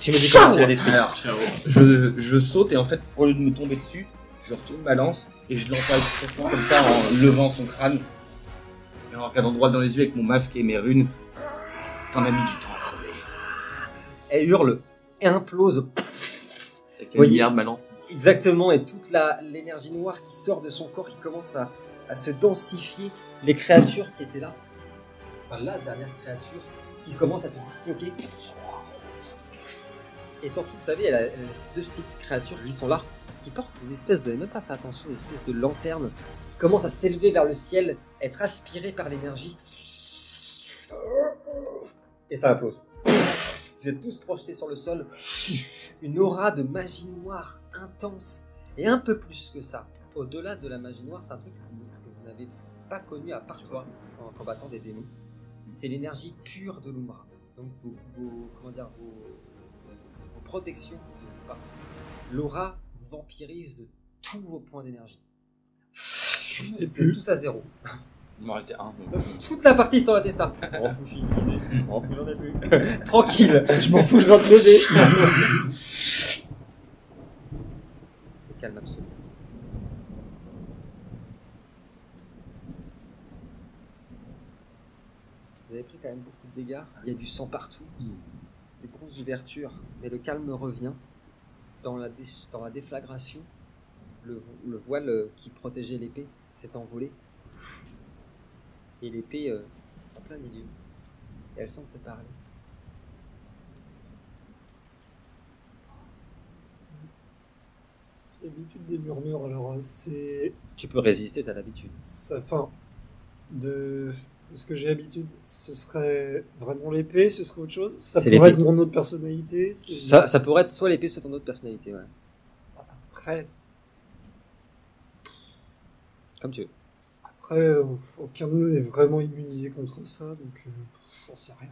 [SPEAKER 1] Tu me dis comment tu l'as détruite
[SPEAKER 3] Ah, Alors,
[SPEAKER 2] ciao.
[SPEAKER 3] je, je saute et en fait, au lieu de me tomber dessus, je retourne ma lance et je l'empale complètement comme ça en levant son crâne et en regardant droit dans les yeux avec mon masque et mes runes. T'en as mis du temps à crever.
[SPEAKER 1] Elle hurle, implose.
[SPEAKER 4] Avec
[SPEAKER 1] Oui.
[SPEAKER 4] milliard de balance.
[SPEAKER 1] Exactement, et toute la- l'énergie noire qui sort de son corps, qui commence à, à se densifier. Les créatures qui étaient là, enfin la dernière créature, qui commence à se disloquer. Et surtout, vous savez, elle a, elle a ces deux petites créatures qui sont là, qui portent des espèces de, vous avez même pas fait attention, des espèces de lanternes, qui commencent à s'élever vers le ciel, être aspirées par l'énergie. Et ça implose. Vous êtes tous projetés sur le sol. Une aura de magie noire intense et un peu plus que ça. Au-delà de la magie noire, c'est un truc que vous, que vous n'avez pas connu à part toi en combattant des démons. C'est l'énergie pure de l'Umbra. Donc vos, vos- comment dire, vos, vos protections ne jouent pas. L'aura vous vampirise de tous vos points d'énergie. Et
[SPEAKER 5] plus.
[SPEAKER 1] tous à zéro.
[SPEAKER 3] Il m'en restait un.
[SPEAKER 1] Toute la partie ça aurait été ça.
[SPEAKER 9] M'en fous, je suis immunisé. M'en fous, j'en ai plus.
[SPEAKER 1] Tranquille, je m'en fous, je rentre le dé. Calme absolu. Vous avez pris quand même beaucoup de dégâts. Il y a du sang partout, des grosses ouvertures, mais le calme revient. Dans la, dé- dans la déflagration, le, vo- le voile euh, qui protégeait l'épée s'est envolé. Et l'épée euh, en plein milieu. Et elle semble te parler.
[SPEAKER 5] L'habitude des murmures, alors euh, c'est
[SPEAKER 1] Tu peux résister, t'as l'habitude.
[SPEAKER 5] sa fin de de ce que j'ai habitude. Ce serait vraiment l'épée, ce serait autre chose. Ça
[SPEAKER 1] C'est
[SPEAKER 5] pourrait être
[SPEAKER 1] l'épée.
[SPEAKER 5] mon autre personnalité. c'est-
[SPEAKER 1] Ça, ça pourrait être soit l'épée, soit ton autre personnalité, ouais.
[SPEAKER 5] Après,
[SPEAKER 1] Comme tu veux.
[SPEAKER 5] après euh, aucun de nous n'est vraiment immunisé contre ça, donc euh, pff, j'en sais rien.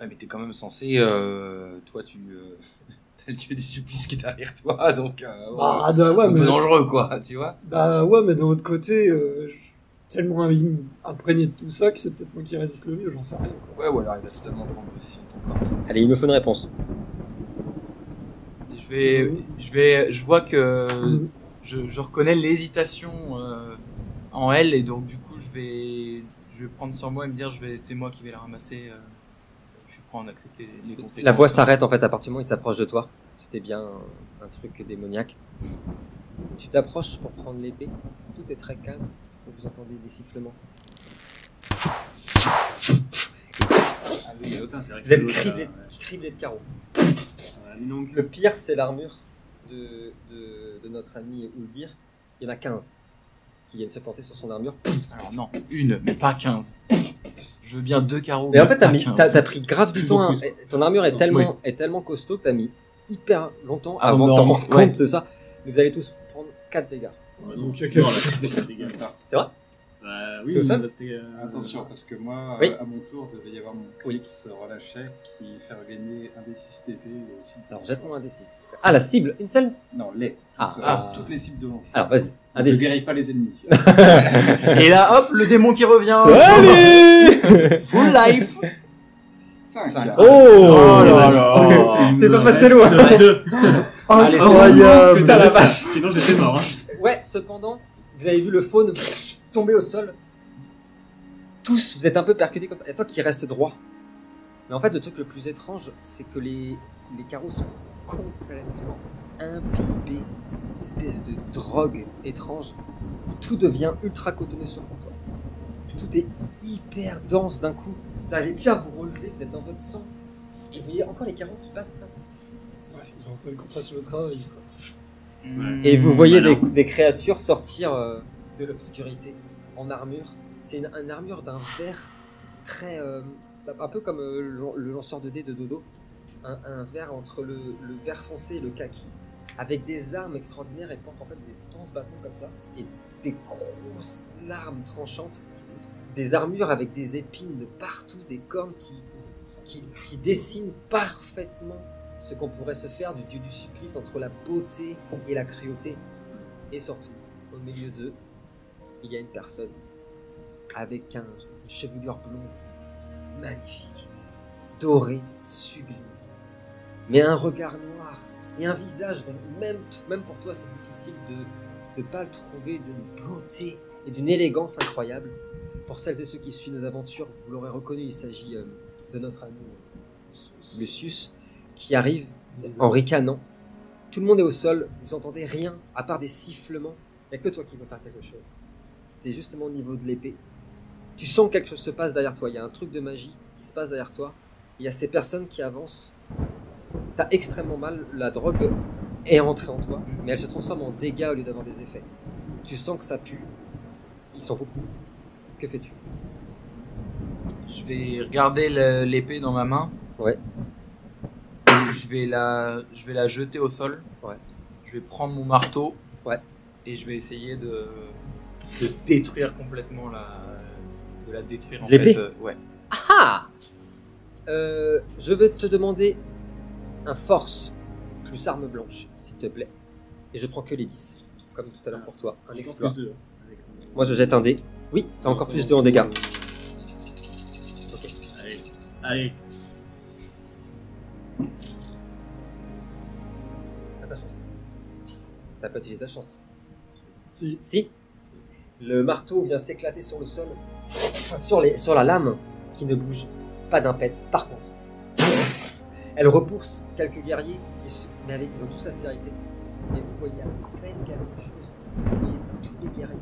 [SPEAKER 3] Ouais, mais t'es quand même censé. euh, toi, tu. euh, t'as que des supplices qui est derrière toi, donc. euh, bon,
[SPEAKER 5] Ah, bah ouais,
[SPEAKER 3] un peu
[SPEAKER 5] mais-
[SPEAKER 3] dangereux, quoi, tu vois.
[SPEAKER 5] Bah ouais, mais d'un autre côté, euh, je suis tellement im- imprégné de tout ça que c'est peut-être moi qui résiste le mieux, j'en sais rien.
[SPEAKER 3] Ouais, ou alors il va totalement prendre possession de ton corps.
[SPEAKER 1] Allez, il me faut une réponse.
[SPEAKER 4] Je vais, je vais, je vois que je, je reconnais l'hésitation euh, en elle et donc du coup je vais, je vais prendre sur moi et me dire je vais, c'est moi qui vais la ramasser. euh, je suis prêt à en accepter les conséquences.
[SPEAKER 1] La voix s'arrête en fait à partir du moment où il s'approche de toi. C'était bien un- un truc démoniaque. Tu t'approches pour prendre l'épée. Tout est très calme. Vous entendez des sifflements.
[SPEAKER 2] Ah oui, putain, c'est vrai que
[SPEAKER 1] Vous êtes
[SPEAKER 2] l'autre,
[SPEAKER 1] criblé,
[SPEAKER 2] là, ouais.
[SPEAKER 1] criblé de carreaux.
[SPEAKER 2] Ah, mais non,
[SPEAKER 1] euh, Le pire, c'est l'armure de, de, de notre ami Uldir. Il y en a 15 qui viennent se porter sur son armure.
[SPEAKER 4] Alors non, une, mais pas 15. Je veux bien deux carreaux.
[SPEAKER 1] Mais en
[SPEAKER 4] mais
[SPEAKER 1] fait, t'as
[SPEAKER 4] pas
[SPEAKER 1] mis-
[SPEAKER 4] 15.
[SPEAKER 1] t'as t'as pris grave du temps. hein.
[SPEAKER 4] Plus.
[SPEAKER 1] Et Ton armure est
[SPEAKER 4] Oui.
[SPEAKER 1] tellement, est tellement costaud que t'as mis hyper longtemps
[SPEAKER 4] Ah,
[SPEAKER 1] avant de t'en
[SPEAKER 4] normal,
[SPEAKER 1] rendre
[SPEAKER 4] ouais.
[SPEAKER 1] compte de ça. Mais vous allez tous prendre 4 dégâts.
[SPEAKER 5] donc, il y a
[SPEAKER 2] Non,
[SPEAKER 5] quelqu'un-
[SPEAKER 2] là, c'est dégueulasse.
[SPEAKER 1] C'est vrai
[SPEAKER 2] Bah oui,
[SPEAKER 1] T'es au sol
[SPEAKER 2] là, c'était, euh,
[SPEAKER 8] Attention, parce que moi,
[SPEAKER 1] Oui.
[SPEAKER 8] euh, à mon tour, devait y avoir mon cri qui se relâchait, qui fait regagner un des 6 PV et aussi.
[SPEAKER 1] Alors jette-moi un D6. Ah, la cible, une seule
[SPEAKER 8] Non, les.
[SPEAKER 1] Ah,
[SPEAKER 8] Toutes, euh,
[SPEAKER 1] ah.
[SPEAKER 8] toutes les cibles de l'enfant.
[SPEAKER 1] Alors vas-y, un
[SPEAKER 8] Je guéris
[SPEAKER 1] D6.
[SPEAKER 8] pas les ennemis.
[SPEAKER 4] Et là, hop, le démon qui revient.
[SPEAKER 1] Allez
[SPEAKER 4] Full life.
[SPEAKER 8] 5.
[SPEAKER 1] Oh
[SPEAKER 4] Oh là là.
[SPEAKER 1] T'es pas passé loin
[SPEAKER 2] Euh, deux.
[SPEAKER 4] Allez, c'est
[SPEAKER 5] Incroyable
[SPEAKER 1] Putain, la
[SPEAKER 2] Deux, ça.
[SPEAKER 1] vache.
[SPEAKER 2] Sinon j'étais mort. hein.
[SPEAKER 1] Ouais, cependant, vous avez vu le faune tomber au sol. Tous, vous êtes un peu percutés comme ça. Et toi qui restes droit. Mais en fait, le truc le plus étrange, c'est que les, les carreaux sont complètement imbibés. Une espèce de drogue étrange. où Tout devient ultra cotonneux sauf pour toi. Tout est hyper dense d'un coup. Vous n'arrivez plus à vous relever, vous êtes dans votre sang. Et vous voyez encore les carreaux qui passent comme ça.
[SPEAKER 5] Ouais, J'ai entendu qu'on fasse le travail. quoi.
[SPEAKER 1] Et vous voyez des,
[SPEAKER 2] malin.
[SPEAKER 1] des créatures sortir euh, de l'obscurité en armure. C'est une, une armure d'un vert très. euh, un peu comme euh, le- le lanceur de dés de Dodo. Un, un vert entre le, le vert foncé et le kaki. Avec des armes extraordinaires. Elle porte en fait des immenses bâtons comme ça. Et des grosses larmes tranchantes. Des armures avec des épines de partout. Des cornes qui, qui, qui dessinent parfaitement ce qu'on pourrait se faire du dieu du supplice entre la beauté et la cruauté. Et surtout, au milieu d'eux, il y a une personne avec un, une chevelure blonde magnifique, dorée, sublime, mais un regard noir et un visage dont même, même pour toi c'est difficile de ne pas le trouver d'une beauté et d'une élégance incroyable. Pour celles et ceux qui suivent nos aventures, vous l'aurez reconnu, il s'agit euh, de notre ami euh, Lucius qui arrive en ricanant, Tout le monde est au sol, vous entendez rien, à part des sifflements. Il n'y a que toi qui peux faire quelque chose. T'es justement au niveau de l'épée. Tu sens que quelque chose se passe derrière toi. Il y a un truc de magie qui se passe derrière toi. Il y a ces personnes qui avancent. T'as extrêmement mal, la drogue est entrée en toi, mais elle se transforme en dégâts au lieu d'avoir des effets. Tu sens que ça pue. Ils sont beaucoup. Que fais-tu
[SPEAKER 4] Je vais regarder le- l'épée dans ma main.
[SPEAKER 1] Ouais.
[SPEAKER 4] Et je vais la, je vais la jeter au sol.
[SPEAKER 1] Ouais.
[SPEAKER 4] Je vais prendre mon marteau.
[SPEAKER 1] Ouais.
[SPEAKER 4] Et je vais essayer de, de détruire complètement la, de la détruire en
[SPEAKER 1] L'épée
[SPEAKER 4] fait. euh, ouais.
[SPEAKER 1] Ah Euh, Je vais te demander un force plus arme blanche, s'il te plaît. Et je prends que les 10, comme tout à l'heure pour toi. Un exploit. Moi je jette un dé. Oui, t'as encore plus 2 en dégâts.
[SPEAKER 2] Allez, allez.
[SPEAKER 1] T'as ta chance. T'as pas utilisé ta chance.
[SPEAKER 5] Si.
[SPEAKER 1] Si Le marteau vient s'éclater sur le sol, sur, les, sur la lame qui ne bouge pas d'un pet. Par contre, elle repousse quelques guerriers, et se- mais avec, ils ont tous la célérité. Mais vous voyez à peine quelque chose. Vous voyez tous les guerriers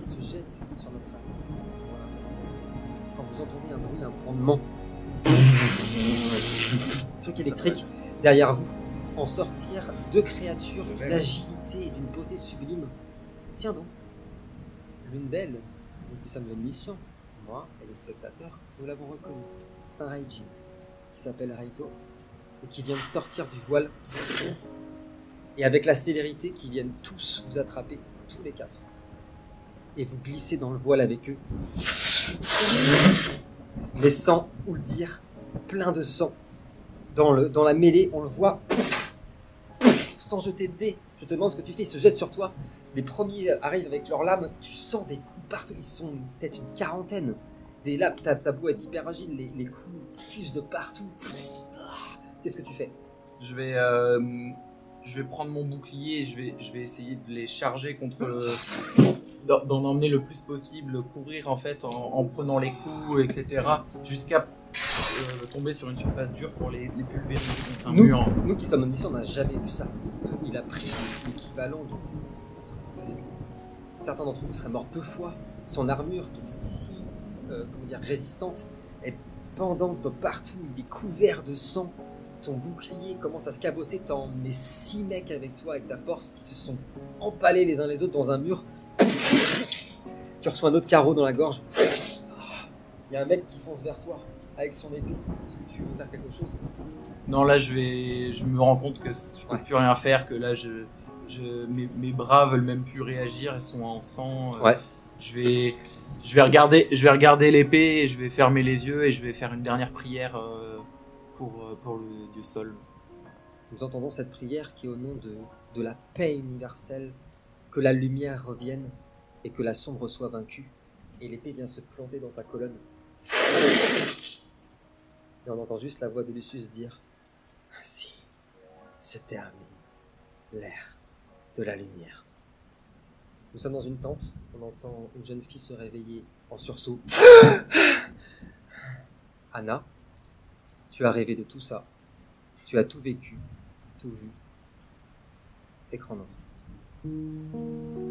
[SPEAKER 1] qui se jettent sur notre âme. Quand vous entendez un bruit, un grondement, truc électrique derrière vous, en sortir deux créatures d'une agilité et d'une beauté sublime. Tiens donc, l'une d'elles, nous qui sommes de mission, moi et les spectateurs, nous l'avons reconnue. C'est un Raijin qui s'appelle Raito et qui vient de sortir du voile. Et avec la célérité, qui viennent tous vous attraper, tous les quatre. Et vous glissez dans le voile avec eux, laissant Ouldir plein de sang dans, le, dans la mêlée, on le voit, pouf, pouf, sans jeter de dés. Je te demande ce que tu fais, il se jette sur toi. Les premiers arrivent avec leurs lames, tu sens des coups partout, ils sont peut-être une quarantaine. Des lames, ta, ta boue est hyper agile, les, les coups fusent de partout. Ah, Qu'est-ce que tu fais
[SPEAKER 4] Je vais, euh, je vais prendre mon bouclier et je vais, je vais essayer de les charger contre. d'en- d'en emmener le plus possible, courir en fait en, en prenant les coups, etc. jusqu'à euh, tomber sur une surface dure pour les, les pulvériser contre un
[SPEAKER 1] Nous-
[SPEAKER 4] mur.
[SPEAKER 1] Nous qui sommes en mission, on n'a jamais vu ça. Il a pris l'équivalent de. enfin, Certains d'entre vous seraient morts deux fois. Son armure, qui est si euh, comment dire, résistante, est pendante de partout. Il est couvert de sang. Ton bouclier commence à se cabosser. T'en mets six mecs avec toi, avec ta force, qui se sont empalés les uns les autres dans un mur. Tu reçois un autre carreau dans la gorge. Il y a un mec qui fonce vers toi avec son épée. Est-ce que tu veux faire quelque chose
[SPEAKER 4] Non, là, je vais, je me rends compte que je peux
[SPEAKER 1] Ouais.
[SPEAKER 4] plus rien faire, que là, je, je, mes, mes bras veulent même plus réagir, ils sont en sang. euh,
[SPEAKER 1] Ouais.
[SPEAKER 4] Je vais, je vais regarder, je vais regarder l'épée, et je vais fermer les yeux et je vais faire une dernière prière euh, pour euh, pour le dieu sol.
[SPEAKER 1] Nous entendons cette prière qui est au nom de, de la paix universelle, que la lumière revienne et que la sombre soit vaincue. Et l'épée vient se planter dans sa colonne. Et on entend juste la voix de Lucius dire Ainsi se termine l'ère de la lumière. Nous sommes dans une tente, on entend une jeune fille se réveiller en sursaut. Anna, tu as rêvé de tout ça. Tu as tout vécu, tout vu. Écran noir.